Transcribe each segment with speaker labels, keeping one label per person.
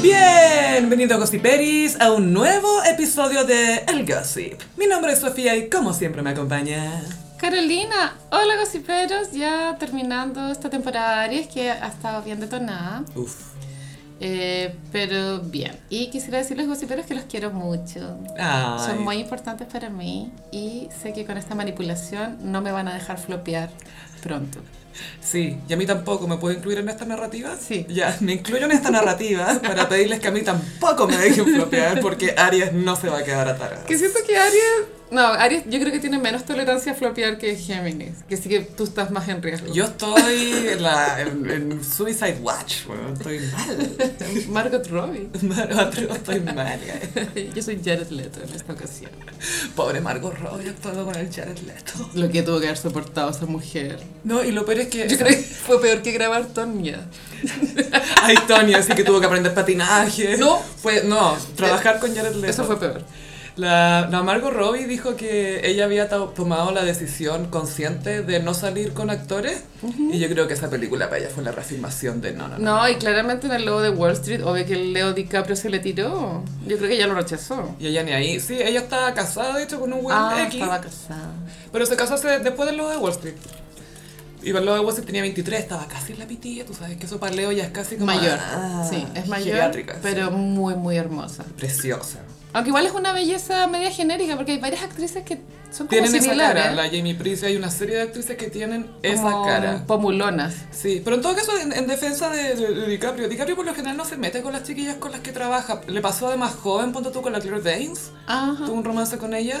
Speaker 1: Bienvenido Gossiperis a un nuevo episodio de El Gossip. Mi nombre es Sofía y como siempre me acompaña...
Speaker 2: Carolina, hola gossiperos, ya terminando esta temporada de Aries que ha estado bien detonada,
Speaker 1: Uf.
Speaker 2: eh, pero bien. Y quisiera decirles gossiperos que los quiero mucho.
Speaker 1: Ay.
Speaker 2: Son muy importantes para mí y sé que con esta manipulación no me van a dejar flopear pronto.
Speaker 1: Sí, y a mí tampoco. ¿Me puedo incluir en esta narrativa?
Speaker 2: Sí.
Speaker 1: Ya, me incluyo en esta narrativa para pedirles que a mí tampoco me dejen flopear porque Aries no se va a quedar atarada.
Speaker 2: Que siento que Aries, no, Aries yo creo que tiene menos tolerancia a flopear que Géminis, que sí que tú estás más en riesgo.
Speaker 1: Yo estoy en, la, en, en Suicide Watch, weón. Estoy mal.
Speaker 2: Margot Robbie.
Speaker 1: Margot, estoy mal, guys.
Speaker 2: Yo soy Jared Leto en esta ocasión.
Speaker 1: Pobre Margot Robbie actuando con el Jared Leto.
Speaker 2: Lo que tuvo que haber soportado esa mujer.
Speaker 1: No, y lo peor es que...
Speaker 2: Yo creo que fue peor que grabar Tonya.
Speaker 1: Ay, Tony, así que tuvo que aprender patinaje.
Speaker 2: No. Eh,
Speaker 1: Fue, no, trabajar con Jared Leto.
Speaker 2: Eso fue peor.
Speaker 1: La, la Margot Robbie dijo que ella había to- tomado la decisión consciente de no salir con actores. Y yo creo que esa película para ella fue la reafirmación de no, no, no.
Speaker 2: No, y claramente en el logo de Wall Street, obvio que el Leo DiCaprio se le tiró. Yo creo que ella lo rechazó. Ah,
Speaker 1: Y ella ni ahí. Sí, ella estaba casada, de hecho, con un güey X.
Speaker 2: casada.
Speaker 1: Pero se casó hace- después del logo de Wall Street. Y para el logo de Wall Street tenía 23, estaba casi en la pitilla. Tú sabes que eso para Leo ya es casi como...
Speaker 2: Mayor.
Speaker 1: ah,
Speaker 2: sí, es mayor,
Speaker 1: geriátrica, sí.
Speaker 2: pero muy, muy hermosa.
Speaker 1: Preciosa.
Speaker 2: Aunque igual es una belleza media genérica, porque hay varias actrices que son como
Speaker 1: Tienen esa
Speaker 2: similares.
Speaker 1: cara, la Jamie Price, hay una serie de actrices que tienen esa
Speaker 2: Como
Speaker 1: cara.
Speaker 2: Pomulonas.
Speaker 1: Sí, pero en todo caso, en, en defensa de, de- de DiCaprio, DiCaprio por lo general no se mete con las chiquillas con las que trabaja. Le pasó además joven, ponte tú con la Claire Danes,
Speaker 2: Ajá.
Speaker 1: tuvo un romance con ella,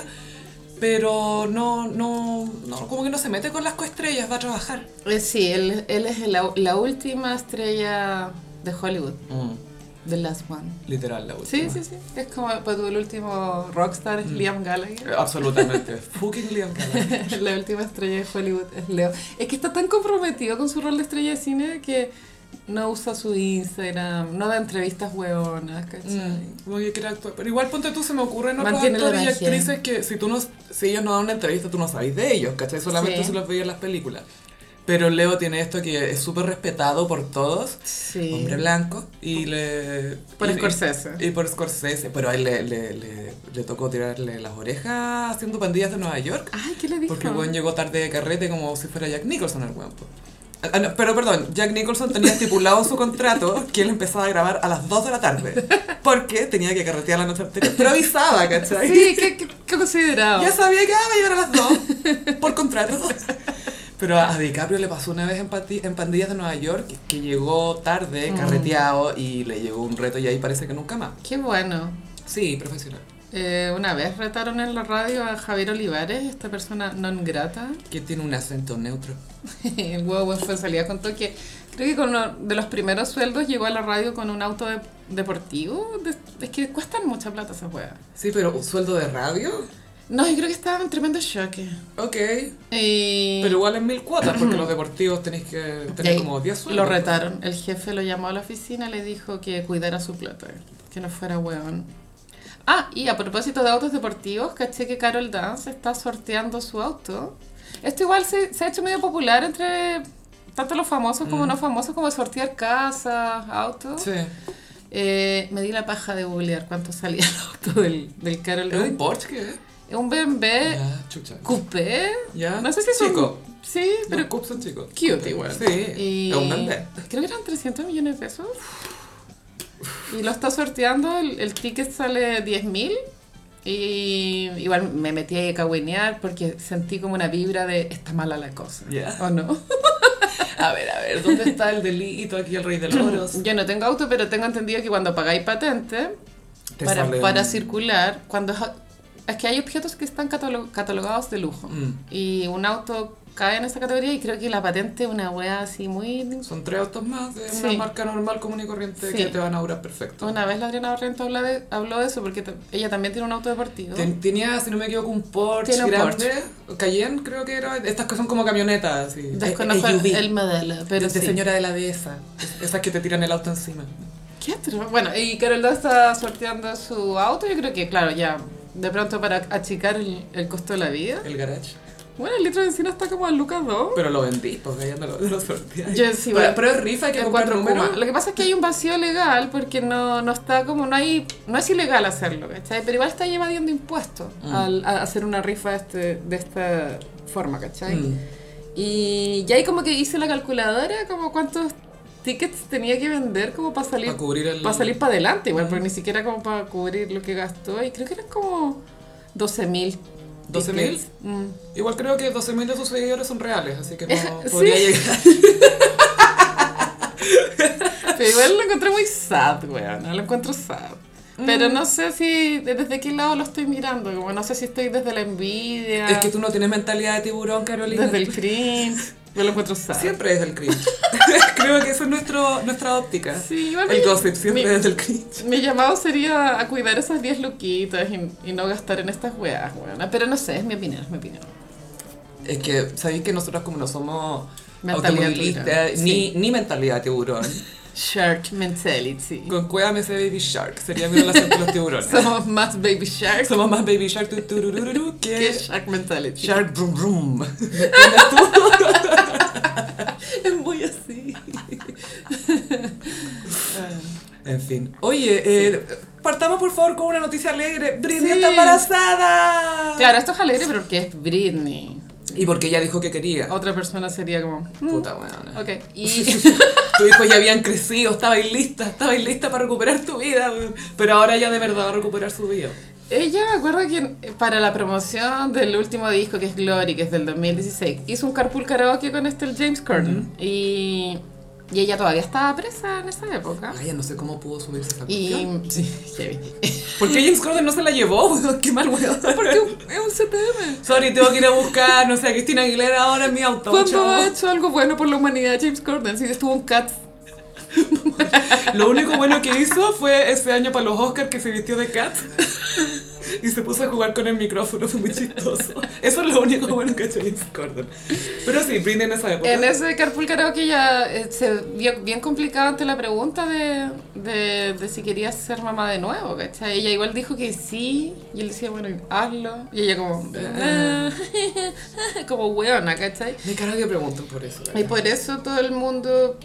Speaker 1: pero no, no, no, como que no se mete con las coestrellas, va a trabajar.
Speaker 2: Eh, Sí, él, él es la, la última estrella de Hollywood, The Last One.
Speaker 1: Mm, literal, la
Speaker 2: Sí,
Speaker 1: última.
Speaker 2: sí, sí. Es como pues, el último rockstar es Liam Gallagher.
Speaker 1: Eh, Absolutamente. Fucking Liam Gallagher.
Speaker 2: La última estrella de Hollywood es Leo. Es que está tan comprometido con su rol de estrella de cine que no usa su Instagram, no da entrevistas hueonas, ¿cachai?
Speaker 1: Mm, como que quiere actuar. Pero igual ponte tú, se me ocurren otros
Speaker 2: Mantiene la
Speaker 1: actores y
Speaker 2: magia.
Speaker 1: actrices que si tú no, si ellos no dan una entrevista, tú no sabes de ellos, ¿cachai? Solamente
Speaker 2: Sí.
Speaker 1: se los veía en las películas. Pero Leo tiene esto que es súper respetado por todos.
Speaker 2: Sí.
Speaker 1: Hombre blanco y le...
Speaker 2: Por
Speaker 1: y-
Speaker 2: Scorsese.
Speaker 1: Y, por Scorsese, pero a él le, le- le- le tocó tirarle las orejas haciendo pandillas de Nueva York.
Speaker 2: Ay, ¿qué le dijo?
Speaker 1: Porque el weón llegó tarde de carrete como si fuera Jack Nicholson al weón. po. Ah, ah, no, Pero perdón, Jack Nicholson tenía estipulado en su contrato que él empezaba a grabar a las 2 de la tarde. Porque tenía que carretear la noche anterior. Pero avisaba, ¿cachai?
Speaker 2: Sí, ¿qué, qué, qué considerado?
Speaker 1: Ya sabía que iba a llegar a las 2 por contrato. Pero a DiCaprio le pasó una vez en, pati- en pandillas de Nueva York que llegó
Speaker 2: Mm.
Speaker 1: tarde, carreteado, y le llegó un reto y ahí parece que nunca más.
Speaker 2: Qué bueno.
Speaker 1: Sí, profesional.
Speaker 2: Eh, una vez retaron en la radio a Javier Olivares, esta persona non grata.
Speaker 1: Que tiene un acento neutro.
Speaker 2: El huevo fue salida contó que creo que con uno de los primeros sueldos llegó a la radio con un auto de- deportivo. De- es que cuestan mucha plata esas huevas.
Speaker 1: Sí, pero ¿un sueldo de radio?
Speaker 2: No, yo creo que estaba en tremendo choque.
Speaker 1: Ok.
Speaker 2: Y,
Speaker 1: Pero igual en mil cuotas, porque los deportivos tenéis que
Speaker 2: y
Speaker 1: tener
Speaker 2: ahí
Speaker 1: como 10 sueldos.
Speaker 2: Lo retaron. El jefe lo llamó a la oficina, le dijo que cuidara su plata, que no fuera hueón. Ah, y a propósito de autos deportivos, caché que Carol Dance está sorteando su auto. Esto igual se, se ha hecho medio popular entre tanto los famosos como no famosos, como sortear casas, autos.
Speaker 1: Mm. Sí.
Speaker 2: Eh, me di la paja de googlear cuánto salía el auto del, del Carol
Speaker 1: ¿Es un
Speaker 2: Dance.
Speaker 1: Porsche que es?
Speaker 2: Es un BMW
Speaker 1: Ya, chucha.
Speaker 2: coupé.
Speaker 1: Ya.
Speaker 2: Eh, No sé si es un-
Speaker 1: Chico.
Speaker 2: Sí, pero
Speaker 1: Los Cubs son chicos.
Speaker 2: cute igual.
Speaker 1: Sí.
Speaker 2: Y
Speaker 1: Es un grande.
Speaker 2: creo que eran 300 millones de pesos. Y lo está sorteando, el, el ticket sale 10.000 mil. Y igual me metí ahí a cagüinear porque sentí como una vibra de está mala la cosa.
Speaker 1: Ya.
Speaker 2: ¿O no?
Speaker 1: A ver, a ver, ¿dónde está el delito aquí, el rey de los oros?
Speaker 2: Yo no tengo auto, pero tengo entendido que cuando pagáis patente
Speaker 1: Te
Speaker 2: para,
Speaker 1: sale
Speaker 2: para
Speaker 1: un-
Speaker 2: circular, cuando es, es que hay objetos que están catalo- catalogados de lujo.
Speaker 1: Mm.
Speaker 2: Y un auto cae en esa categoría y creo que la patente es una wea así muy
Speaker 1: Son tres autos más de
Speaker 2: Sí.
Speaker 1: una marca normal, común y corriente
Speaker 2: Sí.
Speaker 1: que te van a durar perfecto.
Speaker 2: Una vez la Adriana Barrento habla de- habló de eso porque ta- ella también tiene un auto deportivo.
Speaker 1: Ten- tenía, si no me equivoco, un Porsche
Speaker 2: Tiene un
Speaker 1: grande. Cayenne, creo que era. Estas que son como camionetas. Así.
Speaker 2: Desconozco
Speaker 1: Eh, SUV,
Speaker 2: el modelo, pero
Speaker 1: de, de
Speaker 2: sí.
Speaker 1: señora este de la dehesa. Esas que te tiran el auto encima.
Speaker 2: Qué atro- Bueno, y Carol Daz está sorteando su auto. Yo creo que, claro, ya de pronto para achicar el, el costo de la vida,
Speaker 1: El garage.
Speaker 2: Bueno, el litro de encina está como a lucas 2.
Speaker 1: Pero lo vendí, pues ahí anda lo, lo sorteáis.
Speaker 2: Yo sí,
Speaker 1: pero,
Speaker 2: bueno,
Speaker 1: pero es rifa, hay que
Speaker 2: En
Speaker 1: comprar
Speaker 2: cuatro
Speaker 1: números.
Speaker 2: Kuma. Lo que pasa es que hay un vacío legal porque no, no está como, no hay, no es ilegal hacerlo, ¿cachai? Pero igual está evadiendo impuestos
Speaker 1: Mm.
Speaker 2: al a hacer una rifa este, de esta forma, ¿cachai?
Speaker 1: Mm.
Speaker 2: Y ya ahí como que hice la calculadora, como cuántos tickets tenía que vender como para salir
Speaker 1: Para cubrir Mm. el...
Speaker 2: para salir para adelante, igual, porque ni siquiera como para cubrir lo que gastó. Y creo que eran como 12.000.
Speaker 1: 12.000?
Speaker 2: tickets. Mm.
Speaker 1: Igual creo que 12.000 de sus seguidores son reales, así que no
Speaker 2: Sí.
Speaker 1: podría llegar.
Speaker 2: Pero igual lo encontré muy sad, weón. Lo encuentro sad. Pero
Speaker 1: Mm.
Speaker 2: no sé si desde qué lado lo estoy mirando. Como no sé si estoy desde la envidia,
Speaker 1: Es que tú no tienes mentalidad de tiburón, Carolina.
Speaker 2: desde el cringe. Yo lo encuentro sad.
Speaker 1: Siempre es el cringe. creo que eso es nuestro, nuestra óptica.
Speaker 2: Sí, igual
Speaker 1: El
Speaker 2: mi-
Speaker 1: gossip siempre
Speaker 2: mi,
Speaker 1: es el cringe.
Speaker 2: mi llamado sería a cuidar esas 10 luquitas y, y no gastar en estas weas, weón. Pero no sé, es mi opinión, es mi opinión.
Speaker 1: Es que sabéis que nosotros como no somos
Speaker 2: Mentalidad
Speaker 1: automovilistas,
Speaker 2: tiburón,
Speaker 1: ni, ni mentalidad de tiburón.
Speaker 2: Shark mentality.
Speaker 1: Con cueva me sé Baby Shark, sería mi relación con los tiburones.
Speaker 2: Somos más baby sharks
Speaker 1: Somos más Baby Shark tu, turururu,
Speaker 2: que
Speaker 1: que
Speaker 2: shark mentality.
Speaker 1: Shark Brum Brum.
Speaker 2: es muy así.
Speaker 1: En fin. Oye, eh, partamos por favor con una noticia alegre. Britney
Speaker 2: Sí.
Speaker 1: está embarazada.
Speaker 2: Claro, esto es alegre, pero porque es Britney.
Speaker 1: Y porque ella dijo que quería. Mm.
Speaker 2: Otra persona sería como,
Speaker 1: Puta weona.
Speaker 2: ok. Y
Speaker 1: Tus hijos ya habían crecido, estabais lista, estabais lista para recuperar tu vida. weón. Pero ahora ya de verdad va a recuperar su vida.
Speaker 2: ella, me acuerdo que para la promoción del último disco, que es Glory, que es del 2016, hizo un carpool karaoke con este el James Corden. y, y ella todavía estaba presa en esa época.
Speaker 1: Ay, ya no sé cómo pudo subirse esa
Speaker 2: Ah. Y...
Speaker 1: cuestión.
Speaker 2: Sí, heavy.
Speaker 1: ¿Por qué James Corden no se la llevó? weón? Qué mal weón.
Speaker 2: Porque es un CTM.
Speaker 1: Sorry, tengo que ir a buscar, no sé, a Cristina Aguilera ahora en mi auto.
Speaker 2: ¿Cuándo
Speaker 1: chao.
Speaker 2: ha hecho algo bueno por la humanidad James Corden? Si estuvo en Cats
Speaker 1: Lo único bueno que hizo fue ese año para los Oscars que se vistió de cat y se puso a jugar con el micrófono, fue muy chistoso. Eso es lo único bueno que ha hecho James Corden. Pero sí, Britney en esa época.
Speaker 2: En ese Carpool Karaoke ya eh, se vio bien complicado ante la pregunta de, de, de si quería ser mamá de nuevo, ¿cachai? Ella igual dijo que sí, y él decía, bueno, hazlo. Y ella como,
Speaker 1: Ah.
Speaker 2: como hueona, ¿cachai?
Speaker 1: Me carga que pregunten por eso. ¿verdad?
Speaker 2: Y por eso todo el mundo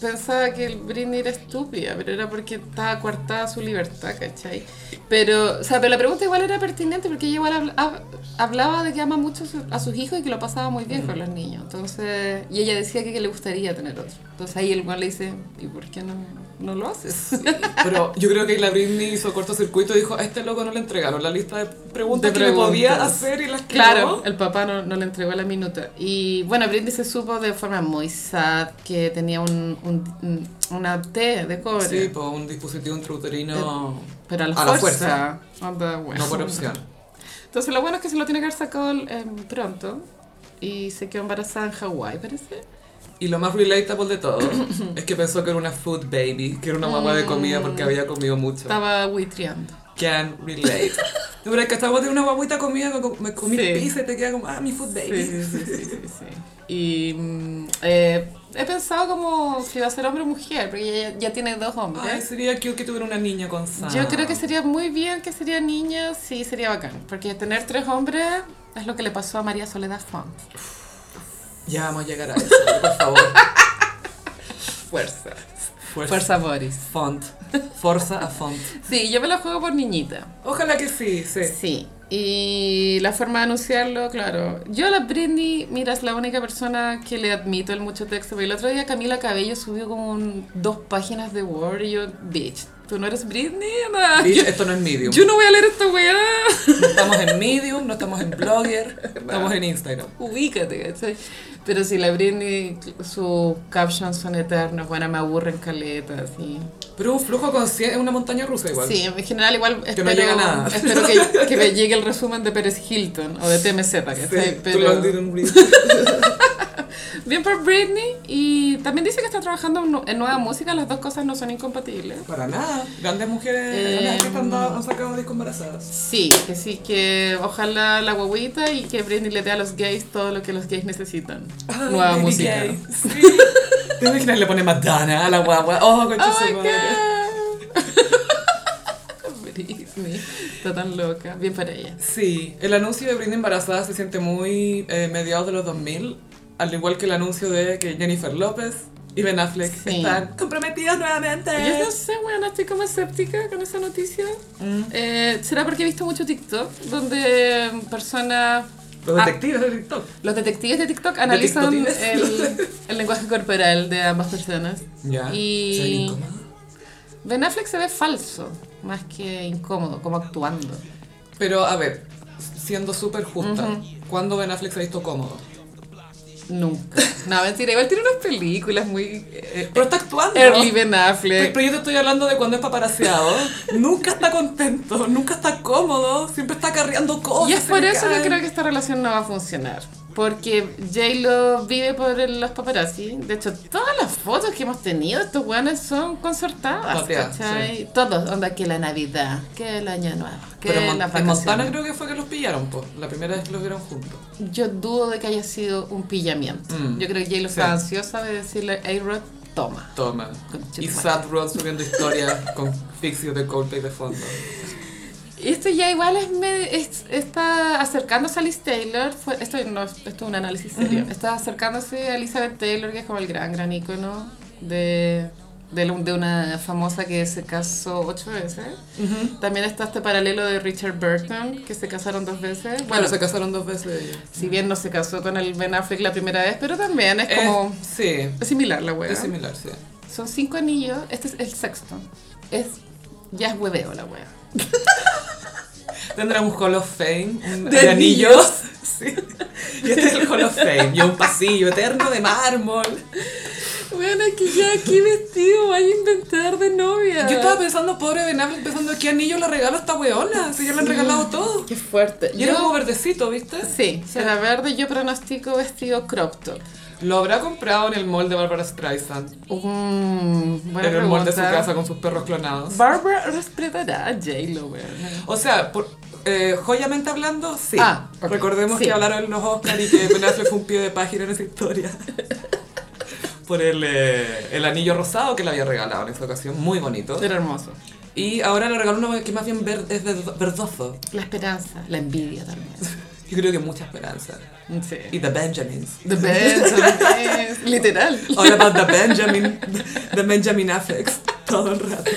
Speaker 2: pensaba que el Britney era estúpida, pero era porque estaba coartada su libertad, ¿cachai? Pero, o sea, pero la pregunta igual era pertinente porque ella igual habl- hab- hablaba de que ama mucho a su- a sus hijos y que lo pasaba muy bien con los niños. Entonces, y ella decía que, que le gustaría tener otro. Entonces ahí el weón le dice, ¿y por qué no, no lo haces?
Speaker 1: Pero yo creo que la Britney hizo cortocircuito y dijo, a este loco no le entregaron la lista de preguntas
Speaker 2: De
Speaker 1: que le podía
Speaker 2: preguntas.
Speaker 1: hacer y las que
Speaker 2: Claro,
Speaker 1: no.
Speaker 2: el papá no, no le entregó la minuta. Y bueno, Britney se supo de forma muy sad que tenía un, un- una T de cobre.
Speaker 1: Sí, por un dispositivo intrauterino,
Speaker 2: Pero a la
Speaker 1: A la
Speaker 2: fuerza. Anda, bueno.
Speaker 1: no por opción.
Speaker 2: Entonces lo bueno es que se lo tiene que haber sacado eh, pronto. Y se quedó embarazada en Hawái, parece.
Speaker 1: Y lo más relatable de todo es que pensó que era una food baby, que era una mamá de comida porque había comido mucho.
Speaker 2: Estaba buitreando.
Speaker 1: Can relate. Tú verás que hasta vos tenés una guaguita comida, me, co- me comí
Speaker 2: Sí.
Speaker 1: pizza y te queda como, ah, mi food baby.
Speaker 2: Sí, sí, sí, sí, sí, sí. Y mm, eh, he pensado como si iba a ser hombre o mujer, porque ella ya, ya tiene dos
Speaker 1: Ay,
Speaker 2: hombres.
Speaker 1: sería cute que tuviera una niña con Sam.
Speaker 2: Yo creo que sería muy bien que sería niña, sí, sería bacán. Porque tener tres hombres es lo que le pasó a María Soledad Font.
Speaker 1: Ya vamos a llegar a eso, por favor.
Speaker 2: Fuerza.
Speaker 1: Fuerza.
Speaker 2: Fuerza Boris.
Speaker 1: Font. Forza a font.
Speaker 2: Sí, yo me la juego por niñita.
Speaker 1: Ojalá que sí, sí.
Speaker 2: Sí, y la forma de anunciarlo, claro. Yo a la Britney, mira, es la única persona que le admito el mucho texto. Pero el otro día Camila Cabello subió como un- dos páginas de Word y yo, bitch, tú no eres Britney, Ana?
Speaker 1: Y
Speaker 2: Yo,
Speaker 1: esto no es Medium.
Speaker 2: yo no voy a leer esta weá.
Speaker 1: No estamos en Medium, no estamos en Blogger, estamos en Instagram.
Speaker 2: Ubícate, ¿cachai? Pero si la Britney, sus captions son eternos, bueno, me aburren caletas, sí.
Speaker 1: Pero un flujo consciente, es una montaña rusa igual.
Speaker 2: Sí, en general igual
Speaker 1: Que no llega nada.
Speaker 2: espero que, que me llegue el resumen de Pérez Hilton o de TMZ,
Speaker 1: Sí,
Speaker 2: ¿cachai?
Speaker 1: tú
Speaker 2: Pero...
Speaker 1: lo didn't read.
Speaker 2: Bien por Britney y también dice que está trabajando en nu- en nueva música, las dos cosas no son incompatibles.
Speaker 1: Para nada. Grandes mujeres
Speaker 2: Eh,
Speaker 1: grandes artistas han, dado- han sacado discos embarazadas.
Speaker 2: Sí, que sí, que ojalá la guaguita y que Britney le dé a los gays todo lo que los gays necesitan.
Speaker 1: Ay,
Speaker 2: nueva
Speaker 1: Lady
Speaker 2: música.
Speaker 1: Gaga. Sí. ¿Te imaginas le pone Madonna a la guagua? Oh, concha
Speaker 2: Oh
Speaker 1: su
Speaker 2: my
Speaker 1: madre.
Speaker 2: god. Britney.
Speaker 1: mí.
Speaker 2: Está tan loca. Bien para ella.
Speaker 1: Sí, el anuncio de Britney embarazada se siente muy eh, mediados de los 2000, al igual que el anuncio de que Jennifer López y Ben Affleck
Speaker 2: Sí.
Speaker 1: están comprometidos nuevamente.
Speaker 2: Yo no sé, weón, estoy como escéptica con esa noticia.
Speaker 1: Mm.
Speaker 2: Eh, ¿Será porque he visto mucho TikTok donde personas...
Speaker 1: Los
Speaker 2: Ah,
Speaker 1: detectives de TikTok.
Speaker 2: los detectives de TikTok analizan
Speaker 1: TikTokines.
Speaker 2: el, el lenguaje corporal de ambas personas.
Speaker 1: Ya.
Speaker 2: Y-
Speaker 1: Se ven incómodos.
Speaker 2: Ben Affleck se ve falso, más que incómodo, como actuando.
Speaker 1: Pero a ver, siendo súper justa, ¿cuándo Ben Affleck se ha visto cómodo?
Speaker 2: Nunca. No, mentira, igual tiene unas películas muy... eh,
Speaker 1: Pero está actuando.
Speaker 2: early Ben
Speaker 1: Pero,
Speaker 2: Affleck.
Speaker 1: pero yo te estoy hablando de cuando es paparaseado. nunca está contento, nunca está cómodo, siempre está carreando cosas.
Speaker 2: Y es por eso
Speaker 1: que
Speaker 2: que creo que esta relación no va a funcionar. Porque J-Lo vive por el- los paparazzi. De hecho, todas las fotos que hemos tenido, estos weones son concertadas.
Speaker 1: Toteadas,
Speaker 2: ¿cachai? Todos, onda, que la Navidad, que el Año Nuevo, que
Speaker 1: Pero en Mon-
Speaker 2: las
Speaker 1: en Montana
Speaker 2: vacaciones.
Speaker 1: creo que fue que los pillaron, po, la primera vez que los vieron juntos.
Speaker 2: Yo dudo de que haya sido un pillamiento.
Speaker 1: Mm.
Speaker 2: Yo creo que J-Lo
Speaker 1: Sí.
Speaker 2: estaba ansiosa de decirle a Rod, toma.
Speaker 1: Toma.
Speaker 2: Conchetumare.
Speaker 1: Y Sad Rod subiendo historias con Fix You de Coldplay de fondo.
Speaker 2: Esto ya igual es, me- es- está acercándose a Liz Taylor. Fue, esto, no, es- esto es un análisis serio. Está acercándose a Elizabeth Taylor, que es como el gran, gran ícono de, de, la- de una famosa que se casó ocho veces. También está este paralelo de Richard Burton, que se casaron dos veces.
Speaker 1: Bueno,
Speaker 2: Bueno,
Speaker 1: se casaron dos veces ellos.
Speaker 2: si bien no se casó con el Ben Affleck la primera vez, pero también es
Speaker 1: Es-
Speaker 2: como...
Speaker 1: sí,
Speaker 2: Es similar la wea.
Speaker 1: es similar, sí.
Speaker 2: Son cinco anillos. Este es el sexto. Es, ya es hueveo la wea.
Speaker 1: Tendrá un Hall of Fame un-
Speaker 2: De
Speaker 1: de, anillos. Sí. Y este es el Hall of Fame. Y un pasillo eterno de mármol.
Speaker 2: Bueno, que ya, ¿qué vestido vaya a inventar de novia?
Speaker 1: Yo estaba pensando, pobre Ben Affleck, pensando, ¿qué anillo le regalo a esta weona? Si ya le han regalado todo.
Speaker 2: Qué fuerte.
Speaker 1: Y era como verdecito, ¿viste?
Speaker 2: Sí, será verde. Yo pronostico vestido crop top.
Speaker 1: Lo habrá comprado en el mall de Barbara Streisand.
Speaker 2: Mm, buena
Speaker 1: en el mall de su
Speaker 2: pregunta.
Speaker 1: casa con sus perros clonados.
Speaker 2: Barbara respetará a J-Lo, weón.
Speaker 1: O sea, por, eh, joyamente hablando, sí.
Speaker 2: Ah, ok.
Speaker 1: Recordemos
Speaker 2: Sí.
Speaker 1: que hablaron los Oscars y que Ben Affleck fue un pie de página en esa historia. Por el, eh, el anillo rosado que le había regalado en esa ocasión, muy bonito.
Speaker 2: Era hermoso.
Speaker 1: Y ahora le regaló uno que más bien ver- es verd- verdoso.
Speaker 2: La esperanza, la envidia también.
Speaker 1: Yo creo que mucha esperanza. Y
Speaker 2: Sí.
Speaker 1: The Benjamins.
Speaker 2: The best. Literal.
Speaker 1: All about the Benjamin, the Benjamin Affleck, todo el rato.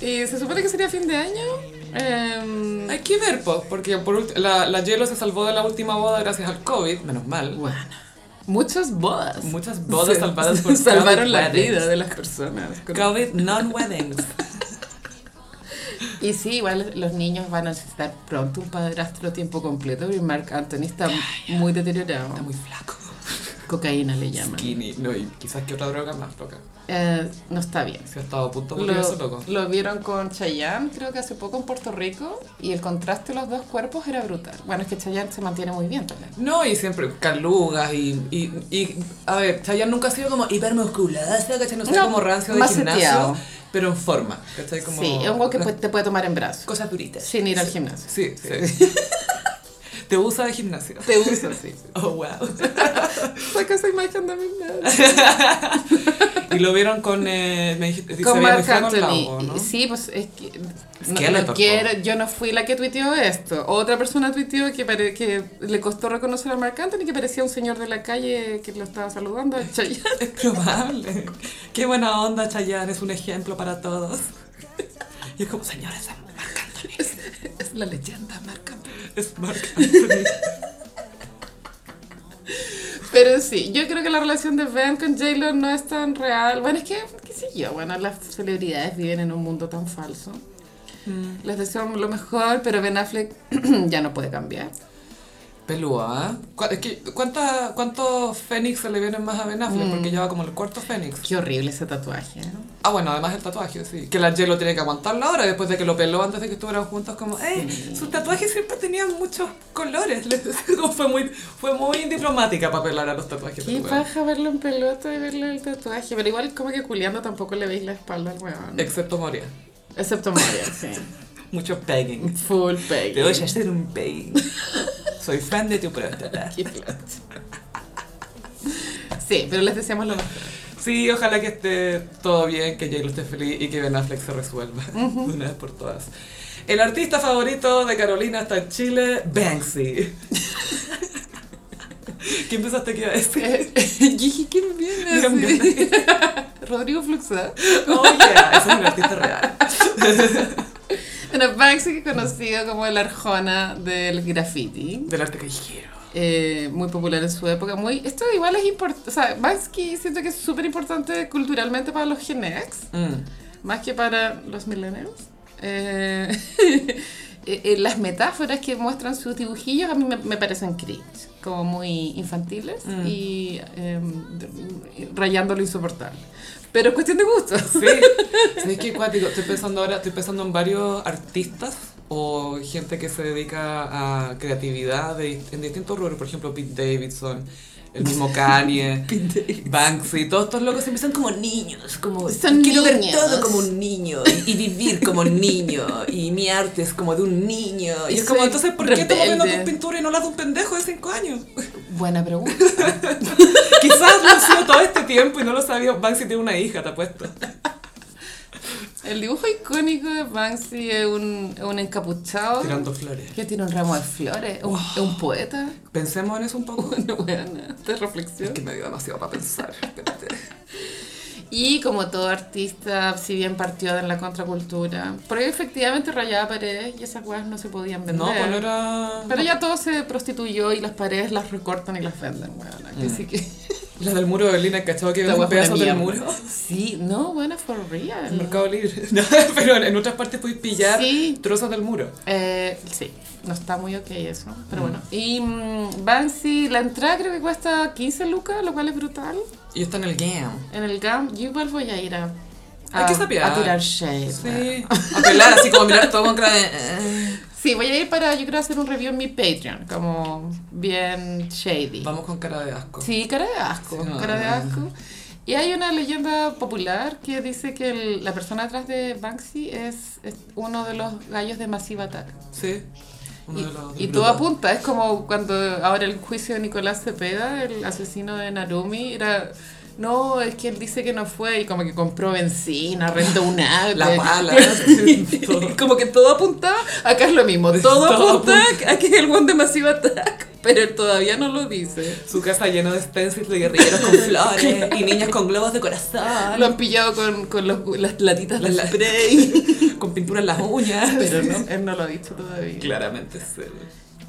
Speaker 2: Y se supone que sería fin de año. Em,
Speaker 1: Hay que ver, po, porque por ulti- la, la J-Lo se salvó de la última boda gracias al COVID, menos mal.
Speaker 2: Bueno, muchas bodas.
Speaker 1: Muchas bodas
Speaker 2: Se-
Speaker 1: salvadas por
Speaker 2: salvaron
Speaker 1: COVID
Speaker 2: la
Speaker 1: weddings.
Speaker 2: vida de las personas.
Speaker 1: COVID non-weddings.
Speaker 2: Y sí, igual los niños van a necesitar pronto un padrastro tiempo completo. Y Mark Anthony está muy deteriorado.
Speaker 1: Está muy flaco.
Speaker 2: Cocaína le llaman.
Speaker 1: Skinny, no, y quizás que otra droga más loca.
Speaker 2: Eh, no está bien.
Speaker 1: Se ha estado a punto de morir ese
Speaker 2: Lo,
Speaker 1: loco.
Speaker 2: lo vieron con Chayanne, creo que hace poco en Puerto Rico, y el contraste de los dos cuerpos era brutal. Bueno, es que Chayanne se mantiene muy bien también.
Speaker 1: No, y siempre calugas y, y, y a ver, Chayanne nunca ha sido como hipermusculosa, ¿cachai? No sé,
Speaker 2: No,
Speaker 1: como rancio de
Speaker 2: más
Speaker 1: gimnasio,
Speaker 2: seteado.
Speaker 1: pero en forma, ¿cachai? Como
Speaker 2: sí, es un guau que
Speaker 1: las
Speaker 2: pu- te puede tomar en brazos
Speaker 1: Cosas duritas.
Speaker 2: sin ir al gimnasio.
Speaker 1: Sí, sí. Te usa de gimnasio.
Speaker 2: Te uso, sí.
Speaker 1: Oh, wow.
Speaker 2: Saca esa imagen de mi madre.
Speaker 1: Y lo vieron con. eh, me dijiste, se
Speaker 2: con
Speaker 1: veía muy
Speaker 2: Marc
Speaker 1: flaco en la
Speaker 2: Anthony.
Speaker 1: O, ¿no?
Speaker 2: Sí, pues es que. No,
Speaker 1: Skeletor,
Speaker 2: no
Speaker 1: po.
Speaker 2: quiero, yo no fui la que tuiteó esto. Otra persona tuiteó que, pare- que le costó reconocer a Marc Anthony que parecía un señor de la calle que lo estaba saludando. a Chayanne.
Speaker 1: Es probable. Qué buena onda, Chayanne. Es un ejemplo para todos. Y es como, señores, es Marc Anthony.
Speaker 2: Es la leyenda, Marc Anthony.
Speaker 1: Es Marc Anthony.
Speaker 2: Pero sí, yo creo que la relación de Ben con J-Lo no es tan real. Bueno, es que, qué sé yo, bueno, las celebridades viven en un mundo tan falso. Les deseo lo mejor, pero Ben Affleck ya no puede cambiar.
Speaker 1: Pelúa, ¿eh? Cu- es que, ¿cuánta- ¿Cuántos Fénix se le vienen más a Ben Affleck?
Speaker 2: Mm.
Speaker 1: Porque lleva como el cuarto Fénix.
Speaker 2: Qué horrible ese tatuaje. ¿eh? ¿no?
Speaker 1: Ah, bueno, además el tatuaje, sí. Que la J-Lo tiene que aguantarlo ahora después de que lo peló antes de que estuvieran juntos. Como, eh, sus tatuajes siempre tenían muchos colores. Les- como fue, muy, fue muy diplomática para pelar a los tatuajes.
Speaker 2: Qué
Speaker 1: del weón.
Speaker 2: paja verlo en pelota y verle el tatuaje. Pero igual como que culiando tampoco le veis la espalda al weón.
Speaker 1: Excepto Moria.
Speaker 2: Excepto Mario, sí.
Speaker 1: Mucho pegging.
Speaker 2: Full peg.
Speaker 1: Te voy a hacer un pegging. Soy fan de tu próstata.
Speaker 2: Qué plata. Sí, pero les deseamos lo mejor.
Speaker 1: Sí, ojalá que esté todo bien, que J-Lo esté feliz y que Ben Affleck se resuelva de una vez por todas. El artista favorito de Carolina está en Chile, Banksy. ¿Quién pensaste que iba a decir?
Speaker 2: Eh, eh, Gigi, ¿quién viene?
Speaker 1: ¿Quién
Speaker 2: así?
Speaker 1: viene?
Speaker 2: Rodrigo Fluxá.
Speaker 1: Oh, yeah, ese es un artista real.
Speaker 2: Bueno, Banksy que es conocido como el Arjona del graffiti.
Speaker 1: Del arte callejero.
Speaker 2: eh, muy popular en su época. Muy, esto igual es importante. O sea, Bansky siento que es súper importante culturalmente para los Gen X,
Speaker 1: Mm.
Speaker 2: más que para los millennials. Eh, eh, eh, las metáforas que muestran sus dibujillos a mí me, me parecen cringe, como muy infantiles
Speaker 1: Mm.
Speaker 2: y eh, de- rayando lo insoportable. Pero es cuestión de gustos.
Speaker 1: Sí, ¿sabes qué cuático? Estoy pensando ahora, estoy pensando en varios artistas o gente que se dedica a creatividad de- en distintos rubros, por ejemplo Pete Davidson, el mismo Kanye, Banksy, todos estos locos empiezan como niños, como
Speaker 2: Son
Speaker 1: quiero ver
Speaker 2: niños".
Speaker 1: todo como un niño y, y vivir como un niño y mi arte es como de un niño y,
Speaker 2: Y
Speaker 1: es como
Speaker 2: soy
Speaker 1: entonces ¿por qué estamos viendo tus
Speaker 2: rebelde.
Speaker 1: pinturas y no las de un pendejo de 5 años?
Speaker 2: Buena pregunta.
Speaker 1: Quizás lo ha sido todo este tiempo y no lo sabía, Banksy tiene una hija, te apuesto.
Speaker 2: El dibujo icónico de Banksy es un, es un encapuchado
Speaker 1: Tirando flores.
Speaker 2: que tiene un ramo de flores, un- es un poeta.
Speaker 1: Pensemos en eso un poco.
Speaker 2: Una buena de
Speaker 1: Es
Speaker 2: reflexión.
Speaker 1: que me dio demasiado para pensar. espérate.
Speaker 2: Y como todo artista, si bien partió en la contracultura, porque efectivamente rayaba paredes y esas weas no se podían vender.
Speaker 1: No, pues no era.
Speaker 2: Pero ya todo se prostituyó y las paredes las recortan y las venden, weona.
Speaker 1: Mm.
Speaker 2: que Así que.
Speaker 1: La del muro de Berlín, ¿cachado que
Speaker 2: Esta
Speaker 1: venden
Speaker 2: wea fue una
Speaker 1: pedazos del
Speaker 2: mierda. Mm.
Speaker 1: muro?
Speaker 2: Sí, no, buena, for
Speaker 1: En
Speaker 2: real.
Speaker 1: Mercado Libre. No, pero en otras partes puedes pillar
Speaker 2: Sí.
Speaker 1: trozos del muro.
Speaker 2: Eh, sí, no está muy ok eso, pero bueno. Y mm, Banksy, la entrada creo que cuesta 15 lucas, lo cual es brutal.
Speaker 1: Y está en el game.
Speaker 2: En el GAM, yo igual voy a ir a.
Speaker 1: Hay que sapear.
Speaker 2: a tirar shade. weona.
Speaker 1: Sí. A pelar, así como mirar todo con cara de. eh.
Speaker 2: Sí, voy a ir para, yo creo, hacer un review en mi Patreon, como bien shady.
Speaker 1: Vamos con cara de asco.
Speaker 2: Sí, cara de asco,
Speaker 1: Sí, no.
Speaker 2: cara de asco. Y hay una leyenda popular que dice que el- la persona atrás de Banksy es, es uno de los gallos de Massive Attack.
Speaker 1: Sí. Uno
Speaker 2: Y,
Speaker 1: de los-
Speaker 2: y
Speaker 1: del
Speaker 2: todo
Speaker 1: grupo.
Speaker 2: apunta, es como cuando ahora el juicio de Nicolás Cepeda, el asesino de Narumi, era... No, es que él dice que no fue y como que compró benzina, rentó un auto.
Speaker 1: La pala. todo.
Speaker 2: como que todo apunta acá es lo mismo, todo,
Speaker 1: Todo
Speaker 2: apunta, a que es el buen de Massive Attack, pero él todavía no lo dice.
Speaker 1: Su casa llena de stencils de guerrilleros con flores y niñas con globos de corazón.
Speaker 2: Lo han pillado con, con los gu- las latitas de
Speaker 1: Las-
Speaker 2: spray,
Speaker 1: Con pintura en las uñas.
Speaker 2: pero no, él no lo ha dicho todavía.
Speaker 1: Claramente es él.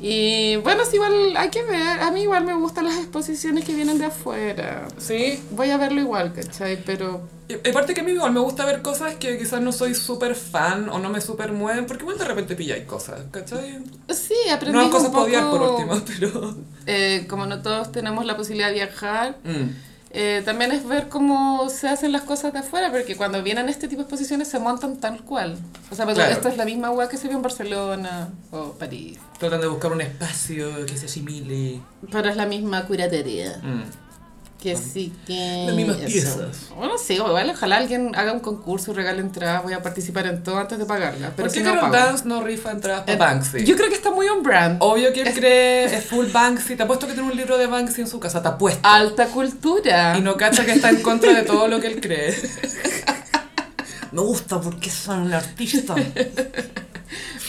Speaker 2: Y bueno, es igual, hay que ver, a mí igual me gustan las exposiciones que vienen de afuera.
Speaker 1: Sí,
Speaker 2: Voy a verlo igual, ¿cachai? Pero
Speaker 1: Y aparte que a mí igual me gusta ver cosas que quizás no soy súper fan o no me súper mueven, porque igual de repente pilláis cosas, ¿cachai?
Speaker 2: sí, aprendí
Speaker 1: No hay cosas
Speaker 2: un poco,
Speaker 1: para odiar por último, pero...
Speaker 2: eh, como no todos tenemos la posibilidad de viajar,
Speaker 1: Mm.
Speaker 2: Eh, también es ver cómo se hacen las cosas de afuera, porque cuando vienen este tipo de exposiciones se montan tal cual. O sea, porque
Speaker 1: Claro.
Speaker 2: esta es la misma weá que se vio en Barcelona o París.
Speaker 1: Tratan de buscar un espacio que se asimile.
Speaker 2: Pero es la misma curatería.
Speaker 1: Mm.
Speaker 2: Que sí que.
Speaker 1: Las mismas
Speaker 2: eso.
Speaker 1: piezas.
Speaker 2: Bueno, sí, igual, ojalá alguien haga un concurso y regale entradas. Voy a participar en todo antes de pagarla. Pero
Speaker 1: ¿Por qué
Speaker 2: si no
Speaker 1: Carol
Speaker 2: pago.
Speaker 1: Dance Oh. no rifa entradas para
Speaker 2: Eh,
Speaker 1: Banksy?
Speaker 2: Yo creo que está muy on brand.
Speaker 1: Obvio que él cree es full Banksy, te apuesto que tiene un libro de Banksy en su casa, te apuesto.
Speaker 2: Alta cultura.
Speaker 1: Y no cacha que está en contra de todo lo que él cree. Me gusta porque son el artista.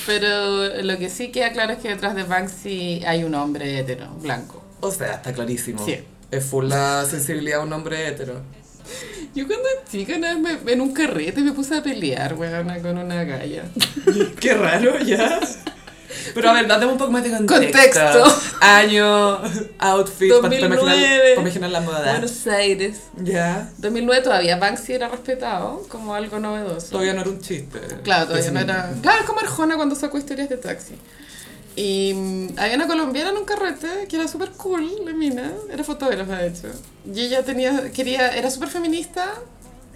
Speaker 2: Pero lo que sí queda claro es que detrás de Banksy hay un hombre hetero, blanco.
Speaker 1: O sea, está clarísimo.
Speaker 2: Sí.
Speaker 1: Es full la sensibilidad de un hombre hetero.
Speaker 2: Yo cuando chica una vez me- en un carrete me puse a pelear, weona, con una galla.
Speaker 1: Qué raro, ya. Pero a ver, dame un poco más de contexto.
Speaker 2: Contexto.
Speaker 1: Año, outfit, para- Para,
Speaker 2: 2009.
Speaker 1: imaginar, para imaginar la moda.
Speaker 2: Buenos Aires.
Speaker 1: Ya.
Speaker 2: 2009 todavía Banksy era respetado como algo novedoso.
Speaker 1: Todavía no era un chiste.
Speaker 2: Claro, todavía
Speaker 1: Ese
Speaker 2: no
Speaker 1: mismo.
Speaker 2: era... Claro, es como Arjona cuando sacó historias de taxi. Y mm, había una colombiana en un carrete que era súper cool, la mina, era fotógrafa de hecho. Y ella tenía, quería, era súper feminista,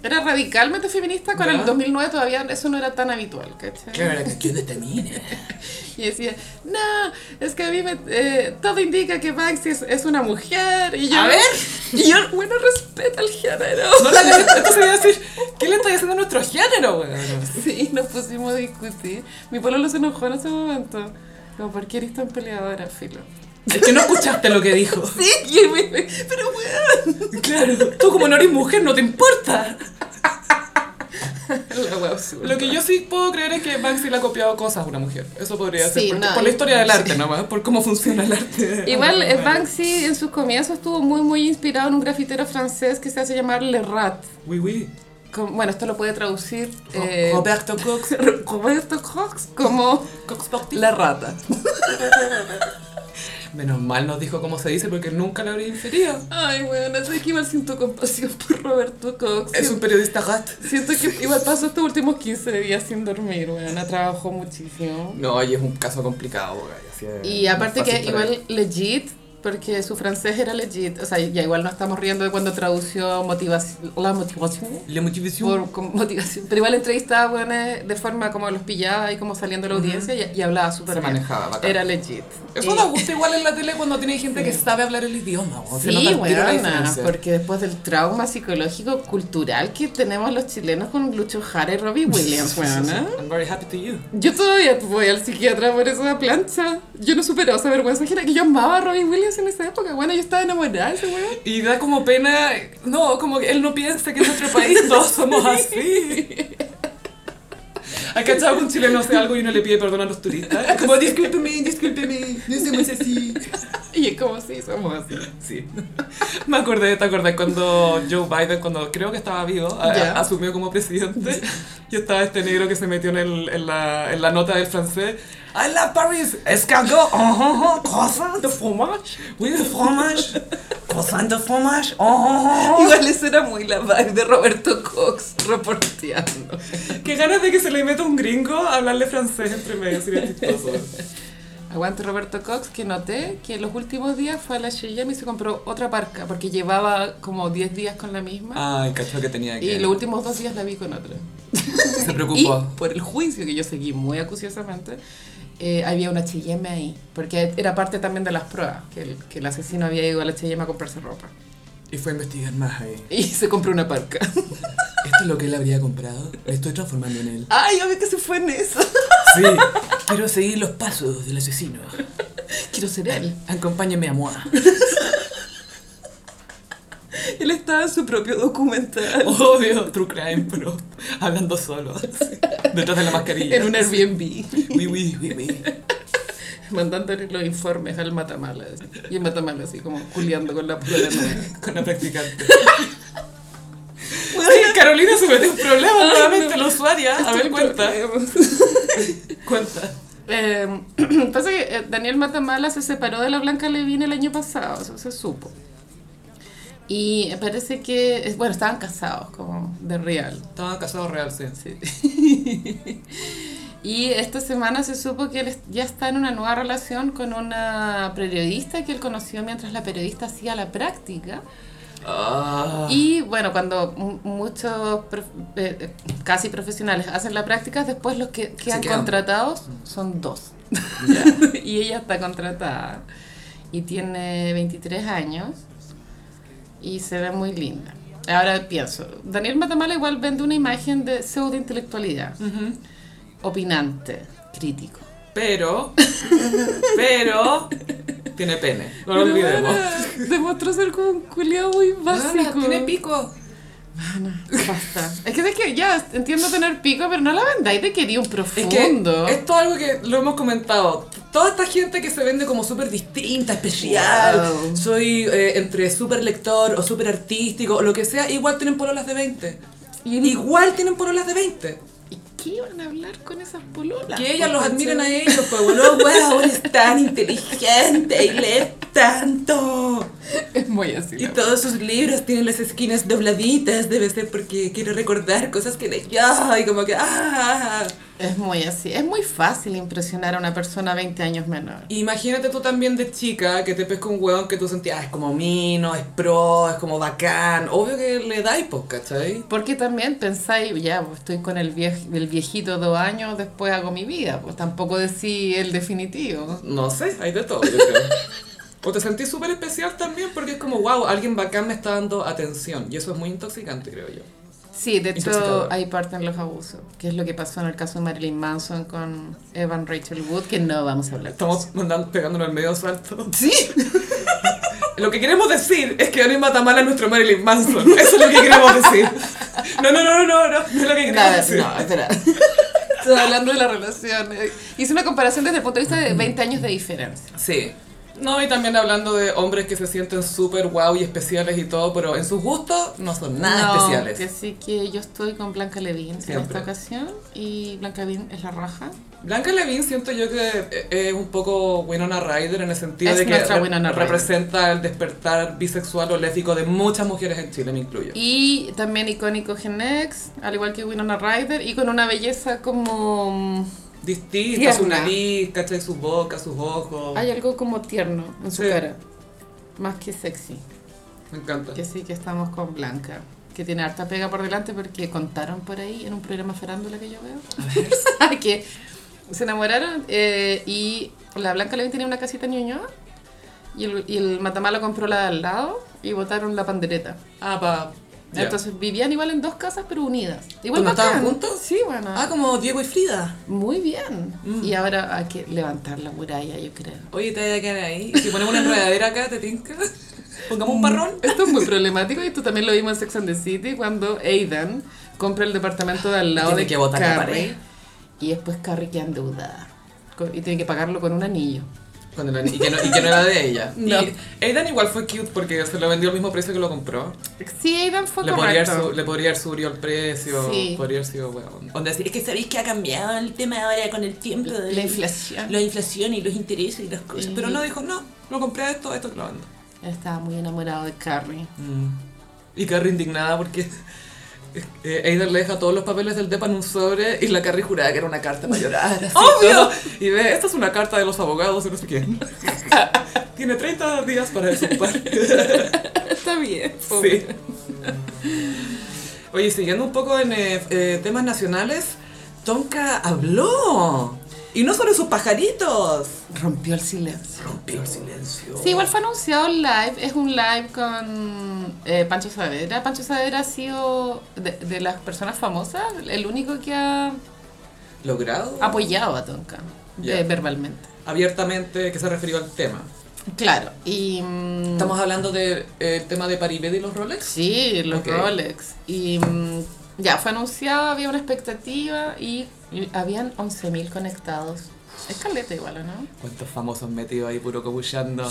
Speaker 2: era radicalmente feminista, con
Speaker 1: Ya.
Speaker 2: el 2009 todavía eso no era tan habitual, ¿cachai?
Speaker 1: Claro, la cuestión de esta mina.
Speaker 2: Y decía, no, es que a mí me, eh, todo indica que Banksy es, es una mujer. Y yo,
Speaker 1: A ver.
Speaker 2: y yo, bueno, respeta el género.
Speaker 1: No la Entonces voy a decir, ¿qué le está haciendo a nuestro género, weón?
Speaker 2: Sí, nos pusimos a discutir. Mi pueblo se enojó en ese momento. Como, ¿por qué eres tan peleadora, Filo?
Speaker 1: Es que no escuchaste lo que dijo.
Speaker 2: Sí, y me- me- pero weón.
Speaker 1: Claro, tú como no eres mujer no te importa.
Speaker 2: La wea absurda.
Speaker 1: Lo que yo sí puedo creer es que Banksy le ha copiado cosas a una mujer. Eso podría ser.
Speaker 2: Sí,
Speaker 1: porque-
Speaker 2: no,
Speaker 1: por la
Speaker 2: y-
Speaker 1: historia del arte nomás, por cómo funciona el arte.
Speaker 2: Igual
Speaker 1: es
Speaker 2: eh, Banksy en sus comienzos estuvo muy muy inspirado en un grafitero francés que se hace llamar Le Rat.
Speaker 1: Oui, oui.
Speaker 2: Con- bueno, esto lo puede traducir eh,
Speaker 1: Roberto Cox.
Speaker 2: Roberto Cox como
Speaker 1: Cox Portillo.
Speaker 2: la rata.
Speaker 1: Menos mal nos dijo cómo se dice porque nunca lo habría inferido.
Speaker 2: Ay, bueno, es que igual siento compasión por Roberto Cox.
Speaker 1: Es un periodista rat.
Speaker 2: Siento que igual pasó estos últimos 15 días sin dormir, bueno, trabajó muchísimo.
Speaker 1: No, y es un caso complicado. güey, así es.
Speaker 2: Y aparte
Speaker 1: No es
Speaker 2: que
Speaker 1: Eh, fácil para
Speaker 2: igual legit, porque su francés era legit, o sea, ya igual no estamos riendo de cuando tradució motivación, la motivación.
Speaker 1: él. La motivación.
Speaker 2: Por con motivación. Pero igual entrevistaba bueno, de forma como los pillaba y como saliendo de la audiencia y, y hablaba súper
Speaker 1: Se
Speaker 2: bien.
Speaker 1: manejaba, bacán.
Speaker 2: Era legit.
Speaker 1: Eso
Speaker 2: Y-
Speaker 1: da gusto igual en la tele cuando tiene gente que sabe hablar el idioma. güey, se nota
Speaker 2: Sí,
Speaker 1: al tiro la
Speaker 2: buena,
Speaker 1: diferencia.
Speaker 2: porque después del trauma psicológico cultural que tenemos los chilenos con Lucho Jara y Robbie Williams, buena.
Speaker 1: I'm very happy to you.
Speaker 2: Yo todavía voy al psiquiatra por esa plancha. Yo no superaba esa vergüenza ajena que yo amaba a Robbie Williams en esa época. Bueno, yo estaba enamorada de ese weón.
Speaker 1: Y da como pena, no, como que él no piensa que en nuestro país todos somos así. ¿Ha cachado que un chileno hace algo y uno le pide perdón a los turistas? Como, discúlpeme, discúlpeme, no somos así.
Speaker 2: Y es como sí, somos así.
Speaker 1: Sí. Me acordé, ¿te acordás cuando Joe Biden, cuando creo que estaba vivo, a-
Speaker 2: Ya.
Speaker 1: asumió como presidente? Y estaba este negro que se metió en, el- en la, en la nota del francés. I love Paris, escargot, oh, oh, oh, croissant de fromage, oui, de fromage, croissant de fromage, oh, oh, oh.
Speaker 2: Igual esa era muy la vibe de Roberto Cox reporteando.
Speaker 1: Qué ganas de que se le meta un gringo a hablarle francés entre medio, sería chistoso.
Speaker 2: Aguante Roberto Cox, que noté que en los últimos días fue a la Sheyam y se compró otra parca, porque llevaba como 10 días con la misma.
Speaker 1: Ay, cacho que tenía
Speaker 2: y los últimos dos días la vi con otra.
Speaker 1: Se
Speaker 2: Y por el juicio que yo seguí muy acuciosamente, eh, había una H&M ahí, porque era parte también de las pruebas, que el, que el asesino había ido a la H&M a comprarse ropa.
Speaker 1: Y fue a investigar más ahí.
Speaker 2: Y se compró una parca.
Speaker 1: ¿Esto es lo que él habría comprado? Me estoy transformando en él.
Speaker 2: Ay, obvio que se fue en eso.
Speaker 1: Sí. Quiero seguir los pasos del asesino.
Speaker 2: Quiero ser él.
Speaker 1: Acompáñame a Moa.
Speaker 2: Él estaba en su propio documental.
Speaker 1: Obvio, True Crime Pro. Hablando solo. así, Detrás de la mascarilla.
Speaker 2: En un Airbnb.
Speaker 1: Oui, oui, oui, oui.
Speaker 2: mandándole los informes al Matamala. Y el Matamala así como culiando con la prueba nueva.
Speaker 1: Con la practicante. Ay, Carolina se metió en problemas
Speaker 2: Ay,
Speaker 1: nuevamente,
Speaker 2: no.
Speaker 1: la usuaria. A ver,
Speaker 2: Estoy
Speaker 1: cuenta.
Speaker 2: en
Speaker 1: Cuenta.
Speaker 2: Eh, pasa que eh, Daniel Matamala se separó de la Blanca Levine el año pasado, eso se supo. Y parece que, es- bueno, estaban casados, como de real.
Speaker 1: Estaban casados real, sí.
Speaker 2: Y esta semana se supo que él es- ya está en una nueva relación con una periodista que él conoció mientras la periodista hacía la práctica.
Speaker 1: Ah.
Speaker 2: Y bueno, cuando mu- muchos prof- eh, eh, casi profesionales hacen la práctica, después los que quedan
Speaker 1: quedan.
Speaker 2: contratados son dos. y ella está contratada y tiene 23 años y se ve muy linda. Ahora pienso, Daniel Matamala igual vende una imagen de pseudo intelectualidad, opinante, crítico.
Speaker 1: Pero, pero, tiene pene. No lo
Speaker 2: Pero
Speaker 1: olvidemos.
Speaker 2: bueno, demostró ser como un culiao muy básico.
Speaker 1: pico.
Speaker 2: Basta. Es que es que ya entiendo tener pico, pero no la vendáis de querido un
Speaker 1: Es que
Speaker 2: profundo.
Speaker 1: esto es algo que lo hemos comentado. Toda esta gente que se vende como súper distinta, especial,
Speaker 2: Wow.
Speaker 1: soy eh, entre súper lector o súper artístico o lo que sea, igual tienen pololas de 20.
Speaker 2: Y-
Speaker 1: Igual tienen pololas de 20.
Speaker 2: ¿Y qué iban a hablar con esas pololas?
Speaker 1: Que ellas los admiren a ellos, pues, bueno, wow, eres tan inteligente y lees tanto.
Speaker 2: Es muy así.
Speaker 1: Y
Speaker 2: la
Speaker 1: todos sus libros tienen las esquinas dobladitas, debe ser porque quiere recordar cosas que leyó y como que... ¡ah!
Speaker 2: Es muy así. Es muy fácil impresionar a una persona 20 años menor.
Speaker 1: Imagínate tú también de chica que te pesca un hueón que tú sentías, "Ah, es como mino, es pro, es como bacán. Obvio que le da hipo, ¿cachai?
Speaker 2: Porque también pensáis, ya, pues, estoy con el, viej- el viejito dos años, después hago mi vida. Pues tampoco decís el definitivo.
Speaker 1: No sé, hay de todo, yo creo. O te sentís súper especial también porque es como, wow, alguien bacán me está dando atención. Y eso es muy intoxicante, creo yo.
Speaker 2: Sí, de hecho
Speaker 1: Intoxicador.
Speaker 2: ahí parten los abusos, que es lo que pasó en el caso de Marilyn Manson con Evan Rachel Wood, que no vamos a hablar.
Speaker 1: Estamos mandando, pegándonos al medio asfalto. Sí. Lo que queremos decir es que Annie Matamala es nuestro Marilyn Manson. Eso es lo que queremos decir. No, no, no, no, no, no. no es lo que queremos
Speaker 2: Nada,
Speaker 1: decir.
Speaker 2: no, espera. Estoy hablando de la relación. eh. Hice una comparación desde el punto de vista de 20 años de diferencia.
Speaker 1: Sí. No, y también hablando de hombres que se sienten súper guau y especiales y todo, pero en sus gustos no son nada
Speaker 2: No,
Speaker 1: especiales.
Speaker 2: que Así que yo estoy con Blanca Levin en
Speaker 1: Siempre.
Speaker 2: esta ocasión y Blanca Levin es la raja.
Speaker 1: Blanca Levin siento yo que e-, es un poco Winona Ryder en el sentido
Speaker 2: Es
Speaker 1: de que
Speaker 2: nuestra Winona Ryder.
Speaker 1: representa el despertar bisexual o lésbico de muchas mujeres en Chile, me incluyo.
Speaker 2: Y también icónico Gen X, al igual que Winona Ryder, y con una belleza como... mm,
Speaker 1: Distinta,
Speaker 2: Tierna.
Speaker 1: su nariz, ¿cachai? Su boca, sus ojos.
Speaker 2: Hay algo como tierno en su
Speaker 1: Sí.
Speaker 2: cara, más que sexy.
Speaker 1: Me encanta.
Speaker 2: Que sí que estamos con Blanca, que tiene harta pega por delante porque contaron por ahí en un programa farándula que yo veo, que se enamoraron eh, y la Blanca Levin tenía una casita en Ñuñoa y el, y el Matamala compró la de al lado y botaron la pandereta.
Speaker 1: Ah, pa. ya.
Speaker 2: Entonces vivían igual en dos casas pero unidas. Igual
Speaker 1: ¿Cuando estaban
Speaker 2: bacán.
Speaker 1: juntos?
Speaker 2: Sí, bueno.
Speaker 1: Ah, Mm. como Diego y Frida.
Speaker 2: Muy bien. Y ahora hay que levantar la muralla, yo creo.
Speaker 1: Oye, te voy a quedar ahí. Si ponemos una enredadera acá, te tinca. Pongamos un parrón.
Speaker 2: Esto es muy problemático y esto también lo vimos en Sex and the City cuando Aidan compra el departamento de al lado
Speaker 1: Tiene
Speaker 2: de
Speaker 1: que botar la
Speaker 2: Carrie,
Speaker 1: pared.
Speaker 2: y después Carrie queda endeudada co- y tiene que pagarlo con un anillo.
Speaker 1: Con el anillo, y, que no, y que no era de ella.
Speaker 2: No.
Speaker 1: Y Aidan igual fue cute porque se lo vendió al mismo precio que lo compró.
Speaker 2: Sí, Aidan fue
Speaker 1: Le podría, haber
Speaker 2: correcto.
Speaker 1: su- le podría haber subido el precio.
Speaker 2: Sí.
Speaker 1: Podría haber sido weón.
Speaker 3: Onda, así, es que sabéis que ha cambiado Ah, el tema ahora con el tiempo. de
Speaker 2: La inflación.
Speaker 3: La inflación y los intereses y las cosas.
Speaker 1: Pero no dijo, no, lo compré a esto, a esto te lo vendo.
Speaker 2: Él Estaba muy enamorado de Carrie.
Speaker 1: Mm. Y Carrie indignada porque eh, Aidan le deja todos los papeles del DEPA en un sobre y la Carrie juraba que era una carta para llorar. así, todo. Y ve, esta es una carta de los abogados y no sé quién. Tiene 30 días para desocupar.
Speaker 2: Está bien.
Speaker 1: Sí. Oye, siguiendo un poco en eh, eh, temas nacionales, Tonka habló. Y no sobre sus pajaritos.
Speaker 2: Rompió el silencio.
Speaker 1: Rompió el silencio.
Speaker 2: Sí, igual fue anunciado un live, es un live con eh, Pancho Saavedra. Pancho Saavedra ha sido de, de las personas famosas el único que ha
Speaker 1: Logrado.
Speaker 2: Ah, apoyado a Tonka
Speaker 1: Ya.
Speaker 2: eh, verbalmente.
Speaker 1: Abiertamente que se refirió al tema.
Speaker 2: Claro, y... mm,
Speaker 1: Estamos hablando del tema de Paribet y los Rolex.
Speaker 2: Sí, los
Speaker 1: Ok.
Speaker 2: Rolex. Y mm, ya fue anunciado, había una expectativa y y habían 11.000 conectados. Es caleta igual, ¿o ¿no?
Speaker 1: ¿Cuántos famosos metidos ahí puro cobullando?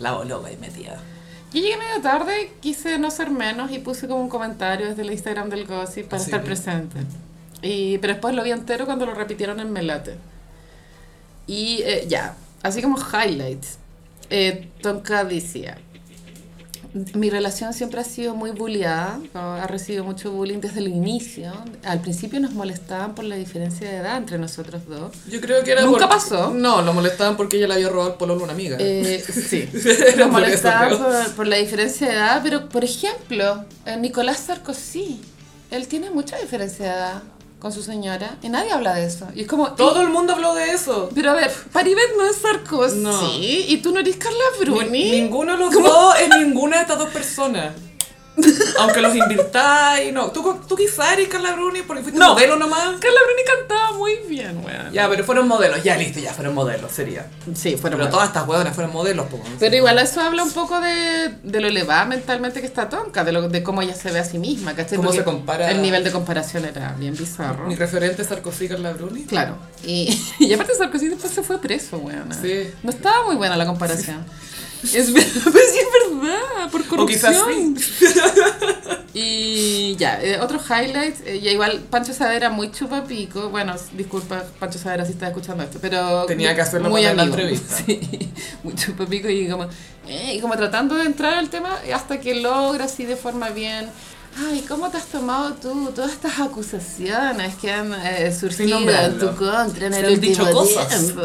Speaker 1: La bologa ahí metida.
Speaker 2: Yo llegué medio tarde, quise no ser menos y puse como un comentario desde el Instagram del Gossip para
Speaker 1: Así
Speaker 2: estar
Speaker 1: que-
Speaker 2: presente. Y, pero después lo vi entero cuando lo repitieron en Melate. Y eh, ya, así como highlights. Eh, Tonka decía, mi relación siempre ha sido muy bulleada, ¿no? ha recibido mucho bullying desde el inicio. Al principio nos molestaban por la diferencia de edad entre nosotros dos.
Speaker 1: Yo creo que era
Speaker 2: Nunca pasó.
Speaker 1: No, lo molestaban porque ella le había robado el polón a una amiga.
Speaker 2: Eh, sí,
Speaker 1: Era
Speaker 2: nos
Speaker 1: por
Speaker 2: molestaba
Speaker 1: eso, creo.
Speaker 2: por, por la diferencia de edad, pero por ejemplo, eh, Nicolás Sarkozy, él tiene mucha diferencia de edad con su señora y nadie habla de eso. Y es como,
Speaker 1: Todo el mundo habló de eso.
Speaker 2: "Y- pero a ver, Paribet no es Sarkozy
Speaker 1: No.
Speaker 2: y tú no eres Carla Bruni.
Speaker 1: Ni- ninguno de los dos es ninguna de estas dos personas. Aunque los invirtáis, no. Tú, tú quizás eres Carla Bruni porque fuiste
Speaker 2: No.
Speaker 1: modelo nomás.
Speaker 2: Carla Bruni cantaba muy bien, weón.
Speaker 1: Ya, pero fueron modelos, ya listo, ya fueron modelos, sería.
Speaker 2: Sí, fueron
Speaker 1: Pero
Speaker 2: buenas.
Speaker 1: todas estas huevonas fueron modelos, po.
Speaker 2: Pero igual eso habla un poco de, de lo elevada mentalmente que está Tonka, de, lo, de cómo ella se ve a sí misma, ¿cachai?
Speaker 1: Cómo
Speaker 2: Porque
Speaker 1: se compara-
Speaker 2: El nivel de comparación era bien bizarro.
Speaker 1: Mi referente es Sarkozy y Carla Bruni.
Speaker 2: Claro. Y, y aparte Sarkozy después se fue preso, weón.
Speaker 1: Sí.
Speaker 2: No estaba muy buena la comparación. Es verdad, pero sí es verdad, por
Speaker 1: O quizás
Speaker 2: corrupción. Y ya, eh, otros highlights. eh, ya igual, Pancho Sadera muy chupapico. Bueno, s- disculpa, Pancho Sadera si estás escuchando esto, pero...
Speaker 1: Tenía que hacerlo
Speaker 2: muy
Speaker 1: para la
Speaker 2: amigo.
Speaker 1: entrevista.
Speaker 2: Sí, muy chupapico y como, eh, y como tratando de entrar al tema hasta que logra así de forma bien... Ay, ¿cómo te has tomado tú todas estas acusaciones que han eh, surgido en
Speaker 1: nombrarlo.
Speaker 2: tu contra en
Speaker 1: Se
Speaker 2: el
Speaker 1: han dicho
Speaker 2: último
Speaker 1: cosas.
Speaker 2: tiempo?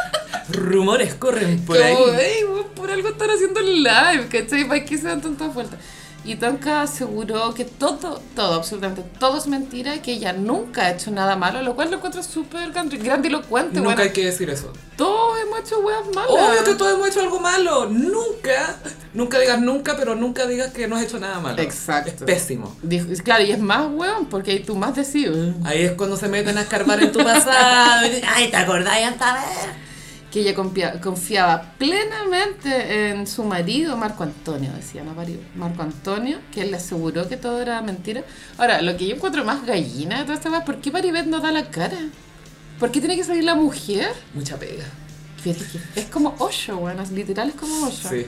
Speaker 1: Rumores corren por
Speaker 2: Como,
Speaker 1: ahí.
Speaker 2: "Ey, weón, por algo están haciendo el live, ¿cachai? ¿Para qué se dan tantas vueltas? Y Tonka aseguró que todo, todo, absolutamente todo es mentira, que ella nunca ha hecho nada malo, lo cual lo encuentro súper gran- grandilocuente.
Speaker 1: Nunca
Speaker 2: bueno,
Speaker 1: hay que decir eso.
Speaker 2: todos hemos hecho weas malas.
Speaker 1: Obvio que todos hemos hecho algo malo. Nunca. Nunca digas nunca, pero nunca digas que no has hecho nada malo.
Speaker 2: Exacto.
Speaker 1: Es pésimo.
Speaker 2: Dijo- y claro, y es más weón, porque ahí tú más decís. "Ugh".
Speaker 1: Ahí es cuando se meten a escarbar en tu pasado.
Speaker 3: ah, Ay, ¿te acordáis hasta ver?
Speaker 2: Que ella confia- confiaba plenamente en su marido, Marco Antonio, decía, no marido, Marco Antonio, que él le aseguró que todo era mentira. Ahora, lo que yo encuentro más gallina de toda esta wea, ¿por qué Maribel no da la cara? ¿Por qué tiene que salir la mujer?
Speaker 1: Mucha pega.
Speaker 2: Fíjate que Es como Osho, bueno, literal es como Osho.
Speaker 1: Sí.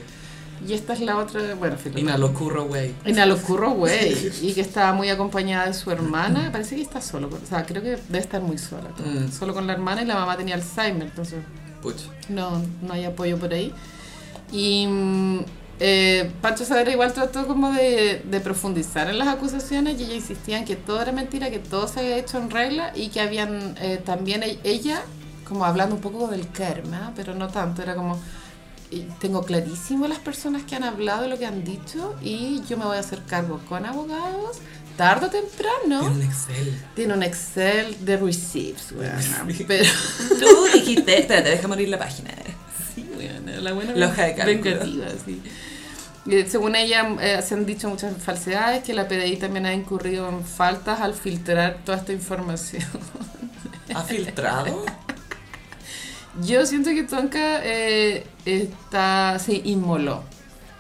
Speaker 2: Y esta es la otra, bueno,
Speaker 1: Y
Speaker 2: filo.
Speaker 1: nada, lo curro, güey.
Speaker 2: Ina lo curro, güey. Y que estaba muy acompañada de su hermana. Parece que está solo. O sea, creo que debe estar muy sola. todo.
Speaker 1: Mm.
Speaker 2: Solo con la hermana y la mamá tenía Alzheimer. Entonces,
Speaker 1: Pucha.
Speaker 2: no, no hay apoyo por ahí. Y mm, eh, Pancho Saavedra igual trató como de, de profundizar en las acusaciones y ella insistía en que todo era mentira, que todo se había hecho en regla y que habían eh, también e- ella, como hablando un poco del karma, pero no tanto, era como, y tengo clarísimo las personas que han hablado, lo que han dicho y yo me voy a hacer cargo con abogados tarde o
Speaker 1: Tiene
Speaker 2: temprano.
Speaker 1: un Excel.
Speaker 2: Tiene un Excel de receipts, weona, pero...
Speaker 3: Tú dijiste, espérate, déjame abrir la página.
Speaker 2: Sí, bueno, la buena
Speaker 1: La hoja de cálculo.
Speaker 2: vengativa, sí. Eh, Según ella, eh, se han dicho muchas falsedades, que la PDI también ha incurrido en faltas al filtrar toda esta información.
Speaker 1: ¿Ha filtrado?
Speaker 2: Yo siento que Tonka eh, está, se inmoló.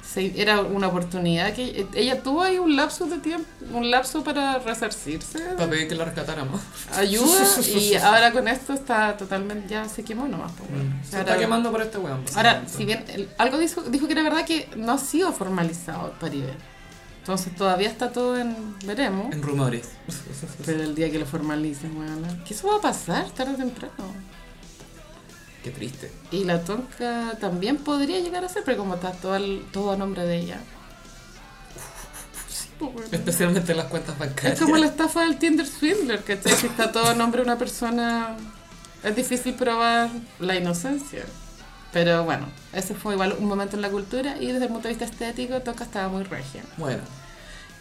Speaker 2: Se- era una oportunidad que eh, ella tuvo ahí un lapso de tiempo, un lapso para resarcirse,
Speaker 1: Para pedir que lo rescatáramos.
Speaker 2: ayuda, y ahora con esto está totalmente, ya se quemó nomás. pues, bueno.
Speaker 1: Mm. Se
Speaker 2: Ahora-
Speaker 1: está quemando por este weón.
Speaker 2: Ahora, si bien el- algo dijo, dijo que era verdad que no ha sido formalizado el paribel. E. Entonces todavía está todo en veremos.
Speaker 1: En rumores.
Speaker 2: Pero el día que lo formalicen, weón. Que eso va a pasar tarde o temprano.
Speaker 1: Qué triste.
Speaker 2: Y la tonca también podría llegar a ser, pero como está todo, el- todo a nombre de ella. Sí, po, weón.
Speaker 1: Especialmente en las cuentas bancarias.
Speaker 2: Es como la estafa del Tinder Swindler, ¿cachai? Si está todo a nombre de una persona, es difícil probar la inocencia. Pero bueno, ese fue igual un momento en la cultura y desde el punto de vista estético, Toca estaba muy regia.
Speaker 1: Bueno.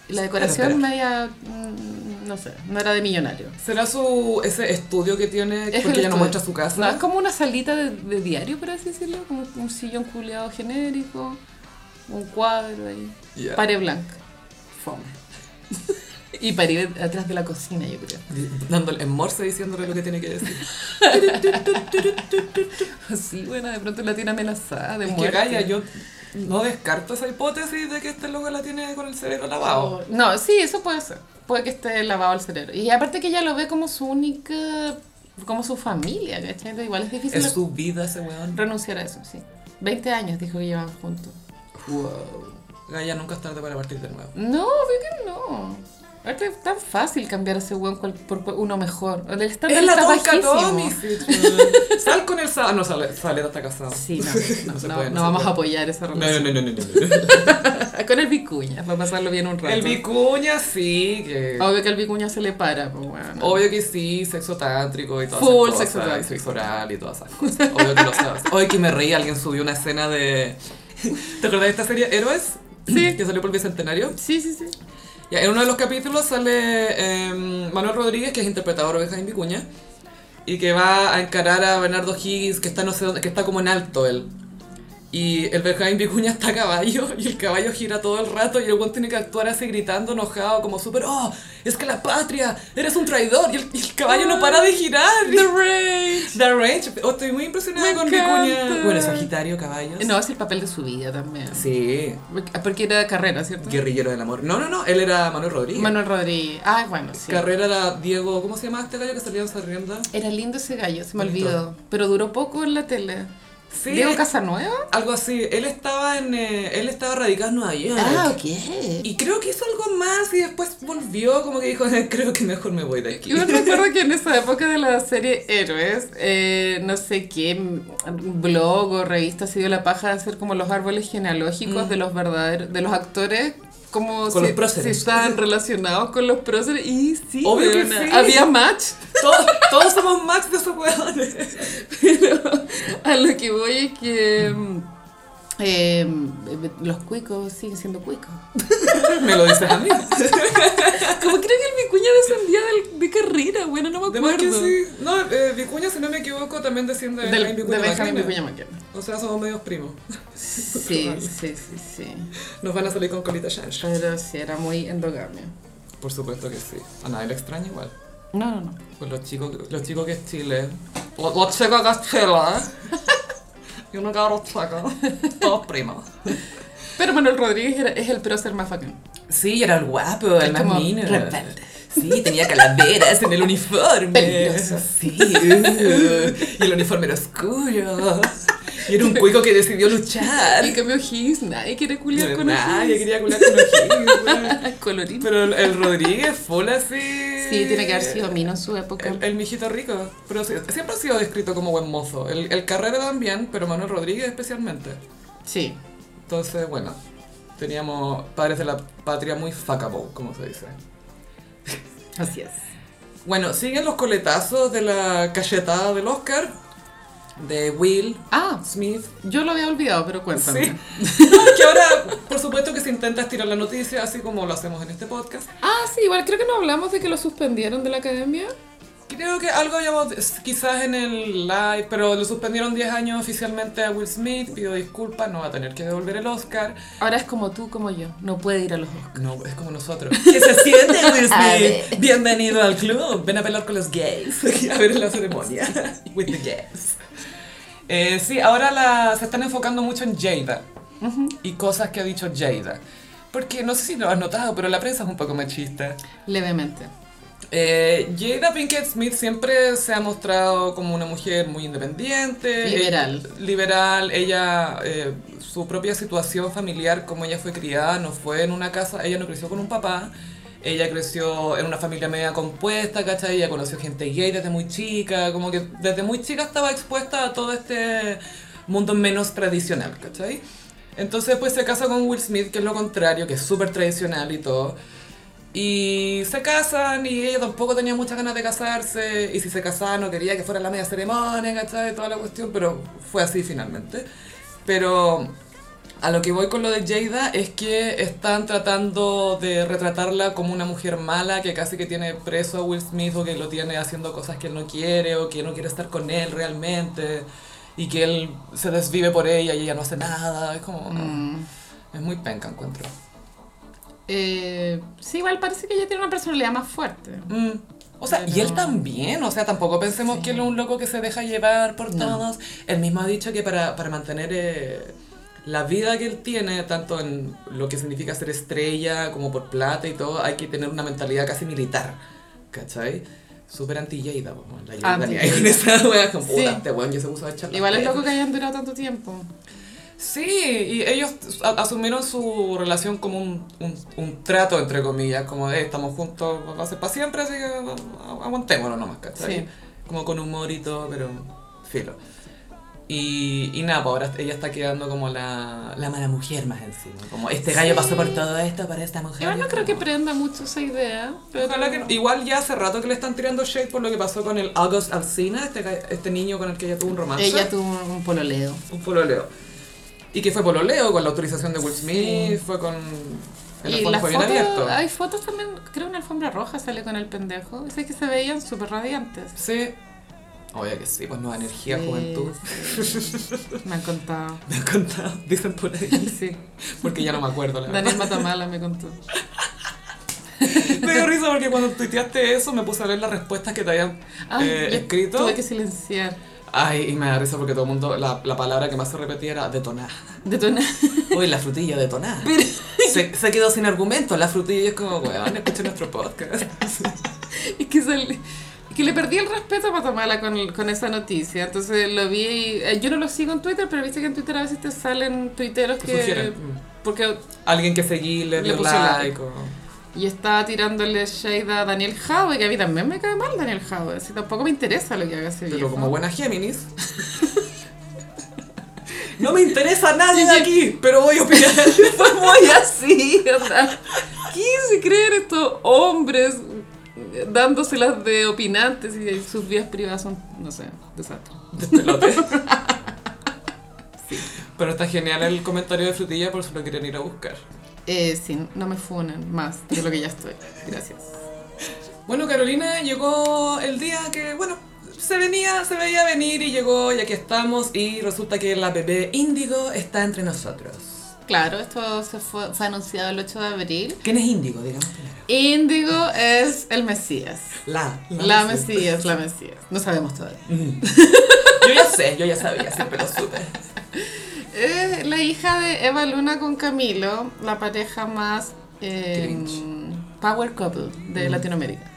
Speaker 2: Y la decoración
Speaker 1: Pero,
Speaker 2: media, mm, no sé, no era de millonario.
Speaker 1: ¿Será su ese estudio que tiene?
Speaker 2: Es el
Speaker 1: porque ella no
Speaker 2: estudio.
Speaker 1: muestra su casa.
Speaker 2: No, es como una salita de, de diario, por así decirlo, como un sillón culeado genérico, un cuadro ahí,
Speaker 1: Ya.
Speaker 2: pared blanca, fome. y pared atrás de la cocina, yo creo.
Speaker 1: Dándole en morse diciéndole lo que tiene que decir.
Speaker 2: Sí, bueno, de pronto la tiene amenazada de
Speaker 1: Es que
Speaker 2: muerte.
Speaker 1: Gaia, yo no descarto esa hipótesis de que este loco la tiene con el cerebro lavado.
Speaker 2: Oh, No, sí, eso puede ser. Puede que esté lavado el cerebro. Y aparte que ella lo ve como su única... como su familia, ¿cachai? Entonces igual es difícil
Speaker 1: Es su vida ese weón.
Speaker 2: renunciar a eso, sí. 20 años dijo que llevan juntos. Wow.
Speaker 1: Gaia nunca es tarde para partir de nuevo.
Speaker 2: No, obvio que no. Aparte es tan fácil cambiar a ese weón cual- por cual- uno mejor. El estándar
Speaker 1: Es la
Speaker 2: está
Speaker 1: tonca
Speaker 2: bajísimo.
Speaker 1: Tommy. Sal con el sábado. No, sale, sale está casado.
Speaker 2: Sí, no, no,
Speaker 1: No se
Speaker 2: no,
Speaker 1: puede,
Speaker 2: no
Speaker 1: no se
Speaker 2: vamos
Speaker 1: puede.
Speaker 2: a apoyar esa
Speaker 1: No, no,
Speaker 2: relación.
Speaker 1: no, no, no. no.
Speaker 2: Con el vicuña, para pasarlo bien un rato.
Speaker 1: El vicuña sí, que.
Speaker 2: Obvio que el vicuña se le para, pues bueno.
Speaker 1: Obvio que sí, sexo tántrico y todo
Speaker 2: Full
Speaker 1: eso.
Speaker 2: sexo tántrico.
Speaker 1: sexo oral y todas esas cosas. Obvio que lo sabes. Hoy que me reí, alguien subió una escena de. ¿Te acordás de esta serie Héroes?
Speaker 2: Sí.
Speaker 1: Que salió por el bicentenario.
Speaker 2: Sí, sí, sí.
Speaker 1: Ya, en uno de los capítulos sale em, Manuel Rodríguez, que es interpretador de Jaime Vicuña, y que va a encarar a Bernardo Higgins, que está no sé dónde, que está como en alto él. Y el Benjamín Vicuña está a caballo y el caballo gira todo el rato y el buen tiene que actuar así gritando, enojado, como súper, oh, es que la patria, eres un traidor y el, y el caballo no para de girar.
Speaker 2: Ah, The Rage.
Speaker 1: The Range, oh, estoy muy impresionada
Speaker 2: Me
Speaker 1: con
Speaker 2: encanta.
Speaker 1: Vicuña. Bueno, Sagitario, caballos.
Speaker 2: Eh, No, es el papel de su vida también.
Speaker 1: Sí,
Speaker 2: Porque era de carrera, ¿cierto?
Speaker 1: guerrillero del amor. No, no, no, él era Manuel Rodríguez.
Speaker 2: Manuel Rodríguez. Ah, bueno, sí.
Speaker 1: Carrera era Diego, ¿cómo se llama este gallo que salía en Sarrienda?
Speaker 2: Era lindo ese gallo, se me
Speaker 1: Bonito.
Speaker 2: olvidó. Pero duró poco en la tele.
Speaker 1: Sí,
Speaker 2: Diego Casanueva.
Speaker 1: algo así. Él estaba en, eh, él estaba radicado en Nueva York.
Speaker 2: ok.
Speaker 1: Y creo que hizo algo más y después volvió, como que dijo, creo que mejor me voy de aquí.
Speaker 2: Yo recuerdo que en esa época de la serie Héroes, eh, no sé qué mm, blog o revista se dio la paja de hacer como los árboles genealógicos de los verdaderos, de los actores, como
Speaker 1: Mm. Con
Speaker 2: si,
Speaker 1: los próceres.
Speaker 2: si estaban relacionados con los próceres. Y sí,
Speaker 1: Obvio que
Speaker 2: weona,
Speaker 1: sí.
Speaker 2: había match.
Speaker 1: Todos, todos somos Max de esos hueones.
Speaker 2: Pero a lo que voy es que mm, Eh, los cuicos siguen siendo cuicos.
Speaker 1: Me lo dices a mí.
Speaker 2: Como creo que el Vicuña descendía del- de carrera, bueno, no me
Speaker 1: De más que
Speaker 2: acuerdo.
Speaker 1: sí. No, eh, Vicuña, si no me equivoco, también desciende de
Speaker 2: Del-
Speaker 1: Benjamín
Speaker 2: de
Speaker 1: Vicuña
Speaker 2: Benjamín
Speaker 1: Mackenna.
Speaker 2: Vicuña Maquena.
Speaker 1: O sea, somos medios primos.
Speaker 2: Sí, sí, sí, sí.
Speaker 1: Nos van a salir con colita chancha.
Speaker 2: Pero sí, era muy endogamia.
Speaker 1: Por supuesto que sí. A nadie le extraña igual.
Speaker 2: No, no, no.
Speaker 1: Pues los chicos, los chicos que es Chile. Los, los chicos que es Chile. ¿eh? Yo no cabro chaca. Todos primos.
Speaker 2: Pero Manuel Rodríguez era- es el prócer más bacán.
Speaker 1: Sí, era el guapo,
Speaker 2: Es
Speaker 1: el más
Speaker 2: como
Speaker 1: mino.
Speaker 2: rebelde.
Speaker 1: Sí, tenía calaveras en el uniforme.
Speaker 2: Peligroso.
Speaker 1: Sí. uh, y el uniforme era oscuro. Y era un cuico que decidió luchar.
Speaker 2: En cambio, Higgins, nadie quiere culiar con
Speaker 1: Nadie
Speaker 2: Higgins.
Speaker 1: quería culiar con los chicos,
Speaker 2: Colorín.
Speaker 1: Pero el, el Rodríguez full así.
Speaker 2: Sí, tiene que haber sido Mino en su época.
Speaker 1: El, el mijito rico. Pero sí, siempre ha sido descrito como buen mozo. El, el Carrera también, pero Manuel Rodríguez especialmente.
Speaker 2: Sí.
Speaker 1: Entonces, bueno, teníamos padres de la patria muy fuckable, como se dice.
Speaker 2: Así es.
Speaker 1: Bueno, siguen los coletazos de la cachetada del Oscar, de Will
Speaker 2: Ah,
Speaker 1: Smith.
Speaker 2: yo lo había olvidado, pero cuéntame.
Speaker 1: Sí. que ahora, por supuesto que se intenta estirar la noticia, así como lo hacemos en este podcast.
Speaker 2: Ah, sí, igual creo que no hablamos de que lo suspendieron de la academia.
Speaker 1: Creo que algo habíamos, quizás en el live, pero lo suspendieron 10 años oficialmente a Will Smith, pido disculpas, no va a tener que devolver el Oscar.
Speaker 2: Ahora es como tú, como yo. No puede ir a los Oscars.
Speaker 1: No, es como nosotros. ¿Qué se siente, Will Smith? Bienvenido al club. Ven a pelar con los gays. A ver la ceremonia. With the gays. Eh, sí, ahora la- se están enfocando mucho en Jada y cosas que ha dicho Jada. Porque no sé si lo has notado, pero la prensa es un poco machista.
Speaker 2: Levemente.
Speaker 1: Eh, Jada Pinkett Smith siempre se ha mostrado como una mujer muy independiente.
Speaker 2: Liberal.
Speaker 1: eh, liberal. Ella, eh, su propia situación familiar, como ella fue criada, no fue en una casa, ella no creció con un papá. Ella creció en una familia media compuesta, ¿cachai? Ella conoció gente gay desde muy chica, como que desde muy chica estaba expuesta a todo este mundo menos tradicional, ¿cachai? Entonces pues se casa con Will Smith, que es lo contrario, que es súper tradicional y todo. Y se casan y ella tampoco tenía muchas ganas de casarse y si se casaba no quería que fuera la media ceremonia, ¿cachai? Toda la cuestión, pero fue así finalmente. Pero a lo que voy con lo de Jada es que están tratando de retratarla como una mujer mala que casi que tiene preso a Will Smith o que lo tiene haciendo cosas que él no quiere o que no quiere estar con él realmente y que él se desvive por ella y ella no hace nada. Es como...
Speaker 2: Mm.
Speaker 1: Es muy penca, encuentro.
Speaker 2: Eh, sí, igual parece que ella tiene una personalidad más fuerte.
Speaker 1: Mm. O sea, y
Speaker 2: Pero-
Speaker 1: él también, o sea, tampoco pensemos que él es un loco que se deja llevar por
Speaker 2: No.
Speaker 1: todos. Él mismo ha dicho que para, para mantener eh, la vida que él tiene, tanto en lo que significa ser estrella, como por plata y todo, hay que tener una mentalidad casi militar, ¿cachai? Súper anti-Jada, po, la Jada
Speaker 2: Anti-Jada.
Speaker 1: ni ahí con esa wea, como,
Speaker 2: Sí.
Speaker 1: puta, este weón ya se puso a echar las
Speaker 2: Igual es
Speaker 1: pelas.
Speaker 2: loco que hayan durado tanto tiempo.
Speaker 1: Sí, y ellos a- asumieron su relación como un, un- un trato, entre comillas, como de estamos juntos, va a ser para siempre, así que agu- aguantémonos nomás, ¿cachai?
Speaker 2: Sí.
Speaker 1: Como con humor y todo, pero filo. Y, y nada, pues ahora ella está quedando como la, la mala mujer más encima. Como este gallo
Speaker 2: Sí.
Speaker 1: pasó por todo esto para esta mujer.
Speaker 2: Igual no
Speaker 1: y
Speaker 2: creo que
Speaker 1: como-
Speaker 2: prenda mucho esa idea. Pero
Speaker 1: Ojalá que no. Igual ya hace rato que le están tirando shade por lo que pasó con el August Alsina, este, ga- este niño con el que ella tuvo un romance.
Speaker 2: Ella tuvo un- un pololeo.
Speaker 1: Un pololeo. Y que fue pololeo con la autorización de Will Smith,
Speaker 2: Sí.
Speaker 1: fue con. En el
Speaker 2: Y
Speaker 1: fondo
Speaker 2: las
Speaker 1: fue bien
Speaker 2: fotos,
Speaker 1: abierto.
Speaker 2: hay fotos también, creo una alfombra roja sale con el pendejo. Es que se veían súper radiantes.
Speaker 1: Sí. Obvio que sí, pues nueva energía,
Speaker 2: Sí,
Speaker 1: juventud.
Speaker 2: Me han contado.
Speaker 1: Me han contado, dicen por ahí.
Speaker 2: Sí,
Speaker 1: Porque ya no me acuerdo, la verdad.
Speaker 2: Daniel Matamala me contó.
Speaker 1: Me dio risa porque cuando tuiteaste eso me puse a leer las respuestas que te habían
Speaker 2: Ay,
Speaker 1: eh,
Speaker 2: yo
Speaker 1: escrito.
Speaker 2: Ah, Tuve que silenciar.
Speaker 1: Ay, y me da risa porque todo el mundo, la, la palabra que más se repetía era detonar.
Speaker 2: Detonar.
Speaker 1: Uy, la frutilla detonada. Se, se quedó sin argumento la frutilla y es como, weón, escuchen nuestro podcast.
Speaker 2: Es que, sal- es que le perdí el respeto a Matamala con, con esa noticia. Entonces lo vi y. eh, Yo no lo sigo en Twitter, pero viste que en Twitter a veces te salen tuiteros
Speaker 1: Te
Speaker 2: que.
Speaker 1: sugieren. Mm.
Speaker 2: Porque.
Speaker 1: Alguien que seguí le
Speaker 2: Le
Speaker 1: dio
Speaker 2: puso
Speaker 1: like.
Speaker 2: like.
Speaker 1: o-
Speaker 2: Y estaba tirándole shade a Daniel Howe, que a mí también me cae mal Daniel Howe. Si tampoco me interesa lo que haga ese
Speaker 1: Pero
Speaker 2: viejo.
Speaker 1: como buena Géminis. No me interesa a nadie
Speaker 2: de
Speaker 1: aquí, pero voy a opinar. Fue muy así.
Speaker 2: ¿Verdad? ¿Qué se creen estos hombres dándoselas de opinantes y de sus vidas privadas son, no sé, desastre?
Speaker 1: Despelote. Pero está genial el comentario de Frutilla por si lo quieren ir a buscar.
Speaker 2: Eh, sí, no me funen más de lo que ya estoy. Gracias.
Speaker 1: Bueno, Carolina, llegó el día que, bueno, se venía, se veía venir y llegó y aquí estamos y resulta que la bebé Índigo está entre nosotros.
Speaker 2: Claro, esto se fue, fue anunciado el 8 de abril.
Speaker 1: ¿Quién es Índigo? Digamos primero.
Speaker 2: Índigo es el Mesías.
Speaker 1: La.
Speaker 2: La Mesías, la Mesías. No sabemos todavía.
Speaker 1: Yo ya sé, yo ya sabía, siempre lo supe.
Speaker 2: Es Eh, la hija de Eva Luna con Camilo, la pareja más eh,
Speaker 1: Cringe.
Speaker 2: power couple de Latinoamérica.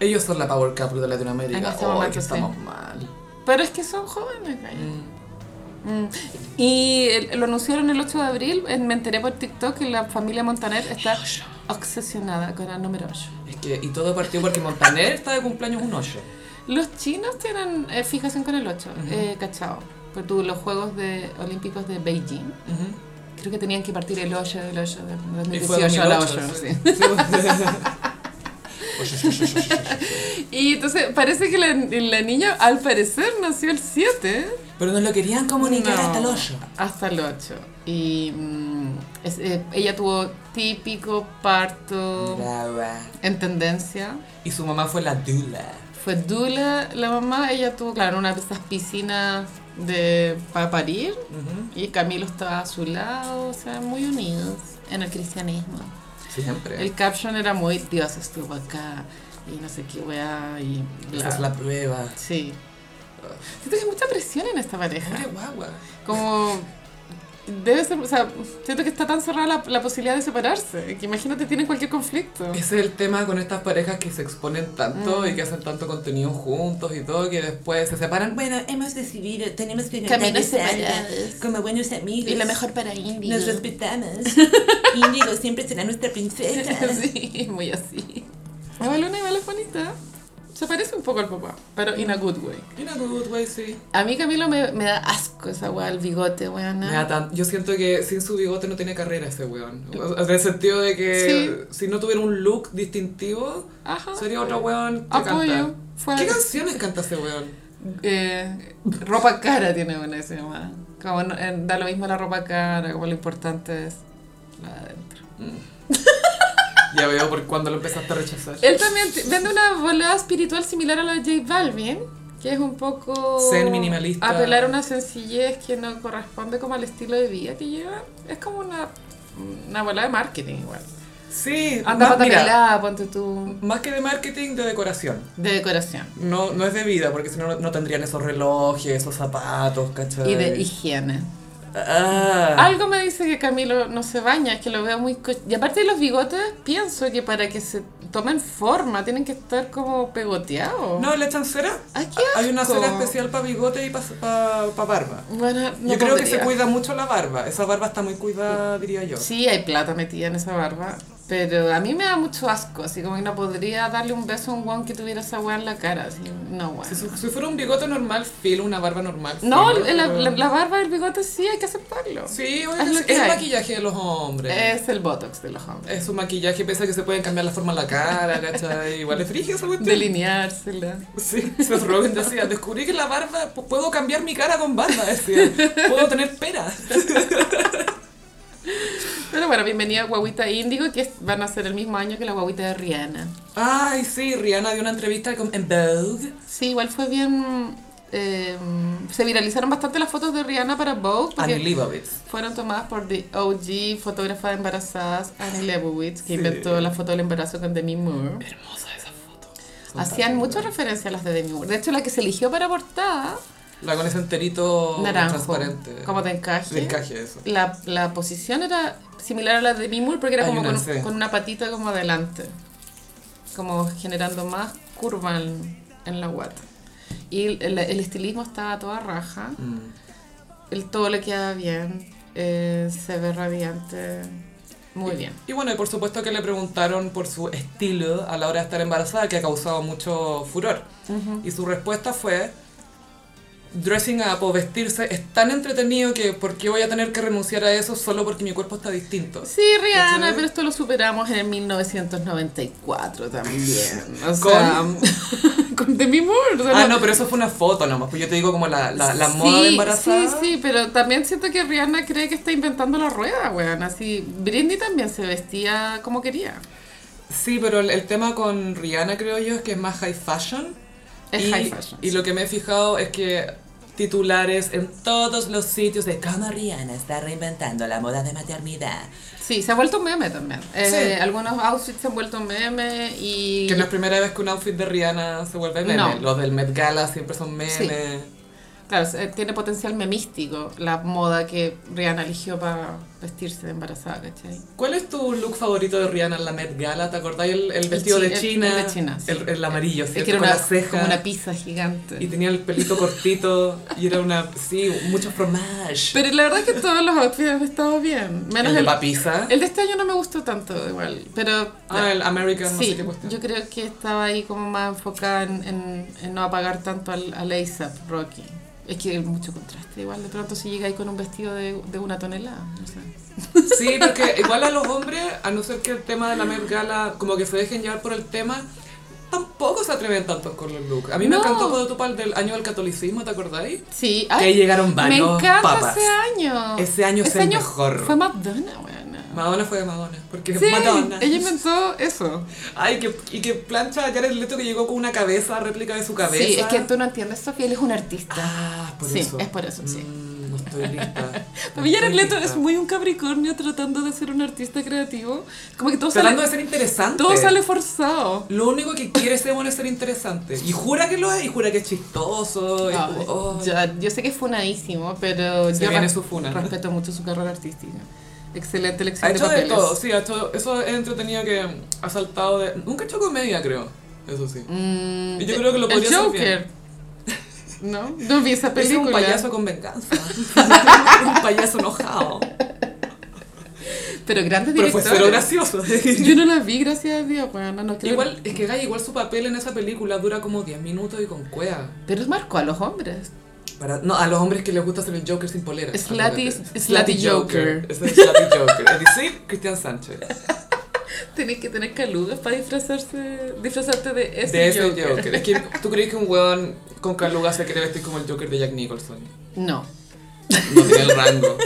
Speaker 1: Ellos son la Power Couple de Latinoamérica.
Speaker 2: En este
Speaker 1: Ay,
Speaker 2: momento
Speaker 1: que
Speaker 2: sí.
Speaker 1: estamos mal. Mm.
Speaker 2: Pero es que son jóvenes, gallo. Mm. Y el- lo anunciaron el 8 de abril, eh, me enteré por TikTok que la familia Montaner está obsesionada con el número 8.
Speaker 1: Es que, y todo partió porque Montaner está de cumpleaños un 8.
Speaker 2: Los chinos tienen eh, fijación con el 8, eh, cachao. Por tu- los Juegos de, Olímpicos de Beijing, creo que tenían que partir el 8 del 8 del 2018 a la 8. sí. Y entonces parece que la, la niña al parecer nació el 7.
Speaker 1: Pero nos lo querían comunicar
Speaker 2: No,
Speaker 1: hasta el 8.
Speaker 2: Hasta el 8. Y mm, es- eh, ella tuvo típico parto
Speaker 1: Brava.
Speaker 2: en tendencia.
Speaker 1: Y su mamá fue la Dula.
Speaker 2: Fue Dula la mamá, ella tuvo, claro, una de esas piscinas de, para parir. Y Camilo estaba a su lado, o sea, muy unidos en el cristianismo.
Speaker 1: Siempre.
Speaker 2: El caption era muy, Dios estuvo acá, y no sé qué weá, y
Speaker 1: Esa es
Speaker 2: bla.
Speaker 1: la prueba.
Speaker 2: Sí. Siento que hay mucha presión en esta pareja.
Speaker 1: Pobre guagua.
Speaker 2: Como. Debe ser. O sea, siento que está tan cerrada la, la posibilidad de separarse. Que imagínate, tienen cualquier conflicto.
Speaker 1: Ese es el tema con estas parejas que se exponen tanto y que hacen tanto contenido juntos y todo, que después se separan.
Speaker 3: Bueno, hemos decidido, tenemos que
Speaker 2: Caminos
Speaker 3: cantar
Speaker 2: separados.
Speaker 3: como buenos amigos.
Speaker 2: para India.
Speaker 3: Nos respetamos. Índigo siempre será nuestra princesa.
Speaker 2: sí, muy así. Eva Luna igual es bonita. Se parece un poco al papá, pero in a good way.
Speaker 1: In a good way, sí.
Speaker 2: A mí, Camilo, me, me da asco esa weá, el bigote, weá.
Speaker 1: Me da tan- Yo siento que sin su bigote no tiene carrera ese weón. O- En el sentido de que si no tuviera un look distintivo,
Speaker 2: Ajá.
Speaker 1: sería otro weón que
Speaker 2: Apoyo.
Speaker 1: canta.
Speaker 2: Fue
Speaker 1: ¿Qué canciones canta ese weón?
Speaker 2: Eh, ropa cara tiene una que se llama. Como no- eh, da lo mismo la ropa cara, como lo importante es la de adentro.
Speaker 1: Ya veo por cuando lo empezaste a rechazar.
Speaker 2: Él también t- vende una volada espiritual similar a la de J Balvin, que es un poco.
Speaker 1: Zen minimalista.
Speaker 2: Apelar a una sencillez que no corresponde como al estilo de vida que lleva. Es como una, una volada de marketing, igual.
Speaker 1: Sí,
Speaker 2: Anda
Speaker 1: más,
Speaker 2: pata
Speaker 1: mira,
Speaker 2: pelada, ponte tú.
Speaker 1: más que de marketing, de decoración.
Speaker 2: De decoración.
Speaker 1: No, no es de vida, porque si no, no- no tendrían esos relojes, esos zapatos, ¿cachai?
Speaker 2: Y de higiene.
Speaker 1: Ah.
Speaker 2: Algo me dice que Camilo no se baña, es que lo veo muy... co- Y aparte de los bigotes, pienso que para que se tomen forma tienen que estar como pegoteados.
Speaker 1: No, le echan cera.
Speaker 2: Ay, qué
Speaker 1: Hay una
Speaker 2: asco.
Speaker 1: cera especial para bigote y para barba.
Speaker 2: Bueno, no
Speaker 1: yo creo que se
Speaker 2: podría.
Speaker 1: cuida mucho la barba. Esa barba está muy cuidada, diría yo.
Speaker 2: Sí, hay plata metida en esa barba, pero a mí me da mucho asco, así como que no podría darle un beso a un guan que tuviera esa weá en la cara, así, no weón.
Speaker 1: Si, su- si fuera un bigote normal, filo, una barba normal.
Speaker 2: No,
Speaker 1: filo,
Speaker 2: la,
Speaker 1: pero-
Speaker 2: la- la barba y el bigote sí, hay que aceptarlo.
Speaker 1: Sí, obvio
Speaker 2: Es
Speaker 1: que
Speaker 2: lo
Speaker 1: sí.
Speaker 2: que
Speaker 1: es
Speaker 2: hay.
Speaker 1: maquillaje de los hombres. Es...
Speaker 2: Es el botox de los hombres.
Speaker 1: un maquillaje, pese a que se pueden cambiar la forma de la cara, ¿cachai? Igual es frígido esa cuestión.
Speaker 2: Delineársela.
Speaker 1: Sí, Seth Rogen decía, descubrí que la barba, pu- puedo cambiar mi cara con barba, decía, puedo tener peras.
Speaker 2: Pero bueno, bienvenida a Guaguita Índigo, que es- van a ser el mismo año que la guaguita de Rihanna.
Speaker 1: Ay, sí, Rihanna dio una entrevista con, en Vogue.
Speaker 2: Sí, igual fue bien. eh, se viralizaron bastante las fotos de Rihanna para Vogue porque
Speaker 1: Annie Leibovitz.
Speaker 2: fueron tomadas por the OG fotógrafa de embarazadas Annie Leibovitz, que
Speaker 1: Sí.
Speaker 2: inventó la foto del embarazo con Demi Moore.
Speaker 1: Hermosa esa foto. Son
Speaker 2: Hacían
Speaker 1: tan
Speaker 2: mucha referencia a las de Demi Moore. De hecho, la que se eligió para portada,
Speaker 1: lindas. La con ese enterito
Speaker 2: naranjo,
Speaker 1: transparente.
Speaker 2: como de encaje.
Speaker 1: De encaje, eso.
Speaker 2: La, la posición era similar a la de Demi Moore porque era
Speaker 1: Hay
Speaker 2: como
Speaker 1: una,
Speaker 2: con,
Speaker 1: sí.
Speaker 2: con una patita como adelante, como generando más curva en, en la guata. Y el, el- el estilismo estaba a toda raja,
Speaker 1: Mm.
Speaker 2: el todo le quedaba bien, eh, se ve radiante, muy bien.
Speaker 1: Y bueno, y por supuesto que le preguntaron por su estilo a la hora de estar embarazada, que ha causado mucho furor. Y su respuesta fue, dressing up o vestirse es tan entretenido que ¿por qué voy a tener que renunciar a eso solo porque mi cuerpo está distinto?
Speaker 2: Sí, Rihanna,
Speaker 1: ¿Cachai?
Speaker 2: pero esto lo superamos en el 1994 también. O
Speaker 1: Con-
Speaker 2: sea, con, con Demi Moore. o sea,
Speaker 1: Ah, no, pero eso fue una foto nomás. Pues yo te digo como la, la, la moda de embarazada.
Speaker 2: Sí, sí, pero también siento que Rihanna cree que está inventando la rueda, weón. Así, Britney también se vestía como quería.
Speaker 1: Sí, pero el, el tema con Rihanna, creo yo, es que es más high fashion.
Speaker 2: Es
Speaker 1: y,
Speaker 2: high fashion.
Speaker 1: Y lo que me he fijado es que titulares en todos los sitios de
Speaker 3: Como Rihanna está reinventando la moda de maternidad.
Speaker 2: Sí, se ha vuelto un meme también. Eh, Algunos outfits se han vuelto un meme y...
Speaker 1: Que no es primera vez que un outfit de Rihanna se vuelve meme.
Speaker 2: No.
Speaker 1: Los del Met Gala siempre son memes.
Speaker 2: Sí. Claro, se- eh, tiene potencial memístico la moda que Rihanna eligió para vestirse de embarazada, ¿cachai?
Speaker 1: ¿Cuál es tu look favorito de Rihanna en la Met Gala? ¿Te acordás el, el vestido
Speaker 2: chi-
Speaker 1: de
Speaker 2: el-
Speaker 1: China?
Speaker 2: el de China, sí.
Speaker 1: El, el amarillo,
Speaker 2: Es
Speaker 1: ¿cierto?
Speaker 2: que era
Speaker 1: Con
Speaker 2: una,
Speaker 1: las cejas.
Speaker 2: como una pizza gigante.
Speaker 1: Y tenía el pelito cortito y era una... Sí, mucho fromage.
Speaker 2: Pero la verdad es que todos los outfits han estado bien. Menos
Speaker 1: el de
Speaker 2: el,
Speaker 1: papisa.
Speaker 2: el de este año no me gustó tanto igual. Pero
Speaker 1: ah, el American, no sé
Speaker 2: sí,
Speaker 1: qué cuestión.
Speaker 2: yo creo que estaba ahí como más enfocada en, en- en no apagar tanto al, al A$AP Rocky. Es que hay mucho contraste igual. De pronto si llega ahí con un vestido de, de una tonelada. No sé.
Speaker 1: Sí, porque igual a los hombres, a no ser que el tema de la Met Gala, como que se dejen llevar por el tema, tampoco se atreven tanto con los looks. A mí me
Speaker 2: No.
Speaker 1: encantó cuando tú pal del año del catolicismo, ¿te acordáis?
Speaker 2: Sí,
Speaker 1: Que ahí llegaron varios
Speaker 2: Me encanta
Speaker 1: papas.
Speaker 2: ese año.
Speaker 1: Ese año es el mejor.
Speaker 2: Fue Madonna, weona.
Speaker 1: Madonna fue de Madonna, porque
Speaker 2: Sí,
Speaker 1: Madonna.
Speaker 2: ella inventó eso.
Speaker 1: Ay, que, y que plancha a Jared Leto que llegó con una cabeza, réplica de su cabeza.
Speaker 2: Sí, es que tú no entiendes, Sofía, él es un artista.
Speaker 1: Ah, por
Speaker 2: Sí,
Speaker 1: eso.
Speaker 2: es por eso, sí.
Speaker 1: Mm, no estoy lista.
Speaker 2: Para mí Jared
Speaker 1: estoy
Speaker 2: Leto
Speaker 1: lista.
Speaker 2: es muy un capricornio tratando de ser un artista creativo. Como que todo
Speaker 1: Tratando de
Speaker 2: sale,
Speaker 1: ser interesante.
Speaker 2: todo sale forzado.
Speaker 1: Lo único que quiere ese bueno es ser interesante. Y jura que lo es, y jura que es chistoso. y-
Speaker 2: Ay,
Speaker 1: oh.
Speaker 2: ya, yo sé que es funadísimo, pero
Speaker 1: Se
Speaker 2: yo
Speaker 1: viene
Speaker 2: res-
Speaker 1: su funa.
Speaker 2: respeto mucho su carrera artística. Excelente
Speaker 1: Ha
Speaker 2: elección de
Speaker 1: hecho de
Speaker 2: papeles.
Speaker 1: todo, sí, ha hecho, eso es entretenido que ha saltado de... Nunca ha hecho comedia, creo, eso sí.
Speaker 2: Mm,
Speaker 1: Y yo creo que lo podría
Speaker 2: El
Speaker 1: hacer
Speaker 2: Joker. ¿No? No vi esa
Speaker 1: Es
Speaker 2: película.
Speaker 1: un payaso con venganza, un payaso enojado,
Speaker 2: Pero grandes
Speaker 1: pero fue
Speaker 2: directores.
Speaker 1: cero gracioso.
Speaker 2: Yo no la vi, gracias a Dios. Bueno, no, no creo-
Speaker 1: Igual, es que Gaya, igual su papel en esa película dura como 10 minutos y con cueva.
Speaker 2: Pero marcó a los hombres.
Speaker 1: Para, no, a los hombres que les gusta hacer el Joker sin polera.
Speaker 2: Slutty-
Speaker 1: acuérdate.
Speaker 2: Slutty Joker.
Speaker 1: Es el Slutty Joker. Es decir, Cristian Sánchez.
Speaker 2: Tenés que tener calugas para disfrazarse, disfrazarte de ese,
Speaker 1: de ese
Speaker 2: Joker.
Speaker 1: Joker. Es que tú crees que un weón con caluga se quiere vestir como el Joker de Jack Nicholson.
Speaker 2: No.
Speaker 1: No tiene el rango.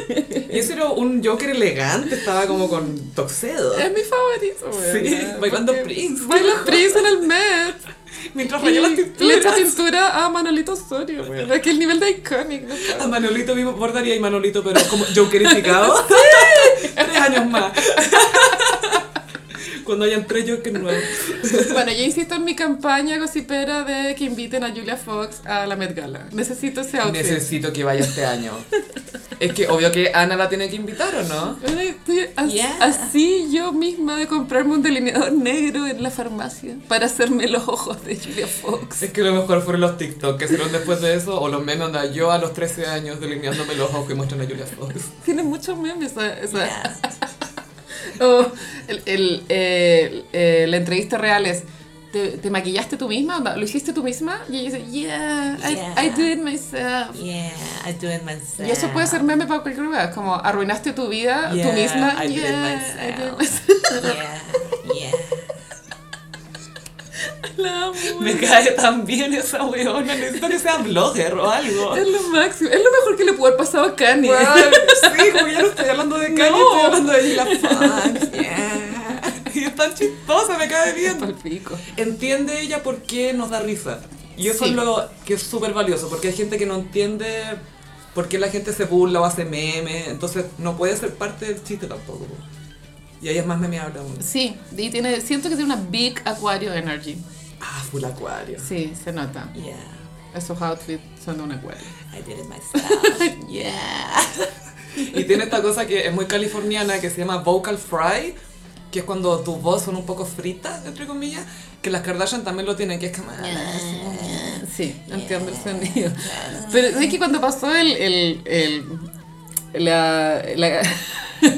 Speaker 1: Y ese era un Joker elegante, estaba como con toxedo.
Speaker 2: Es mi favorito, weón.
Speaker 1: Sí, bailando
Speaker 2: Porque
Speaker 1: Prince.
Speaker 2: Baila Prince en el Met.
Speaker 1: Mientras
Speaker 2: Y
Speaker 1: rayó las
Speaker 2: le echa
Speaker 1: pinturas.
Speaker 2: pintura a Manolito Osorio, weón. Es que el nivel de iconic. no puedo.
Speaker 1: A Manolito mismo bordaría y Manolito, pero como jokerificado. Tres años más. Cuando hayan tres Jokers nuevos.
Speaker 2: Bueno, yo insisto en mi campaña gossipera de que inviten a Julia Fox a la Met Gala. Necesito ese outfit.
Speaker 1: Necesito que vaya este año. Es que obvio que Ana la tiene que invitar, ¿o no?
Speaker 2: Ahora Estoy as-
Speaker 3: Yeah.
Speaker 2: así yo misma de comprarme un delineador negro en la farmacia para hacerme los ojos de Julia Fox.
Speaker 1: Es que lo mejor fueron los TikTok que hicieron después de eso, o los memes donde yo a los 13 años delineándome los ojos que muestran a Julia Fox.
Speaker 2: Tiene muchos memes esa- esa-
Speaker 3: Ya.
Speaker 2: o el- el, eh, el- eh, la entrevista real es, ¿te, te maquillaste tú misma? Onda, ¿Lo hiciste tú misma? Y ella dice, yeah, I-
Speaker 3: Yeah.
Speaker 2: I, did it myself.
Speaker 3: Yeah, I do it myself.
Speaker 2: Y eso puede ser meme para cualquier lugar, como arruinaste tu vida tú
Speaker 3: Yeah,
Speaker 2: misma.
Speaker 3: I did it
Speaker 2: "Yeah, I did it
Speaker 3: myself".
Speaker 2: myself".
Speaker 3: Yeah, yeah.
Speaker 2: La amo,
Speaker 1: Me cae tan bien esa weona, necesito que sea blogger o algo.
Speaker 2: Es lo máximo, es lo mejor que le pudo haber pasado a Kanye.
Speaker 1: Weón, sí, como ya no estoy hablando de Kanye,
Speaker 2: No.
Speaker 1: estoy hablando de Gila Fox. yeah. Y es tan chistosa, me cae bien.
Speaker 2: Palpico.
Speaker 1: Entiende ella por qué nos da risa. Y eso
Speaker 2: Sí.
Speaker 1: es lo que es súper valioso, porque hay gente que no entiende por qué la gente se burla o hace memes, entonces no puede ser parte del chiste tampoco. po. Y ahí es más memeable aún.
Speaker 2: Sí, y tiene, siento que tiene una big acuario energy.
Speaker 1: Ah, full acuario.
Speaker 2: Sí, se nota.
Speaker 3: Yeah,
Speaker 2: Esos outfits son de un acuario.
Speaker 3: I did it myself.
Speaker 2: Yeah.
Speaker 1: Y tiene esta cosa que es muy californiana que se llama vocal fry, que es cuando tus voz son un poco fritas, entre comillas, que las Kardashian también lo tienen, que es como...
Speaker 2: Sí, entiendo el sonido. Pero es que cuando pasó el, el, el, la, la-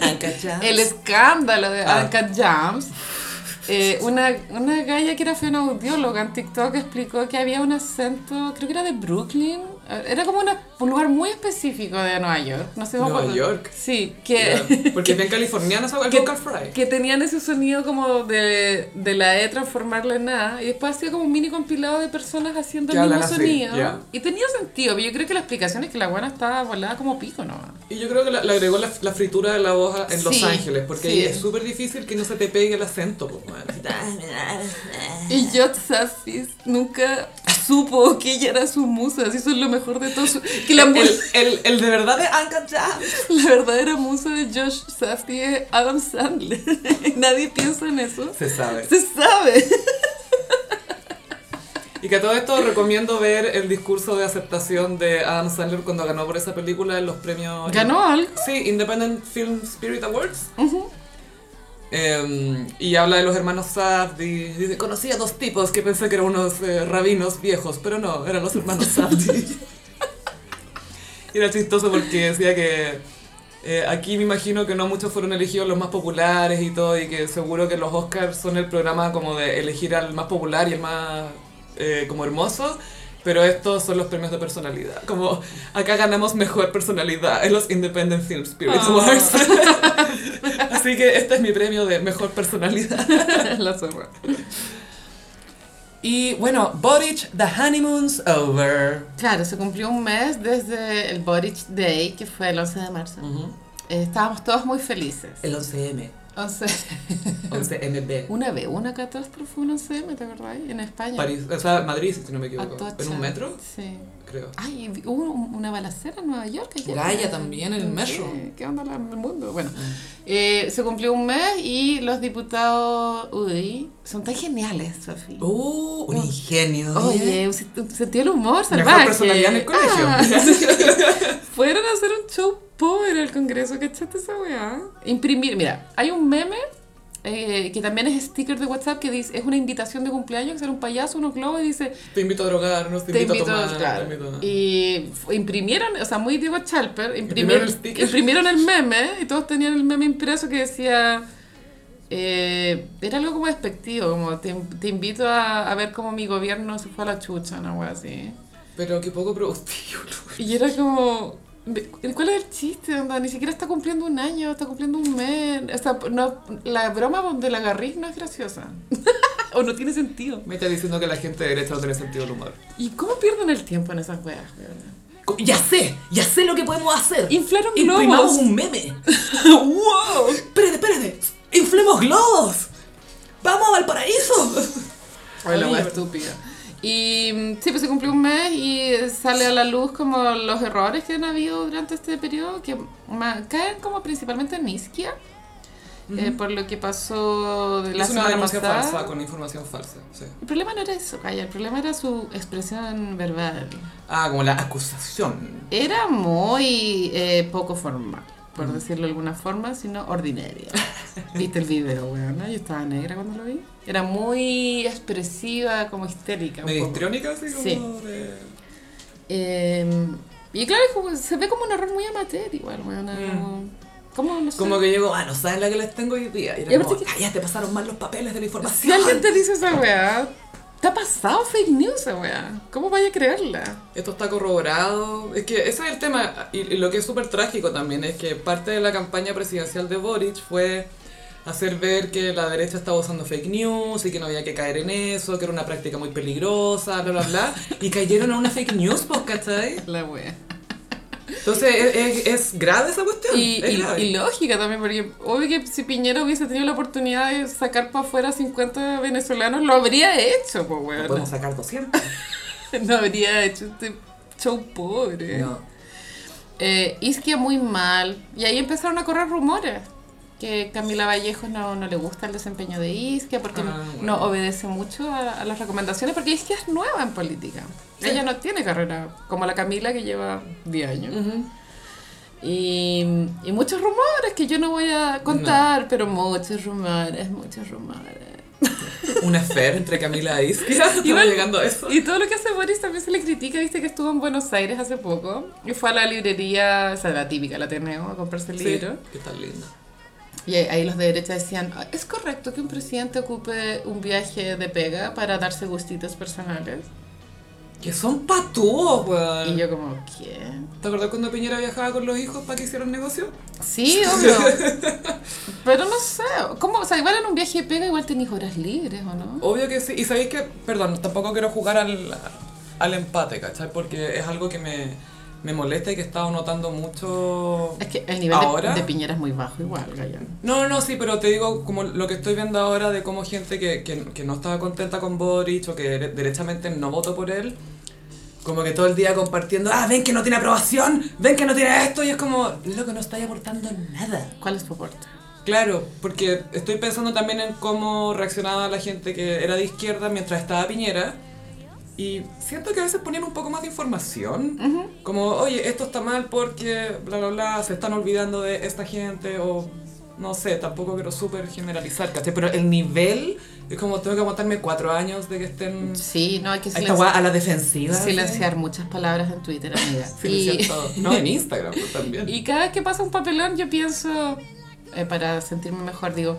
Speaker 3: Anca Jams.
Speaker 2: el escándalo de
Speaker 1: Ah.
Speaker 2: Anka Jams, eh, una, una galla que era audióloga en TikTok explicó que había un acento, creo que era de Brooklyn, Eh, Era como una- un lugar muy específico de Nueva York. No sé cómo-
Speaker 1: ¿Nueva York?
Speaker 2: Sí, que...
Speaker 1: Ya, Porque es bien californiana esa el
Speaker 2: que-
Speaker 1: vocal fry.
Speaker 2: que tenían ese sonido como de, de la E transformarla en A y después hacía como un mini compilado de personas haciendo
Speaker 1: Que
Speaker 2: el mismo
Speaker 1: hablan así,
Speaker 2: sonido
Speaker 1: ya.
Speaker 2: y tenía sentido, pero yo creo que la explicación es que la buena estaba volada como pico nomás.
Speaker 1: Y yo creo que la- le agregó la, la fritura de la hoja en Los
Speaker 2: Sí,
Speaker 1: Ángeles, porque
Speaker 2: sí.
Speaker 1: ahí es súper difícil que no se te pegue el acento. pues, po, man.
Speaker 2: Y Jot Safis nunca supo que ella era su musa, así eso es lo mejor de todo. su- que la, mu-
Speaker 1: El, el, el de verdad de Anka
Speaker 2: la verdadera musa de Josh Safi es Adam Sandler. Nadie piensa en eso.
Speaker 1: se sabe.
Speaker 2: Se sabe.
Speaker 1: Y que a todo esto recomiendo ver el discurso de aceptación de Adam Sandler cuando ganó por esa película en los premios.
Speaker 2: ¿Ganó algo?
Speaker 1: Sí, Independent Film Spirit Awards. Em, y habla de los hermanos Safdie. Dice, conocí a dos tipos que pensé que eran unos eh, rabinos viejos, pero no, eran los hermanos Safdie. y era chistoso porque decía que eh, aquí me imagino que no muchos fueron elegidos los más populares y todo, y que seguro que los Oscars son el programa como de elegir al más popular y el más eh, como hermoso. Pero estos son los premios de personalidad. Como acá ganamos mejor personalidad en los Independent Film Spirit
Speaker 2: Oh.
Speaker 1: Awards. Así que este es mi premio de mejor personalidad.
Speaker 2: la zorra.
Speaker 1: Y bueno, Boric, The Honeymoon's Over.
Speaker 2: Claro, se cumplió un mes desde el Boric Day, que fue el 11 de marzo. Eh, estábamos todos muy felices.
Speaker 1: El 11M.
Speaker 2: 11.
Speaker 1: 11MB.
Speaker 2: Una vez, una catástrofe, un 11M, ¿te acordás? En España.
Speaker 1: París, o sea, Madrid, si no me equivoco.
Speaker 2: Atocha.
Speaker 1: ¿En un metro?
Speaker 2: Sí.
Speaker 1: Creo.
Speaker 2: Ay, y hubo un- una balacera en Nueva York ayer.
Speaker 1: Gaia también, en el metro.
Speaker 2: Sí, ¿Qué onda la- el mundo? Bueno, eh, se cumplió un mes y los diputados UDI son tan geniales, Sofía.
Speaker 1: ¡Uh! Un ingenio.
Speaker 2: Oh.
Speaker 1: ¿eh?
Speaker 2: Oye, un, sen- un sentido del humor
Speaker 1: Mejor
Speaker 2: salvaje.
Speaker 1: personalidad en el colegio.
Speaker 2: Ah. fueron a hacer un show pobre al Congreso, ¿cachaste esa weá? Imprimir, mira, hay un meme eh, que también es sticker de WhatsApp que dice, es una invitación de cumpleaños, que sale un payaso, unos globos y dice,
Speaker 1: Te invito a drogarnos, te,
Speaker 2: te
Speaker 1: invito,
Speaker 2: invito,
Speaker 1: a tomar.
Speaker 2: claro.
Speaker 1: Te invito a...
Speaker 2: Y fu- imprimieron, o sea, muy Diego Chalper,
Speaker 1: Imprimieron
Speaker 2: imprimieron,
Speaker 1: el sticker.
Speaker 2: imprimieron el meme y todos tenían el meme impreso que decía, eh, era algo como despectivo, como te, te invito a, a ver cómo mi gobierno se fue a la chucha, una wea así.
Speaker 1: Pero qué poco productivo.
Speaker 2: Y era como... me- ¿Cuál es el chiste? onda? Ni siquiera está cumpliendo un año, está cumpliendo un mes. O sea, no, la broma de la garriz no es graciosa. o no tiene sentido.
Speaker 1: Me está diciendo que la gente de derecha no tiene sentido del humor.
Speaker 2: ¿Y cómo pierden el tiempo en esas weas? weona?
Speaker 3: Ya sé, ya sé lo que podemos hacer.
Speaker 2: Inflaron
Speaker 3: Imprimamos
Speaker 2: globos.
Speaker 3: un meme.
Speaker 2: ¡Wow!
Speaker 3: Espérate, espérate. Inflemos globos. Vamos a Valparaíso.
Speaker 2: Ay, la
Speaker 1: Ay,
Speaker 2: wea
Speaker 1: pero-
Speaker 2: estúpida. Y mm, sí, pues se cumplió un mes y sale a la luz como los errores que han habido durante este periodo, que ma- caen como principalmente en Isquia, eh, por lo que pasó de la
Speaker 1: es una
Speaker 2: semana
Speaker 1: denuncia
Speaker 2: pasada.
Speaker 1: falsa, con información falsa. Sí.
Speaker 2: El problema no era eso, Calla, el problema era su expresión verbal.
Speaker 1: Ah, como la acusación.
Speaker 2: Era muy eh, poco formal, por decirlo de alguna forma, sino ordinaria. ¿Viste el video, weón? Yo estaba negra cuando lo vi. Era muy expresiva, como histérica. un
Speaker 1: ¿Medio
Speaker 2: poco.
Speaker 1: histriónica? Así como
Speaker 2: Sí.
Speaker 1: de-
Speaker 2: Eh, y claro, es como- se ve como un error muy amateur, igual, weón. Como, como, no sé.
Speaker 1: Mm. Como que llegó, ah, no saben la que les tengo hoy día. Y
Speaker 2: Y
Speaker 1: era
Speaker 2: aparte
Speaker 1: como,
Speaker 2: que-
Speaker 1: "Ah, ya te pasaron mal los papeles de la
Speaker 2: Si
Speaker 1: información.
Speaker 2: alguien te dice esa weá, te ha pasado fake news esa weá. ¿Cómo vaya a creerla?
Speaker 1: Esto está corroborado. Es que ese es el tema. Y, y lo que es súper trágico también es que parte de la campaña presidencial de Boric fue hacer ver que la derecha estaba usando fake news y que no había que caer en eso, que era una práctica muy peligrosa, bla, bla, bla. Y cayeron a una fake news, pues, ¿cachai?
Speaker 2: La weá.
Speaker 1: Entonces es, es- es grave esa cuestión.
Speaker 2: Y,
Speaker 1: es
Speaker 2: y-
Speaker 1: grave.
Speaker 2: y lógica también, porque obvio que si Piñera hubiese tenido la oportunidad de sacar para afuera 50 venezolanos, lo habría hecho, pues,
Speaker 1: No
Speaker 2: weón.
Speaker 1: podemos sacar 200.
Speaker 2: No habría hecho este show pobre.
Speaker 1: No.
Speaker 2: Eh, Isquia muy mal. Y ahí empezaron a correr rumores. Que Camila Vallejos no, no le gusta el desempeño de Isquia porque
Speaker 1: Ah,
Speaker 2: no-
Speaker 1: bueno.
Speaker 2: no obedece mucho a, a las recomendaciones, porque Isquia es nueva en política. Ella no tiene carrera como la Camila que lleva 10 años. Y, y muchos rumores que yo no voy a contar, pero muchos rumores, muchos rumores.
Speaker 1: Una fer entre Camila y Isquia. Estamos
Speaker 2: Igual-
Speaker 1: llegando a eso.
Speaker 2: Y todo lo que hace Boris también se le critica, viste que estuvo en Buenos Aires hace poco y fue a la librería, o sea, la típica, la tenemos, a comprarse el
Speaker 1: Sí,
Speaker 2: libro.
Speaker 1: que está linda.
Speaker 2: Y ahí- ahí los de derecha decían, "Ah, ¿es correcto que un presidente ocupe un viaje de pega para darse gustitos personales?
Speaker 1: Que son patúos, weón.
Speaker 2: Y yo como, ¿qué?
Speaker 1: ¿Te acordás cuando Piñera viajaba con los hijos para que hicieran negocio?
Speaker 2: Sí, obvio. Pero no sé, ¿cómo? O sea, igual en un viaje de pega igual tenés horas libres, ¿o no?
Speaker 1: Obvio que sí. Y sabéis que, perdón, tampoco quiero jugar al, al empate, ¿cachai? Porque es algo que me, me molesta y que he estado notando mucho.
Speaker 2: Es que el nivel de-
Speaker 1: ¿Ahora?
Speaker 2: de, Piñera es muy bajo igual, Gallán.
Speaker 1: No, no, sí, pero te digo como lo que estoy viendo ahora de cómo gente que, que, que no estaba contenta con Boric o que dere- derechamente no votó por él, como que todo el día compartiendo, ah, ven que no tiene aprobación, ven que no tiene esto, y es como, loco, no estáis aportando nada.
Speaker 2: ¿Cuál es tu aporte?
Speaker 1: Claro, porque estoy pensando también en cómo reaccionaba la gente que era de izquierda mientras estaba Piñera. Y siento que a veces ponían un poco más de información. Como, oye, esto está mal porque bla, bla, bla, se están olvidando de esta gente o no sé, tampoco quiero súper generalizar, ¿cachai? Pero el nivel es como, tengo que aguantarme cuatro años de que estén
Speaker 2: Sí, no, hay que
Speaker 1: a esta weá
Speaker 2: silenciar,
Speaker 1: a la defensiva. ¿sí?
Speaker 2: silenciar muchas palabras en Twitter, amiga.
Speaker 1: Silenciar
Speaker 2: Y-
Speaker 1: todo. No, en Instagram pues, también.
Speaker 2: Y cada vez que pasa un papelón yo pienso, eh, para sentirme mejor, digo,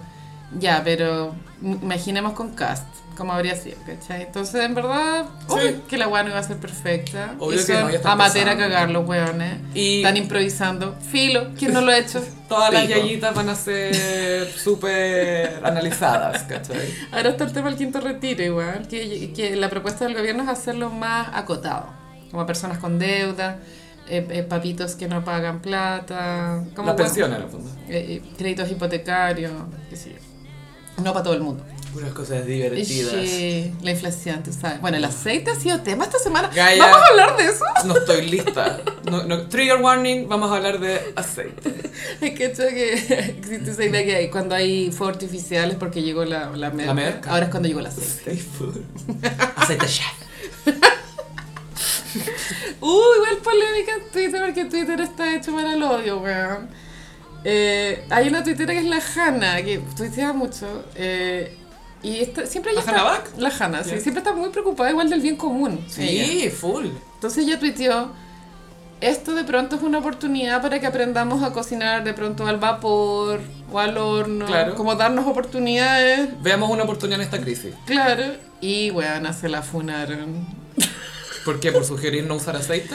Speaker 2: ya, pero m- imaginemos con cast, como habría sido, ¿cachai? Entonces, en verdad,
Speaker 1: Sí.
Speaker 2: obvio que la weá no iba a ser perfecta.
Speaker 1: Obvio
Speaker 2: y
Speaker 1: que no,
Speaker 2: son
Speaker 1: ya están
Speaker 2: amateur a
Speaker 1: empezando.
Speaker 2: cagar los weones.
Speaker 1: Y-
Speaker 2: Están improvisando. Filo, ¿quién no lo ha hecho?
Speaker 1: Todas las
Speaker 2: Pico.
Speaker 1: yayitas van a ser súper analizadas, ¿cachai?
Speaker 2: Ahora está el tema del quinto retiro igual, que, que la propuesta del gobierno es hacerlo más acotado, como a personas con deuda, eh, eh, papitos que no pagan plata, como
Speaker 1: La
Speaker 2: weas-
Speaker 1: pensión en el fondo.
Speaker 2: eh, eh, créditos hipotecarios, qué sé yo. No para todo el mundo.
Speaker 1: Puras cosas
Speaker 2: Sí, la inflación, tú sabes. Bueno, el aceite ha sido tema esta semana.
Speaker 1: Gaya.
Speaker 2: ¿Vamos a hablar de eso?
Speaker 1: No estoy lista. No, no- Trigger warning, vamos a hablar de aceite.
Speaker 2: Es que esto que existe esa idea que hay- cuando hay fuegos artificiales porque llegó la, la, merca,
Speaker 1: merca.
Speaker 2: Ahora es cuando llegó el aceite.
Speaker 1: Aceite chef.
Speaker 2: Uh, igual polémica en Twitter porque Twitter está hecho para el odio, weón. Eh, hay una tuitera que es la Hanna, que tuitea mucho. eh, y esta- siempre ella
Speaker 1: ¿La
Speaker 2: está-
Speaker 1: Hannah Back?
Speaker 2: La Hanna, sí.
Speaker 1: Ya.
Speaker 2: Siempre está muy preocupada igual del bien común. ella.
Speaker 1: Sí, full.
Speaker 2: Entonces ella tuiteó, esto de pronto es una oportunidad para que aprendamos a cocinar de pronto al vapor o al horno,
Speaker 1: Claro.
Speaker 2: como darnos oportunidades,
Speaker 1: Veamos una oportunidad en esta crisis.
Speaker 2: claro. Y weona, se la funaron.
Speaker 1: ¿Por qué? ¿Por sugerir no usar aceite?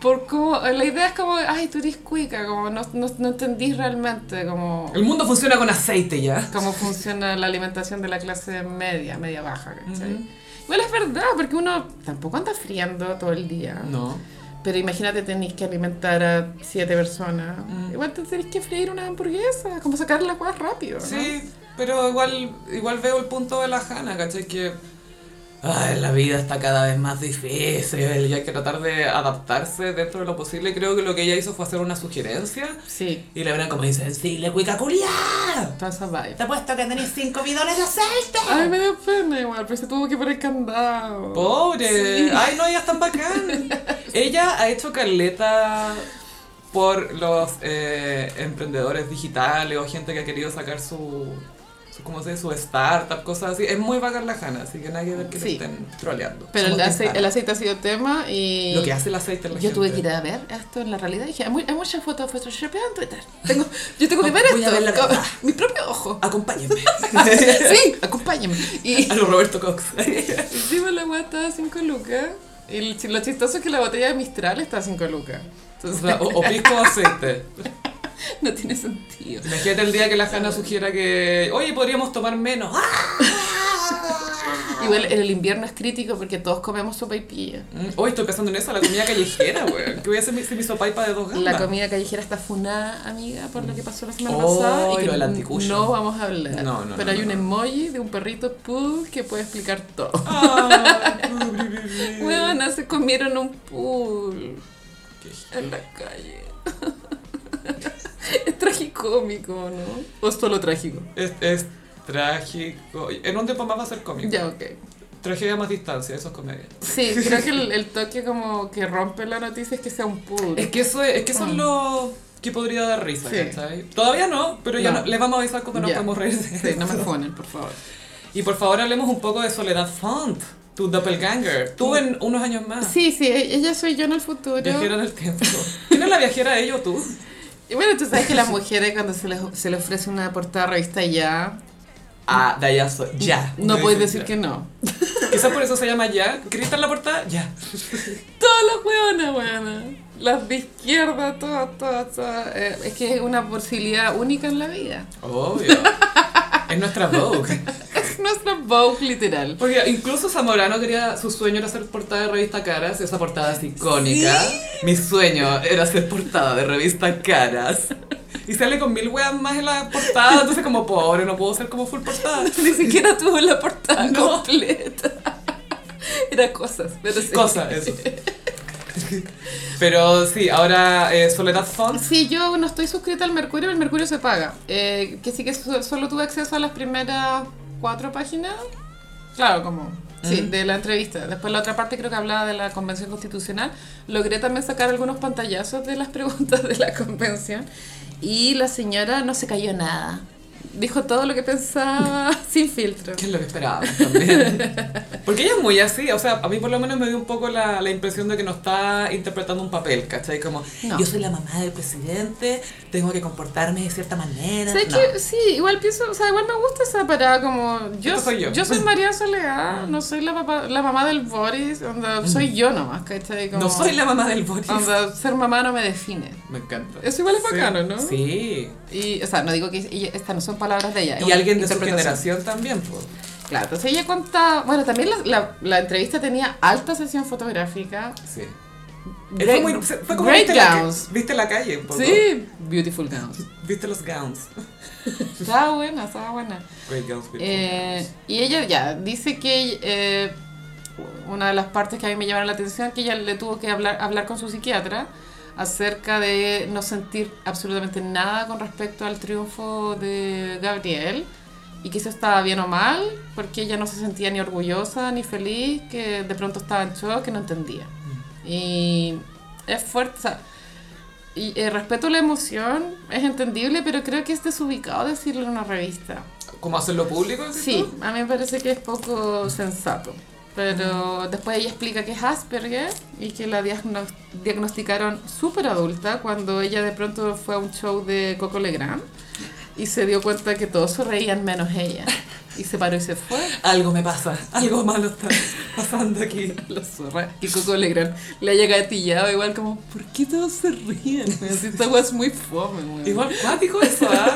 Speaker 2: Por como, la idea es como, ay, tú eres cuica, como no, no, no entendís realmente como
Speaker 1: El mundo funciona con aceite ya.
Speaker 2: cómo funciona la alimentación de la clase media, media baja, ¿cachai? Igual es verdad, porque uno tampoco anda friendo todo el día.
Speaker 1: No.
Speaker 2: Pero imagínate, tenéis que alimentar a siete personas.
Speaker 1: Mm.
Speaker 2: Igual te tenéis que freír una hamburguesa, como sacar la cosas rápido. ¿no?
Speaker 1: Sí, pero igual, igual veo el punto de la Hanna, ¿cachai? Que ay, la vida está cada vez más difícil y hay que tratar de adaptarse dentro de lo posible. Creo que lo que ella hizo fue hacer una sugerencia
Speaker 2: Sí,
Speaker 1: y le verán como dicen, sí, le cuica culiá.
Speaker 2: toda esa vibe.
Speaker 3: Te apuesto que tenés 5 bidones de aceite.
Speaker 2: Ay, me dio pena igual, pero se tuvo que poner candado.
Speaker 1: Pobre.
Speaker 2: Sí.
Speaker 1: Ay, no, ella es tan bacán. ella ha hecho caleta por los eh, emprendedores digitales o gente que ha querido sacar su, su ¿cómo se dice? Su startup, cosas así. Es muy bacán la Hanna, así que nadie que ver que
Speaker 2: Sí.
Speaker 1: le estén troleando.
Speaker 2: Pero el,
Speaker 1: Somos
Speaker 2: ace- el
Speaker 1: lesbianas.
Speaker 2: aceite ha sido tema y...
Speaker 1: Lo que hace el aceite en la
Speaker 2: Yo
Speaker 1: gente.
Speaker 2: tuve que ir a ver esto en la realidad y dije, hay, mu- hay muchas fotos photoshopeadas en Twitter. Tengo, yo tengo que ver
Speaker 1: Voy a
Speaker 2: esto
Speaker 1: ver la
Speaker 2: con
Speaker 1: verdad.
Speaker 2: mi propio ojo.
Speaker 1: Acompáñenme.
Speaker 2: sí, acompáñenme. Y
Speaker 1: a lo Roberto Cox.
Speaker 2: encima la agua estaba 5 lucas. Y el chi- lo chistoso es que la botella de Mistral está a 5 lucas.
Speaker 1: o,
Speaker 2: Entonces,
Speaker 1: sea, o- o pisco o aceite.
Speaker 2: no tiene sentido.
Speaker 1: Imagínate el día que la Hanna sugiera que, oye, podríamos tomar menos. ¡Ah!
Speaker 2: Igual el invierno es crítico porque todos comemos sopa y pilla.
Speaker 1: Mm, Hoy estoy pensando en eso, la comida callejera, weón. ¿Qué voy a hacer mi, si mi sopaipa de dos
Speaker 2: La
Speaker 1: gambas?
Speaker 2: comida callejera está funada, amiga, por lo que pasó la semana
Speaker 1: Oh,
Speaker 2: pasada.
Speaker 1: y
Speaker 2: que
Speaker 1: lo del anticucho.
Speaker 2: no vamos a hablar.
Speaker 1: No, no,
Speaker 2: pero
Speaker 1: no,
Speaker 2: hay
Speaker 1: no,
Speaker 2: un
Speaker 1: no.
Speaker 2: emoji de un perrito pug que puede explicar todo.
Speaker 1: Ah, bri, bri, bri.
Speaker 2: Bueno, se comieron un pool
Speaker 1: Qué-
Speaker 2: en la calle. es tragicómico, ¿no? ¿O es solo trágico?
Speaker 1: Es, es trágico. En un tiempo más va a ser cómico.
Speaker 2: Ya, ok.
Speaker 1: Tragedia más distancia, eso es comedia.
Speaker 2: Sí, creo que el, el toque como que rompe la noticia es que sea un pool.
Speaker 1: Es que eso es, es que son los que podría dar risa,
Speaker 2: Sí.
Speaker 1: ¿cachai? Todavía no, pero ya
Speaker 2: No.
Speaker 1: no- les vamos a avisar cuando nos
Speaker 2: Ya.
Speaker 1: podemos reír de
Speaker 2: Sí, no me
Speaker 1: eso.
Speaker 2: funen, por favor.
Speaker 1: Y por favor hablemos un poco de Soledad Font, tu doppelganger. Tú en unos años más.
Speaker 2: Sí, sí, ella soy yo en el futuro.
Speaker 1: Viajera en el tiempo. ¿Quién es la viajera de ellos tú?
Speaker 2: Y bueno, tú sabes que las mujeres cuando se les, se les ofrece una portada de revista ya,
Speaker 1: Ah, de allá soy. Ya.
Speaker 2: no puedes decir que no.
Speaker 1: Quizás por eso se llama ya. ¿Grita en la puerta? Ya.
Speaker 2: Todas las hueonas, hueonas. Las de izquierda, todas, todas, todas. Eh, es que es una posibilidad única en la vida.
Speaker 1: Obvio. Es nuestra Vogue.
Speaker 2: Es nuestra Vogue literal.
Speaker 1: Porque incluso Zamorano quería, su sueño era ser portada de revista Caras, esa portada es icónica. Mi sueño era ser portada de revista Caras. Y sale con mil weas más en la portada, entonces como pobre, no puedo ser como full portada.
Speaker 2: Ni siquiera tuvo la portada
Speaker 1: No.
Speaker 2: completa. Era cosas, pero sí.
Speaker 1: Cosa, eso. Pero sí, ahora eh, Soledad Fons.
Speaker 2: Sí, yo no estoy suscrita al Mercurio, el Mercurio se paga. Eh, que sí que so- solo tuve acceso a las primeras cuatro páginas. Claro, como. Sí, de la entrevista. Después la otra parte creo que hablaba de la convención constitucional. Logré también sacar algunos pantallazos de las preguntas de la convención. Y la señora no se cayó nada. Dijo todo lo que pensaba sin filtro.
Speaker 1: Que es lo que esperaba también. Porque ella es muy así, o sea, a mí por lo menos me dio un poco la, la impresión de que no está interpretando un papel, ¿cachai? Como,
Speaker 2: No.
Speaker 1: yo soy la mamá del presidente, tengo que comportarme de cierta manera.
Speaker 2: Sé
Speaker 1: No.
Speaker 2: que sí, igual pienso, o sea, igual me gusta esa parada como yo
Speaker 1: Esto soy yo.
Speaker 2: yo. soy María
Speaker 1: Ah.
Speaker 2: Soledad, no soy la, papá- la mamá del Boris, onda, soy yo nomás, ¿cachai? Como,
Speaker 1: No soy la mamá del Boris.
Speaker 2: onda, ser mamá no me define.
Speaker 1: Me encanta.
Speaker 2: Eso igual es
Speaker 1: Sí.
Speaker 2: bacano, ¿no?
Speaker 1: Sí.
Speaker 2: Y, o sea, no digo que ella- estas no son palabras de ella. es
Speaker 1: Y
Speaker 2: una
Speaker 1: alguien de su
Speaker 2: interpretación.
Speaker 1: generación también, pues.
Speaker 2: Claro, entonces ella cuenta, bueno, también la, la- la entrevista tenía alta sesión fotográfica.
Speaker 1: Sí. Eh,
Speaker 2: great-
Speaker 1: fue, muy, fue como
Speaker 2: great
Speaker 1: viste la,
Speaker 2: gowns.
Speaker 1: ca- viste la calle un poco.
Speaker 2: Sí, beautiful gowns.
Speaker 1: Viste los gowns.
Speaker 2: Estaba buena, estaba buena.
Speaker 1: Great gowns, beautiful
Speaker 2: Eh,
Speaker 1: gowns.
Speaker 2: y ella ya dice que eh, una de las partes que a mí me llamaron la atención que ella le tuvo que hablar, hablar con su psiquiatra acerca de no sentir absolutamente nada con respecto al triunfo de Gabriel y que eso estaba bien o mal porque ella no se sentía ni orgullosa ni feliz, que de pronto estaba en shock, que no entendía. Y es fuerte, o sea, y, eh, respeto la emoción, es entendible, pero creo que este es desubicado decirlo en una revista.
Speaker 1: ¿Cómo hacerlo público? decís
Speaker 2: Sí,
Speaker 1: tú?
Speaker 2: a mí me parece que es poco sensato. Pero después ella explica que es Asperger y que la diagno- diagnosticaron súper adulta cuando ella de pronto fue a un show de Coco Legrand y se dio cuenta que todos se reían menos ella. Y se paró y se fue.
Speaker 1: Algo me pasa, algo malo está pasando aquí.
Speaker 2: La zorra. Y Coco Legrand le haya gatillado igual como, ¿por qué todos se ríen? weón? Si esta weá es muy fome, weón".
Speaker 1: Igual cuático eso, ¿ah?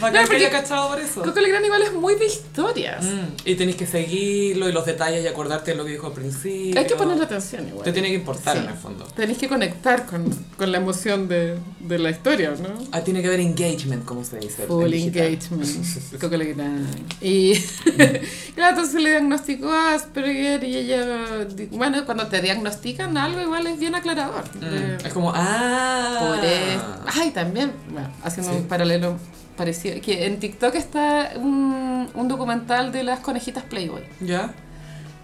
Speaker 1: Bacán
Speaker 2: No,
Speaker 1: que
Speaker 2: porque-
Speaker 1: haya cachado por eso.
Speaker 2: Coco Legrand igual es muy de historias.
Speaker 1: Mm, y tenés que seguirlo y los detalles y acordarte de lo que dijo al principio.
Speaker 2: Hay que ponerle atención igual.
Speaker 1: Te tiene que importar
Speaker 2: Sí.
Speaker 1: en el fondo.
Speaker 2: Tenéis que conectar con, con la emoción de, de la historia, ¿no?
Speaker 1: Ah, tiene que haber engagement, como se dice. en
Speaker 2: Full
Speaker 1: digital.
Speaker 2: engagement. Coco Legrand. Y claro, entonces le diagnosticó Asperger y ella... di- Bueno, cuando te diagnostican algo igual es bien aclarador.
Speaker 1: Mm,
Speaker 2: De-
Speaker 1: Es como, ah.
Speaker 2: por esto. Ay, también, bueno, haciendo
Speaker 1: Sí.
Speaker 2: un paralelo parecido, que en TikTok está un, un documental de las conejitas Playboy.
Speaker 1: ¿Ya?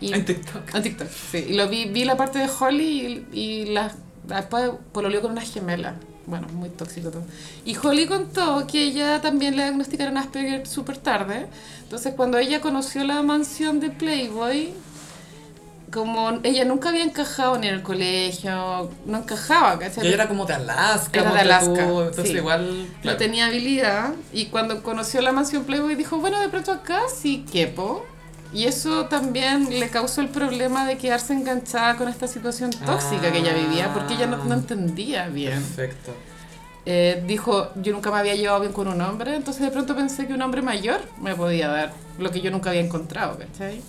Speaker 2: Y
Speaker 1: Ah, En TikTok.
Speaker 2: En Ah, TikTok, sí. Y lo vi, vi la parte de Holly y, y las- después pololeó con una gemela. Bueno, muy tóxico todo. Y Holly contó que ella también le diagnosticaron Asperger súper tarde. Entonces, cuando ella conoció la mansión de Playboy, como ella nunca había encajado ni en el colegio, no encajaba, ¿cachai?
Speaker 1: Yo era como de Alaska.
Speaker 2: Era de
Speaker 1: ponte tú,
Speaker 2: Alaska,
Speaker 1: entonces
Speaker 2: sí.
Speaker 1: igual.
Speaker 2: No
Speaker 1: claro.
Speaker 2: tenía habilidad y cuando conoció la mansión Playboy dijo, bueno, de pronto acá sí quepo. Y eso también le causó el problema de quedarse enganchada con esta situación tóxica que ella vivía porque ella
Speaker 1: Ah.
Speaker 2: no, no entendía bien.
Speaker 1: Perfecto.
Speaker 2: Eh, dijo, yo nunca me había llevado bien con un hombre, entonces de pronto pensé que un hombre mayor me podía dar lo que yo nunca había encontrado, ¿cachai?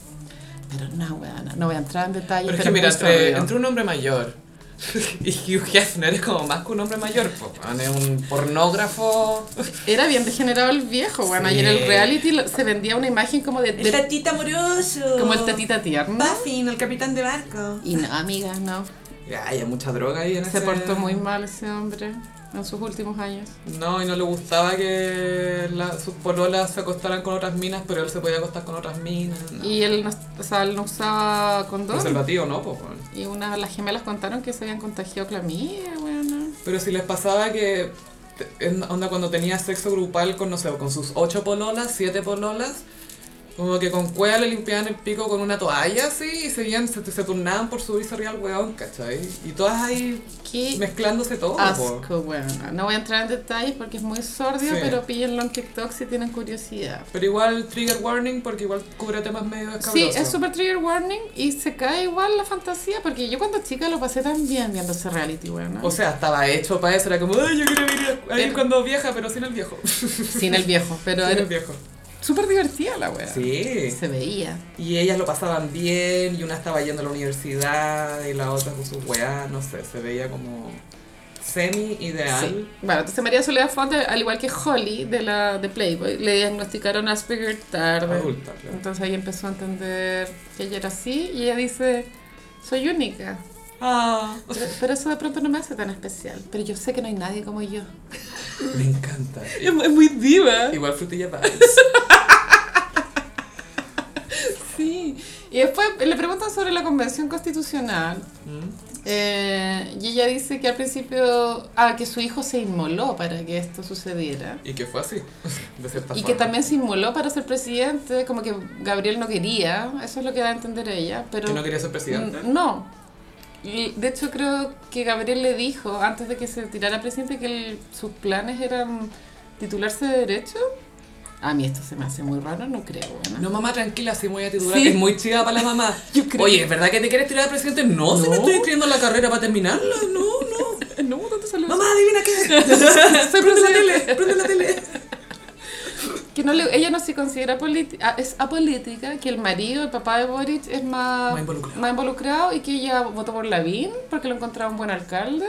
Speaker 2: Pero no, weona, no voy a entrar en detalle.
Speaker 1: Pero es que mira, entre, entre
Speaker 2: un...
Speaker 1: un hombre mayor y Hugh Hefner es como más que un hombre mayor. po, man, Es un pornógrafo.
Speaker 2: Era bien degenerado el viejo, bueno,
Speaker 1: Sí.
Speaker 2: y en el reality lo- se vendía una imagen como de... de-
Speaker 3: tatita amoroso.
Speaker 2: como el tatita tierno.
Speaker 3: Buffin, el capitán de barco.
Speaker 2: Y no, amigas, no.
Speaker 1: Ya, hay mucha droga ahí en
Speaker 2: Se
Speaker 1: ese-
Speaker 2: portó muy mal ese hombre en sus últimos años.
Speaker 1: No, y no le gustaba que la- sus pololas se acostaran con otras minas, pero él se podía acostar con otras minas. No.
Speaker 2: Y él no, o sea, él no usaba condón.
Speaker 1: Conservativo, ¿no? po, man?
Speaker 2: Y una, las gemelas contaron que se habían contagiado clamidia, bueno.
Speaker 1: Pero si les pasaba que, te- en- onda, cuando tenía sexo grupal con, no sé, con sus ocho pololas, siete pololas, Como que con cueva le limpiaban el pico con una toalla así y seguían, se, se turnaban por subirse arriba al weón, ¿cachai? Y todas ahí
Speaker 2: Qué
Speaker 1: mezclándose todo. po.
Speaker 2: asco, bueno. No voy a entrar en detalles porque es muy sordio,
Speaker 1: Sí.
Speaker 2: pero píllenlo en TikTok si tienen curiosidad.
Speaker 1: Pero igual trigger warning porque igual cubre temas medio escabrosos.
Speaker 2: Sí, es super trigger warning y se cae igual la fantasía porque yo cuando chica lo pasé tan bien viendo ese reality, bueno.
Speaker 1: O sea, estaba hecho para eso, era como, ay, yo quiero ir a- a ir
Speaker 2: Pero-
Speaker 1: cuando viaja, pero sin el viejo.
Speaker 2: sin el viejo, pero
Speaker 1: sin el
Speaker 2: era
Speaker 1: viejo.
Speaker 2: súper divertida la wea.
Speaker 1: Sí.
Speaker 2: Se veía.
Speaker 1: Y ellas lo pasaban bien, y una estaba yendo a la universidad, y la otra con sus weas, no sé, se veía como semi-ideal.
Speaker 2: Sí. Bueno, entonces María Soledad Fonte, al igual que Holly de la de Playboy, le diagnosticaron Asperger tarde.
Speaker 1: Adulta, claro.
Speaker 2: Entonces ahí empezó a entender que ella era así y ella dice, soy única.
Speaker 1: Ah,
Speaker 2: Pero, pero eso de pronto no me hace tan especial. Pero yo sé que no hay nadie como yo.
Speaker 1: me encanta.
Speaker 2: muy diva.
Speaker 1: Igual frutilla vibes.
Speaker 2: Sí. Y después le preguntan sobre la convención constitucional.
Speaker 1: Mm.
Speaker 2: eh, y ella dice que al principio, ah, que su hijo se inmoló para que esto sucediera.
Speaker 1: Y que fue así, de cierta
Speaker 2: Y
Speaker 1: forma.
Speaker 2: que también se inmoló para ser presidente, como que Gabriel no quería, eso es lo que da a entender ella, pero...
Speaker 1: Que no quería ser presidente.
Speaker 2: Mm, No. Y, De hecho creo que Gabriel le dijo, antes de que se tirara presidente, que él- sus planes eran titularse de derecho. A mí esto se me hace muy raro, no creo. ¿no?
Speaker 1: No, mamá, tranquila, sí me voy a titular,
Speaker 2: Sí.
Speaker 1: que es muy chiva para la mamá.
Speaker 2: Yo creo-
Speaker 1: Oye, ¿es verdad que te quieres tirar de presidente? No, si me
Speaker 2: No.
Speaker 1: estoy escribiendo la carrera para terminarla, no, no.
Speaker 2: No, tanto saludos.
Speaker 1: Mamá, adivina qué.
Speaker 2: Soy
Speaker 1: prende la
Speaker 2: presidente.
Speaker 1: tele, prende la tele.
Speaker 2: Que no le- ella no se considera política, es apolítica, que el marido, el papá de Boric es más,
Speaker 1: Más involucrado.
Speaker 2: más involucrado y que ella votó por Lavín porque lo encontraba un buen alcalde.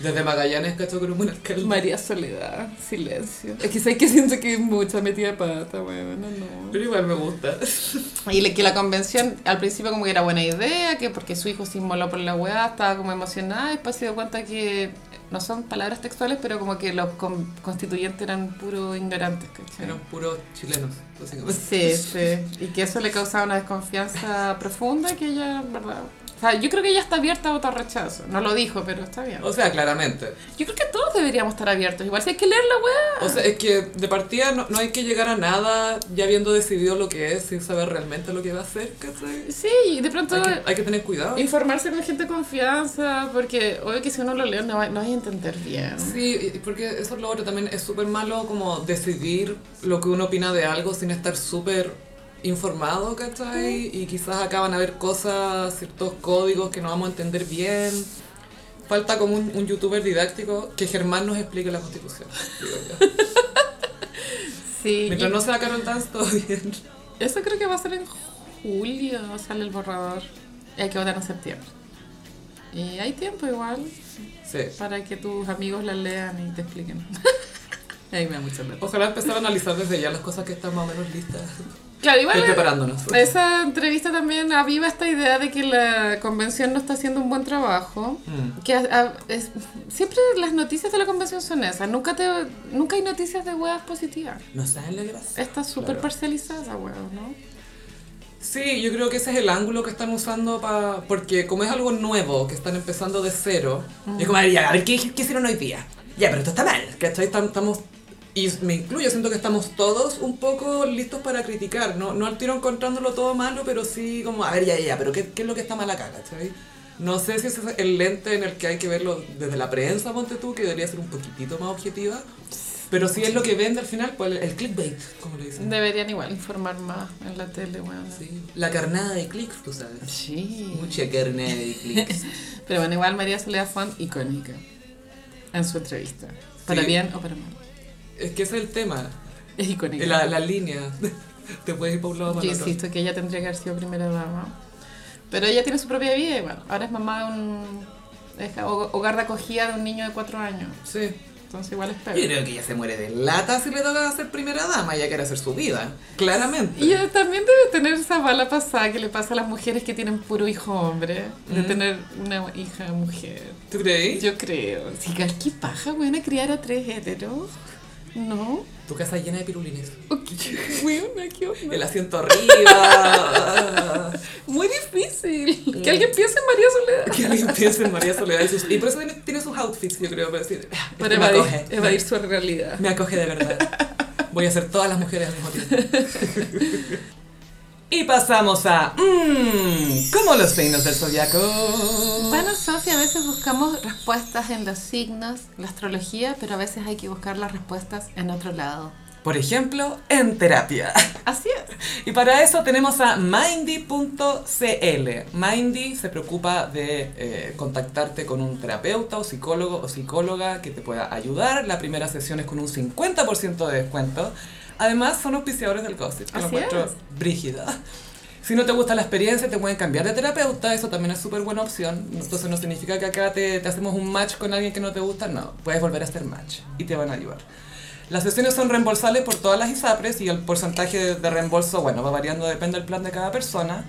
Speaker 1: Desde Magallanes, cacho, con un buen alcalde.
Speaker 2: María Soledad, silencio. Es que sé que siento que es mucha metida de pata, weón, no, no.
Speaker 1: Pero igual me gusta.
Speaker 2: Y le- que la convención al principio como que era buena idea, que porque su hijo se inmoló por la weá, estaba como emocionada, y después se dio cuenta que no son palabras textuales, pero como que los con- constituyentes eran puros ignorantes, ¿cachai?
Speaker 1: Eran puros chilenos, básicamente.
Speaker 2: Sí, sí. Y que eso le causaba una desconfianza profunda que ella, en verdad. O sea, yo creo que ella está abierta a votar rechazo. No lo dijo, pero está bien.
Speaker 1: O sea, claramente.
Speaker 2: Yo creo que todos deberíamos estar abiertos. Igual si hay que leer la weá.
Speaker 1: O sea, es que de partida no, no hay que llegar a nada ya habiendo decidido lo que es, sin saber realmente lo que va a hacer, ¿cachai?
Speaker 2: Sí, y de pronto
Speaker 1: Hay que, hay que tener cuidado.
Speaker 2: informarse con gente de confianza, porque obvio que si uno lo lee no, va- no vas a entender bien.
Speaker 1: Sí, y- porque eso es lo otro, también es súper malo como decidir lo que uno opina de algo sin estar súper informado, ¿cachai? Y quizás acá van a haber cosas, ciertos códigos que no vamos a entender bien. Falta como un, un youtuber didáctico que Germán nos explique la constitución. digo yo.
Speaker 2: Sí,
Speaker 1: Mientras
Speaker 2: y
Speaker 1: no sea Carol Dance, todo bien.
Speaker 2: eso creo que va a ser en julio, sale el borrador. Y hay que votar en septiembre. Y hay tiempo igual.
Speaker 1: Sí.
Speaker 2: para que tus amigos la lean y te expliquen. Ahí me da mucha plata.
Speaker 1: Ojalá empezar a analizar desde ya las cosas que están más o menos listas. pues.
Speaker 2: Claro,
Speaker 1: Ir
Speaker 2: igual eh,
Speaker 1: preparándonos.
Speaker 2: esa entrevista también aviva esta idea de que la convención no está haciendo un buen trabajo.
Speaker 1: Mm.
Speaker 2: Que a- a- es- siempre las noticias de la convención son esas. Nunca te nunca hay noticias de huevas positivas.
Speaker 1: No saben lo que pasa.
Speaker 2: Está súper
Speaker 1: Claro.
Speaker 2: parcializada esa hueá, ¿no?
Speaker 1: Sí, yo creo que ese es el ángulo que están usando para... Porque como es algo nuevo, que están empezando de cero, es como, a ver, ya, a ver, ¿qué, qué hicieron hoy día? Ya, pero esto está mal, ¿cachai? Estamos, estamos... Y me incluyo, siento que estamos todos un poco listos para criticar, no, no al tiro encontrándolo todo malo, pero sí como, a ver, ya, ya, ya, pero ¿qué, qué es lo que está mal acá, cachai? No sé si ese es el lente en el que hay que verlo desde la prensa, ponte tú, que debería ser un poquitito más objetiva, pero sí es lo que vende al final, pues el, el clickbait, como le dicen.
Speaker 2: Deberían igual informar más en la tele, huevona.
Speaker 1: Sí. La carnada de clics, tú sabes.
Speaker 2: Sí.
Speaker 1: Mucha carne de clics.
Speaker 2: Pero bueno, igual María Soledad Font icónica en su entrevista. Para
Speaker 1: Sí.
Speaker 2: bien o para mal.
Speaker 1: es que ese es el tema.
Speaker 2: Es icónica.
Speaker 1: La, la línea. Te puedes ir para un lado para
Speaker 2: Yo
Speaker 1: el otro.
Speaker 2: insisto que ella tendría que haber sido primera dama. Pero ella tiene su propia vida igual. Ahora es mamá de un es ho- hogar de acogida de un niño de cuatro años.
Speaker 1: Sí.
Speaker 2: Entonces igual es
Speaker 1: Yo
Speaker 2: peor.
Speaker 1: creo que ella se muere de lata si le toca ser primera dama. Ella quiere hacer su vida. Claramente.
Speaker 2: Y ella también debe tener esa bala pasada que le pasa a las mujeres que tienen puro hijo hombre. De
Speaker 1: Mm.
Speaker 2: tener una hija mujer.
Speaker 1: ¿Tú crees?
Speaker 2: Yo creo. Sí, cal- qué paja, weón, a criar a tres heteros. No.
Speaker 1: Tu casa llena de pirulines.
Speaker 2: Ok, weona, qué onda.
Speaker 1: El asiento arriba.
Speaker 2: Muy difícil. Que alguien piense en María Soledad.
Speaker 1: que alguien piense en María Soledad y sus... Y por eso tiene, tiene sus outfits, yo creo, para decir... "Ah,
Speaker 2: Para
Speaker 1: este me
Speaker 2: evadir,
Speaker 1: acoge.
Speaker 2: evadir su realidad.
Speaker 1: Me acoge de verdad. Voy a ser todas las mujeres al mismo tiempo. Y pasamos a. Mmm, ¿Cómo los signos del zodiaco?
Speaker 2: Bueno, Sofía, a veces buscamos respuestas en los signos, la astrología, pero a veces hay que buscar las respuestas en otro lado.
Speaker 1: Por ejemplo, en terapia.
Speaker 2: Así es.
Speaker 1: Y para eso tenemos a mindy.cl. Mindy se preocupa de eh, contactarte con un terapeuta o psicólogo o psicóloga que te pueda ayudar. La primera sesión es con un 50% de descuento. Además, son auspiciadores del gossip, que lo
Speaker 2: Así
Speaker 1: encuentro
Speaker 2: es.
Speaker 1: brígido. Si no te gusta la experiencia, te pueden cambiar de terapeuta, eso también es súper buena opción. Entonces no significa que acá te, te hacemos un match con alguien que no te gusta, no. Puedes volver a hacer match y te van a ayudar. Las sesiones son reembolsables por todas las ISAPRES y el porcentaje de, de reembolso, bueno, va variando, depende del plan de cada persona.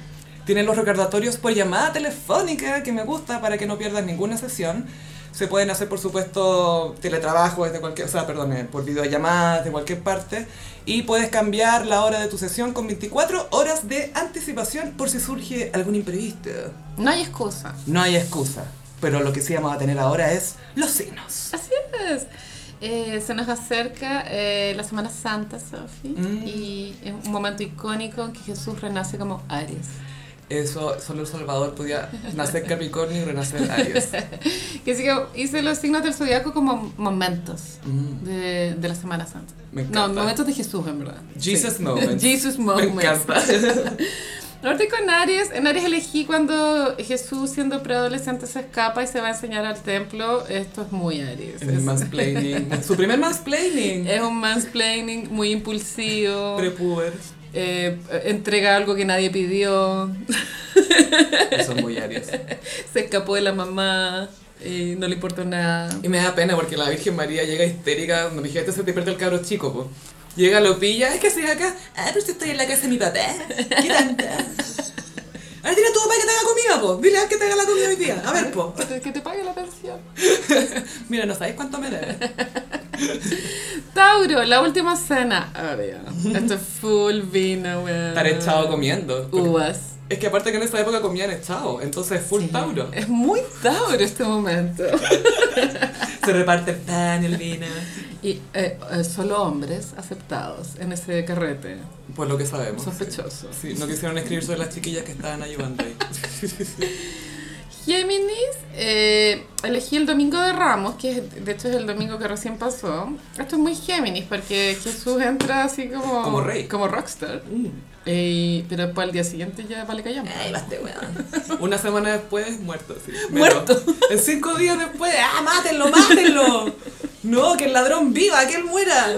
Speaker 1: Tienen los recordatorios por llamada telefónica, que me gusta, para que no pierdas ninguna sesión. Se pueden hacer, por supuesto, teletrabajo desde cualquier, o sea, perdón, eh, por videollamadas de cualquier parte. Y puedes cambiar la hora de tu sesión con 24 horas de anticipación por si surge algún imprevisto.
Speaker 2: No hay excusa.
Speaker 1: No hay excusa, pero lo que sí vamos a tener ahora es los signos.
Speaker 2: Así es. Eh, se nos acerca eh, la Semana Santa, Sofi,
Speaker 1: Mm.
Speaker 2: y es un momento icónico en que Jesús renace como Aries.
Speaker 1: Eso, solo el Salvador podía nacer Capricornio y renacer Aries.
Speaker 2: Que así que hice los signos del zodiaco como momentos
Speaker 1: Mm.
Speaker 2: de, de la Semana Santa.
Speaker 1: Me
Speaker 2: No,
Speaker 1: encanta.
Speaker 2: momentos de Jesús, en verdad.
Speaker 1: Jesus moments.
Speaker 2: Jesus moments.
Speaker 1: Me encanta.
Speaker 2: Norte con Aries. En Aries elegí cuando Jesús, siendo preadolescente, se escapa y se va a enseñar al templo. Esto es muy Aries.
Speaker 1: El
Speaker 2: Es,
Speaker 1: mansplaining. Su primer mansplaining.
Speaker 2: es un mansplaining muy impulsivo.
Speaker 1: Prepuber.
Speaker 2: eh, entrega algo que nadie pidió.
Speaker 1: Eso es muy Aries.
Speaker 2: Se escapó de la mamá. Y no le importó nada.
Speaker 1: Y me da pena porque la Virgen María llega histérica cuando me dijiste se te pierde el cabro chico, po". Llega, lo pilla, es que se acá. Ah, pero si estoy en la casa de mi papá. ¿Qué tanta? Ahora dile a tu papá que te haga comida, po. Dile a él que te haga la comida hoy día. A ver, po.
Speaker 2: Que te, que te pague la pensión.
Speaker 1: Mira, no sabéis cuánto me debes.
Speaker 2: Tauro, la última cena. Ah, ya. Esto es full vino, weón.
Speaker 1: Estar echado comiendo. Porque-
Speaker 2: Uvas.
Speaker 1: Es que aparte que en esa época comían echado, entonces full Tauro.
Speaker 2: Es muy Tauro este momento.
Speaker 1: Se reparte el pan, el vino.
Speaker 2: Y eh, eh, solo hombres aceptados en ese carrete.
Speaker 1: Por Pues lo que sabemos.
Speaker 2: Sospechoso.
Speaker 1: Oh, Sí, no quisieron escribir sobre las chiquillas que estaban ayudando ahí.
Speaker 2: Géminis, eh, elegí el domingo de Ramos, que es- de hecho es el domingo que recién pasó. Esto es muy Géminis porque Jesús entra así como.
Speaker 1: Como rey.
Speaker 2: Como rockstar.
Speaker 1: Uh.
Speaker 2: Eh, pero después al día siguiente ya vale callamos.
Speaker 1: Una semana después, muerto. Sí.
Speaker 2: Muerto.
Speaker 1: Pero En cinco días después, ¡ah, mátenlo, mátenlo! No, que el ladrón viva, que él muera.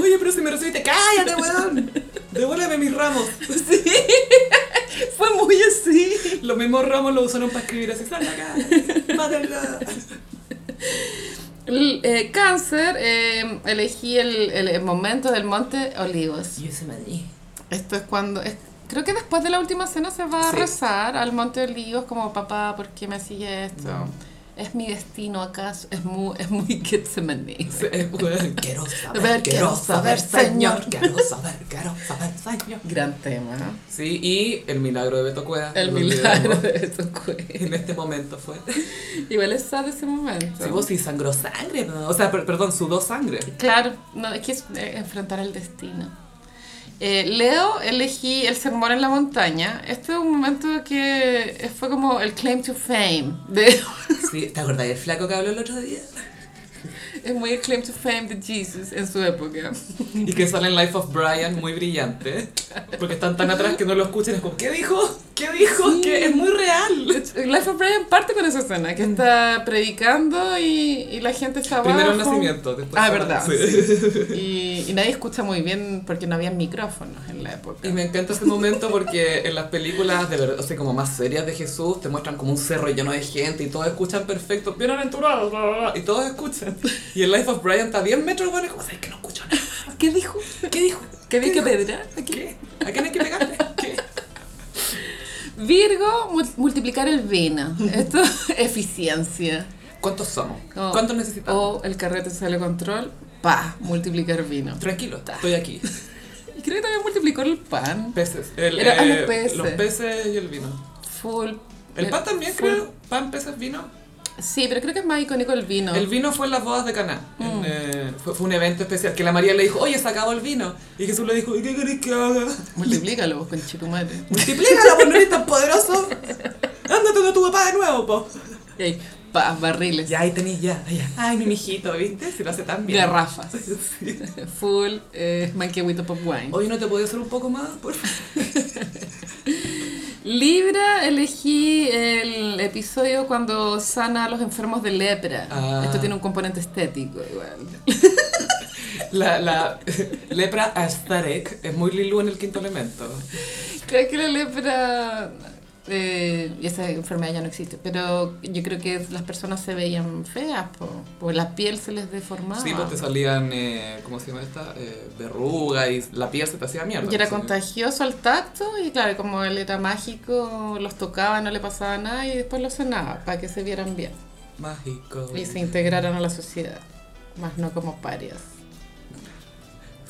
Speaker 1: Oye, pero si me recibiste, cállate, weón. Devuélveme mis ramos.
Speaker 2: Fue muy así.
Speaker 1: Los mismos ramos los usaron para escribir así, sal de acá, mátenla.
Speaker 2: L- eh, cáncer, eh, elegí el, el- el momento del Monte Olivos.
Speaker 1: Y ese maní.
Speaker 2: Esto es cuando... es- creo que después de la última cena se va a
Speaker 1: Sí.
Speaker 2: rezar al Monte Olivos como papá, ¿por qué me sigue esto? ¿Es mi destino acaso? Es muy, es muy Getsemaní.
Speaker 1: Quiero saber,
Speaker 2: Ver, quiero
Speaker 1: quiero saber,
Speaker 2: saber,
Speaker 1: señor.
Speaker 2: señor.
Speaker 1: Quiero saber, quiero saber, señor.
Speaker 2: Gran tema. ¿no?
Speaker 1: Sí, y el milagro de Beto Cuevas.
Speaker 2: El
Speaker 1: lo
Speaker 2: milagro
Speaker 1: olvidamos.
Speaker 2: de tu cuello.
Speaker 1: En este momento fue.
Speaker 2: Igual es sad ese momento.
Speaker 1: Sí, vos sí sangró sangre, ¿no? o sea, per- perdón, sudó sangre.
Speaker 2: Claro, no, es que es eh, enfrentar el destino. Eh, Leo, elegí el sermón en la montaña. Este es un momento que eh, fue como el claim to fame. de-
Speaker 1: Sí, ¿te acordás del flaco que habló el otro día?
Speaker 2: es muy el claim to fame de Jesus en su época.
Speaker 1: Y que sale en Life of Brian muy brillante. Porque están tan atrás que no lo escuchan. Es como, ¿qué dijo? ¿Qué dijo?
Speaker 2: Sí.
Speaker 1: Que es muy real.
Speaker 2: Life of Brian parte con esa escena, que está predicando y, y la gente está abajo.
Speaker 1: Primero el nacimiento, después.
Speaker 2: Ah, verdad.
Speaker 1: Sí.
Speaker 2: Y, y nadie escucha muy bien porque no había micrófonos en la época.
Speaker 1: Y me encanta ese momento porque en las películas de verdad, o sea, como más serias de Jesús, te muestran como un cerro lleno de gente y todos escuchan perfecto, bienaventurados, bla, bla, bla, y todos escuchan. Y en Life of Brian está a 10 metros, bueno, y como, ¿sabes que no escucho nada?
Speaker 2: ¿Qué dijo?
Speaker 1: ¿Qué dijo?
Speaker 2: ¿Qué dijo
Speaker 1: dijo?
Speaker 2: Pedra?
Speaker 1: ¿A qué? ¿A quién hay que pegarle? ¿Qué?
Speaker 2: Virgo, mul- multiplicar el vino. Esto eficiencia.
Speaker 1: ¿Cuántos somos?
Speaker 2: O-
Speaker 1: ¿Cuántos necesitamos?
Speaker 2: O el carrete sale control, pa, multiplicar vino.
Speaker 1: Tranquilo, estoy aquí.
Speaker 2: Y creo que también multiplicó el pan.
Speaker 1: Peces. El,
Speaker 2: Era- ah, los
Speaker 1: eh,
Speaker 2: peces.
Speaker 1: Los peces y el vino.
Speaker 2: Full.
Speaker 1: El pan también,
Speaker 2: full-
Speaker 1: creo. Pan, peces, vino.
Speaker 2: Sí, pero creo que es más icónico el vino.
Speaker 1: El vino fue en las bodas de Caná. En, eh, fue, fue un evento especial que la María le dijo, oye, se acabó el vino. Y Jesús le dijo, ¿y qué querés que haga?
Speaker 2: Multiplícalo vos con Chitumare.
Speaker 1: Multiplícala, pues no eres tan poderoso. Ándate con tu papá de nuevo, po.
Speaker 2: Y ahí, pa, barriles,
Speaker 1: Ya, ahí tenés, ya, ya. Ay, mi mijito, ¿viste? Si lo hace tan bien.
Speaker 2: garrafas,
Speaker 1: Sí.
Speaker 2: full eh, manquehuito pop wine.
Speaker 1: Oye, ¿no te podía hacer un poco más? Por favor?
Speaker 2: Libra elegí el episodio cuando sana a los enfermos de lepra.
Speaker 1: Ah.
Speaker 2: Esto tiene un componente estético igual.
Speaker 1: La, la lepra aesthetic es muy Lilú en el quinto elemento.
Speaker 2: Creo que la lepra... eh, y esa enfermedad ya no existe, pero yo creo que las personas se veían feas, po, porque la piel se les deformaba.
Speaker 1: Sí, pues te salían, eh, ¿cómo se llama esta? Eh, verruga y la piel se te hacía mierda.
Speaker 2: Y era
Speaker 1: Sí.
Speaker 2: contagioso al tacto y claro, como él era mágico, los tocaba, no le pasaba nada y después los sanaba para que se vieran bien
Speaker 1: Mágico.
Speaker 2: y se integraran a la sociedad, más no como parias.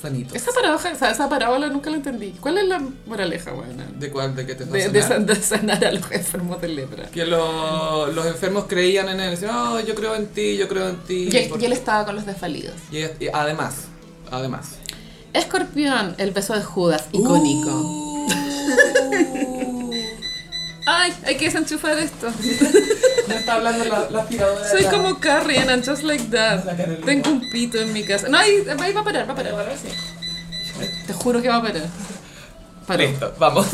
Speaker 1: Sanito.
Speaker 2: Esa paradoja, esa, esa parábola nunca la entendí. ¿Cuál es la moraleja, buena?
Speaker 1: ¿De cuál? ¿De qué te
Speaker 2: De, de
Speaker 1: fascinaba?
Speaker 2: san- de sanar a los enfermos de lepra.
Speaker 1: Que lo- los enfermos creían en él, decían, oh, yo creo en ti, yo creo en ti.
Speaker 2: Y él,
Speaker 1: Por-
Speaker 2: y él estaba con los desvalidos.
Speaker 1: y es- y además, además.
Speaker 2: Escorpión, el beso de Judas, icónico. Ay, hay que desenchufar esto.
Speaker 1: No está hablando la, la aspiradora.
Speaker 2: Soy
Speaker 1: la-
Speaker 2: como Carrie en I'm Just Like That.
Speaker 1: La Carolina.
Speaker 2: Tengo un pito en mi casa. No, ahí, ahí va a parar, va a parar. Te juro que va a parar. Paró.
Speaker 1: Listo, vamos.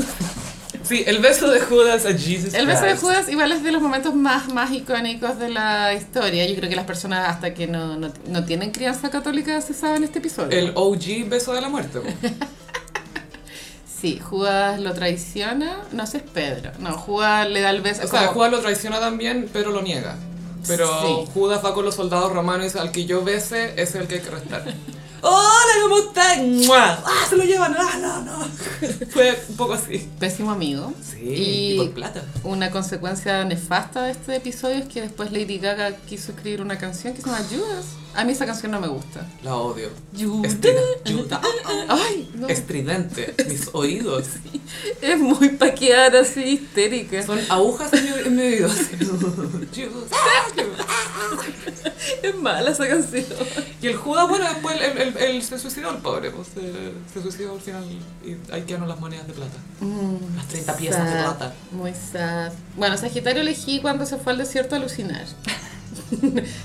Speaker 1: Sí, el beso de Judas a Jesus
Speaker 2: El beso de
Speaker 1: Christ.
Speaker 2: Judas igual es de los momentos más, más icónicos de la historia. Yo creo que las personas hasta que no, no, no tienen crianza católica se saben este episodio.
Speaker 1: El OG beso de la muerte. po.
Speaker 2: Sí, Judas lo traiciona. No sé, es Pedro. No, Judas le da el beso.
Speaker 1: O sea,
Speaker 2: como-
Speaker 1: Judas lo traiciona también, pero lo niega. Pero
Speaker 2: Sí.
Speaker 1: Judas va con los soldados romanos y dice, al que yo bese, ese es el que hay que arrestar.
Speaker 3: ¡Hola, cómo estás! ¡Mua! ¡Ah, se lo llevan! ¡Ah, no, no!
Speaker 1: Fue un poco así.
Speaker 2: Pésimo amigo.
Speaker 1: y por plata.
Speaker 2: Una consecuencia nefasta de este episodio es que después Lady Gaga quiso escribir una canción que se llama Judas. A mí esa canción no me gusta.
Speaker 1: La odio.
Speaker 2: Judas.
Speaker 1: Estrida, Judas.
Speaker 2: Ay, no. Es,
Speaker 1: Estridente, mis oídos.
Speaker 2: muy paqueada, así histérica.
Speaker 1: Son agujas en mi, en mi oído. así. Judas.
Speaker 2: Es mala esa canción.
Speaker 1: Y el Judas, bueno, después él, él- él- él se suicidó, el pobre. Pues, eh, se suicidó al final y ahí quedaron las monedas de plata. Mm, Las 30 piezas de
Speaker 2: Sad,
Speaker 1: plata.
Speaker 2: Muy sad. Bueno, Sagitario elegí cuando se fue al desierto a alucinar.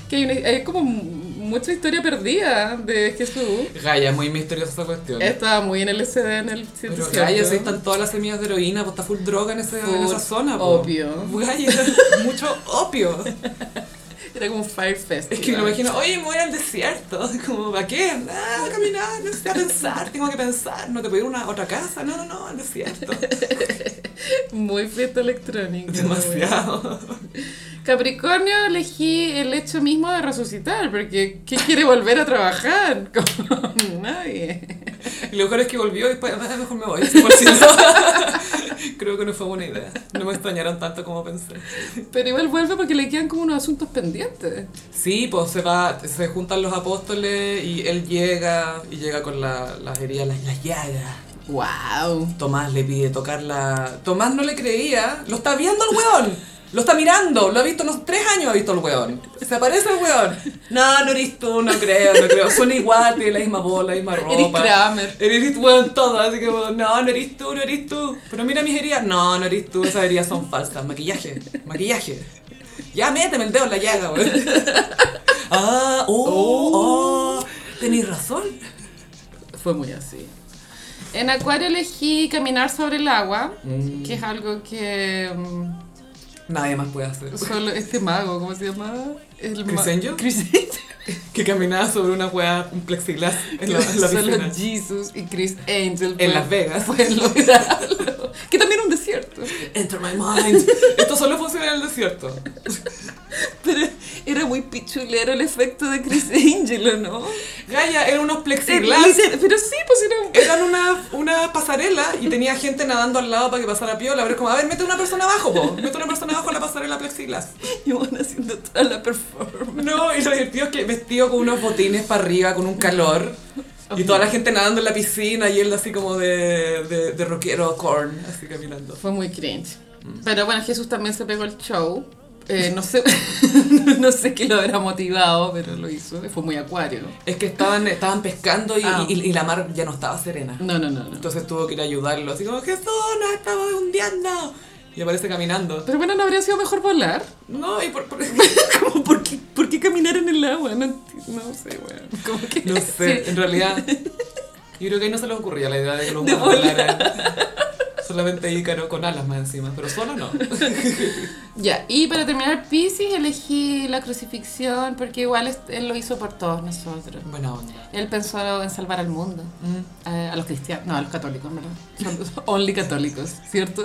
Speaker 2: que hay, una- hay como mucha historia perdida de Jesús.
Speaker 1: Gaia, muy misteriosa esa cuestión.
Speaker 2: Estaba muy en el SD en el
Speaker 1: Pero
Speaker 2: desierto.
Speaker 1: Gaia, si están todas las semillas de heroína, pues está full droga en, ese- en
Speaker 2: Full
Speaker 1: esa zona. po.
Speaker 2: opio.
Speaker 1: Gaia, mucho opio.
Speaker 2: Era como un fire fest.
Speaker 1: Es que me lo imagino, oye, me voy al desierto. Como, ¿a qué? Ah, a caminar, no sé, a pensar, tengo que pensar. No te puedo ir a una, otra casa, no, no, no, al desierto.
Speaker 2: Muy fiesta electrónica.
Speaker 1: Demasiado.
Speaker 2: Capricornio elegí el hecho mismo de resucitar, porque ¿quién quiere volver a trabajar? Como nadie.
Speaker 1: Y lo mejor es que volvió y después, "Ah, mejor me voy. Por si no. Creo que no fue buena idea. No me extrañaron tanto como pensé.
Speaker 2: Pero igual vuelve porque le quedan como unos asuntos pendientes.
Speaker 1: Sí, pues se va, se juntan los apóstoles y él llega y llega con la- las heridas, las, las llagas.
Speaker 2: ¡Wow!
Speaker 1: Tomás le pide tocar la... Tomás no le creía. Lo está viendo el weón. Lo está mirando. Lo ha visto unos tres años, ha visto el weón. Se aparece el weón. No, no eres tú, no creo, no creo. Son igual, tienen la misma bola, la misma ropa.
Speaker 2: Eres Kramer.
Speaker 1: Eres weón todo, así que weón, no, no eres tú, no eres tú. Pero mira mis heridas. No, no eres tú, esas heridas son falsas. Maquillaje, maquillaje. Ya méteme el dedo en la llaga, weón. Ah, oh, oh. Tenés razón.
Speaker 2: Fue muy así. En Acuario elegí caminar sobre el agua,
Speaker 1: Mm.
Speaker 2: que es algo que mm,
Speaker 1: Nadie más puede hacer.
Speaker 2: solo este mago, ¿cómo se llama? El ma-
Speaker 1: ¿Chris Angel?
Speaker 2: Chris Angel.
Speaker 1: Que caminaba sobre una hueá, un plexiglas en la, en la
Speaker 2: solo
Speaker 1: piscina.
Speaker 2: Jesus y Chris Angel.
Speaker 1: En
Speaker 2: pueden-
Speaker 1: Las Vegas.
Speaker 2: pueden lograrlo. Que también es un desierto.
Speaker 1: Enter my mind. Esto solo funciona en el desierto.
Speaker 2: Pero era muy pichulero el efecto de Chris Angel, ¿o no?
Speaker 1: Gaia, eran unos
Speaker 2: El-
Speaker 1: plexiglas.
Speaker 2: el- Pero sí, pues era un...
Speaker 1: Eran una, una pasarela y tenía gente nadando al lado para que pasara piola. Pero es como, a ver, mete una persona abajo, po. Mete una persona abajo en la pasarela plexiglas.
Speaker 2: Y van haciendo toda la performance.
Speaker 1: No, y lo divertido es que vestido con unos botines para arriba, con un calor. Y toda la gente nadando en la piscina y él así como de, de, de rockero corn, así caminando.
Speaker 2: Mm. Fue muy cringe. Pero bueno, Jesús también se pegó el show. Eh, no sé no sé qué lo habrá motivado, pero lo hizo. Fue muy acuario.
Speaker 1: Es que estaban, estaban pescando y,
Speaker 2: Ah.
Speaker 1: y- y la mar ya no estaba serena.
Speaker 2: No, no, no, no.
Speaker 1: Entonces tuvo que ir a ayudarlo, así como, Jesús, nos estamos hundiendo. Y aparece caminando.
Speaker 2: Pero bueno, ¿no habría sido mejor volar?
Speaker 1: No, y por, por-
Speaker 2: Como, ¿por qué, por qué caminar en el agua? No, enti- no sé, weón. Como que...
Speaker 1: no sé, en realidad, yo creo que ahí no se les ocurría la idea de que los
Speaker 2: De
Speaker 1: humanos volaran. Solamente Ícaro con alas más encima, pero solo no.
Speaker 2: Ya, y para terminar Pisces elegí la crucifixión porque igual es- él lo hizo por todos nosotros.
Speaker 1: Buena onda.
Speaker 2: Él pensó en salvar al mundo, eh, a los cristianos, no, a los católicos, en ¿verdad? Son los only católicos, ¿cierto?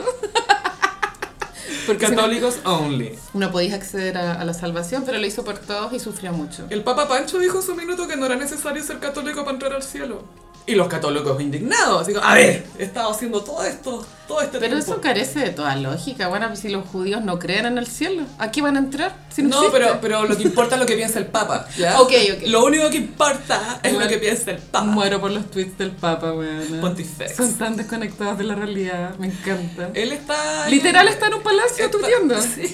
Speaker 2: Porque si no,
Speaker 1: Católicos only.
Speaker 2: no podéis acceder a, a la salvación, pero lo hizo por todos y sufrió mucho.
Speaker 1: El Papa Pancho dijo en su minuto que no era necesario ser católico para entrar al cielo. Y los católicos indignados, así como, a ver, he estado haciendo todo esto, todo este
Speaker 2: Pero
Speaker 1: tiempo.
Speaker 2: eso carece de toda lógica. Bueno, pues si los judíos no creen en el cielo, ¿a qué van a entrar? Si no,
Speaker 1: No,
Speaker 2: existe?
Speaker 1: pero, pero lo que importa es lo que piensa el Papa. ¿ya?
Speaker 2: Ok, ok.
Speaker 1: Lo único que importa es lo
Speaker 2: Bueno.
Speaker 1: que piensa el Papa.
Speaker 2: Muero por los tweets del Papa, weón.
Speaker 1: Pontifex.
Speaker 2: Son tan desconectados de la realidad, me encanta.
Speaker 1: Él está.
Speaker 2: Literal está en un palacio
Speaker 1: Está-
Speaker 2: tuteando.
Speaker 1: Sí.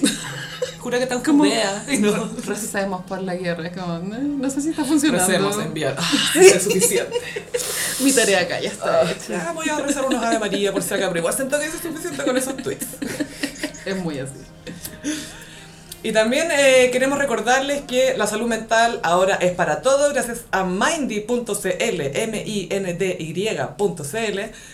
Speaker 1: Jura que está en
Speaker 2: Como-
Speaker 1: Judea. Y no.
Speaker 2: Recemos por la guerra, es como, no, no sé si está funcionando.
Speaker 1: Recemos, enviar. Ah, es suficiente.
Speaker 2: Mi tarea acá ya está
Speaker 1: Ah.
Speaker 2: hecha.
Speaker 1: Ya, voy a rezar unos Ave María por si acá, pero igual siento que eso es suficiente con esos tweets.
Speaker 2: Es muy así.
Speaker 1: Y también eh, queremos recordarles que la salud mental ahora es para todos gracias a mindy.cl, M-I-N-D-Y.cl,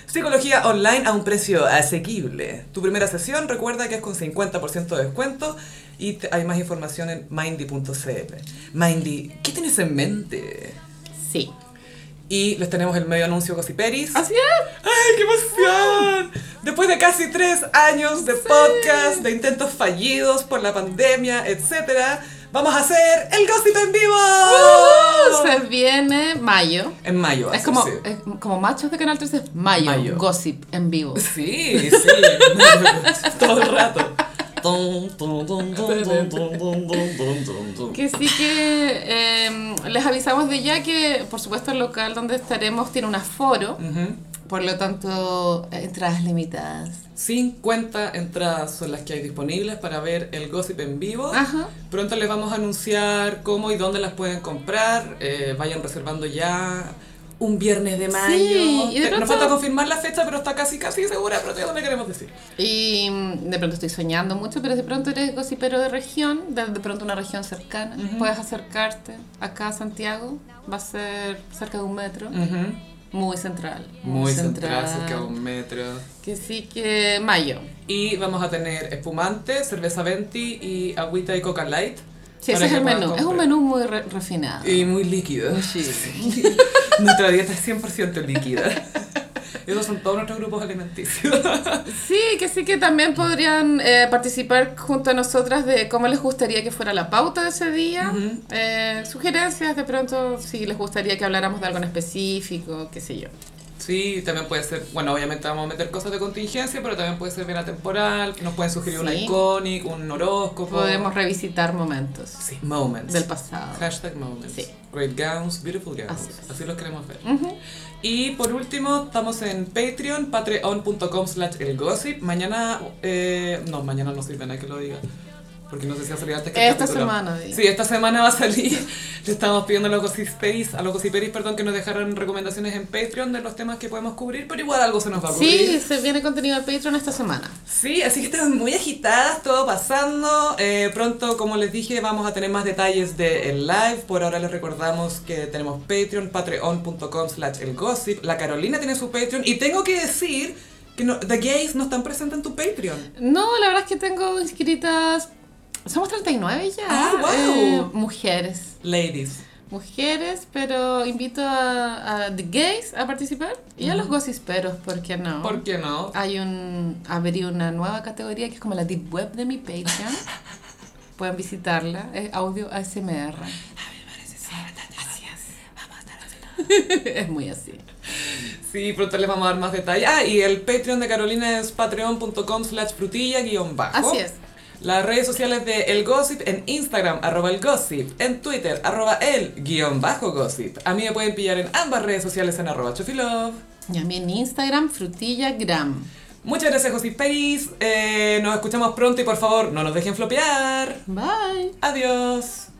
Speaker 1: psicología online a un precio asequible. Tu primera sesión recuerda que es con 50% de descuento y te- hay más información en mindy.cl. Mindy, ¿qué tienes en mente?
Speaker 2: Sí.
Speaker 1: Y les tenemos el medio anuncio Gossiperis.
Speaker 2: Así es.
Speaker 1: ¡Ay, qué emoción! Después de casi tres años de podcast, de intentos fallidos por la pandemia, etc., vamos a hacer el Gossip en vivo.
Speaker 2: Se viene mayo.
Speaker 1: En mayo.
Speaker 2: Es
Speaker 1: así,
Speaker 2: como,
Speaker 1: Oh.
Speaker 2: eh,
Speaker 1: sí.
Speaker 2: es como machos de Canal 13, es mayo,
Speaker 1: Mayo.
Speaker 2: gossip en vivo.
Speaker 1: Sí, sí. Todo el rato. Tum, tum, tum, tum, tum, tum, tum, tum, tum, tum.
Speaker 2: Que sí que eh, les avisamos de ya que, por supuesto, el local donde estaremos tiene un aforo,
Speaker 1: Ujú.
Speaker 2: por lo tanto, eh, entradas limitadas.
Speaker 1: 50 entradas son las que hay disponibles para ver el gossip en vivo.
Speaker 2: Ajá.
Speaker 1: Pronto les vamos a anunciar cómo y dónde las pueden comprar. Eh, vayan reservando ya un viernes de mayo.
Speaker 2: y de
Speaker 1: Te- Nos
Speaker 2: pronto-
Speaker 1: falta confirmar la fecha, pero está casi, casi segura, pero todavía no le queremos decir.
Speaker 2: Y mm, de pronto estoy soñando mucho, pero de pronto eres gossipero de región, de, de pronto una región cercana. Puedes acercarte acá a Santiago, va a ser cerca de un metro, muy central.
Speaker 1: Mm. Muy central, cerca de un metro.
Speaker 2: Que sí que mayo.
Speaker 1: Y vamos a tener espumante, cerveza venti y agüita y coca light.
Speaker 2: Sí,
Speaker 1: para
Speaker 2: ese es
Speaker 1: que
Speaker 2: el
Speaker 1: puedan
Speaker 2: menú. Es un
Speaker 1: comprar.
Speaker 2: menú muy re- refinado.
Speaker 1: Y muy líquido.
Speaker 2: Ah. Sí.
Speaker 1: Nuestra dieta es 100% líquida. Esos son todos nuestros grupos alimenticios.
Speaker 2: Sí, que sí que también podrían eh, participar junto a nosotras de cómo les gustaría que fuera la pauta de ese día. Eh, sugerencias de pronto, si les gustaría que habláramos de algo en específico, qué sé yo.
Speaker 1: Sí, también puede ser, bueno, obviamente vamos a meter cosas de contingencia, pero también puede ser bien atemporal, nos pueden sugerir un
Speaker 2: Sí.
Speaker 1: iconic, un horóscopo.
Speaker 2: Podemos revisitar momentos
Speaker 1: Sí, moments.
Speaker 2: del pasado.
Speaker 1: Hashtag moments.
Speaker 2: Sí.
Speaker 1: Great gowns, beautiful gowns.
Speaker 2: Así
Speaker 1: Así,
Speaker 2: es.
Speaker 1: los queremos ver.
Speaker 2: Ujú.
Speaker 1: Y por último, estamos en Patreon, patreon.com slash elgossip. Mañana, eh, no, mañana no sirve nada que lo diga. Porque no sé si va a salir antes que el
Speaker 2: Esta
Speaker 1: capítulo.
Speaker 2: semana, digo.
Speaker 1: Sí, esta semana va a salir. Le estamos pidiendo a los gossiperis, a los gossiperis, perdón, que nos dejaran recomendaciones en Patreon de los temas que podemos cubrir, pero igual algo se nos va a ocurrir.
Speaker 2: Sí, se viene contenido de Patreon esta semana.
Speaker 1: Sí, así que estamos muy agitadas, todo pasando. Eh, pronto, como les dije, vamos a tener más detalles del live. Por ahora les recordamos que tenemos Patreon, patreon.com slash el gossip. La Carolina tiene su Patreon y tengo que decir que no- The Gays no están presentes en tu Patreon.
Speaker 2: No, la verdad es que tengo inscritas... Somos 39 ya. eh,
Speaker 1: Ah, wow.
Speaker 2: mujeres.
Speaker 1: Ladies.
Speaker 2: Mujeres, pero invito a, a The Gays a participar y a los gossiperos, ¿por qué no?
Speaker 1: ¿Por qué no?
Speaker 2: Hay un... abrí una nueva categoría que es como la Deep Web de mi Patreon. Pueden visitarla. Es audio ASMR. es muy así.
Speaker 1: Sí, pronto les vamos a dar más detalles. Ah, y el Patreon de Carolina es patreon.com slash frutilla guión bajo.
Speaker 2: Así es.
Speaker 1: Las redes sociales de El Gossip en Instagram, arroba el gossip, en Twitter, arroba el guión bajo gossip. A mí me pueden pillar en ambas redes sociales en arroba chofilove.
Speaker 2: Y a mí en Instagram, frutillagram.
Speaker 1: Muchas gracias, José Peris. Eh, nos escuchamos pronto y por favor, no nos dejen flopear.
Speaker 2: Bye.
Speaker 1: Adiós.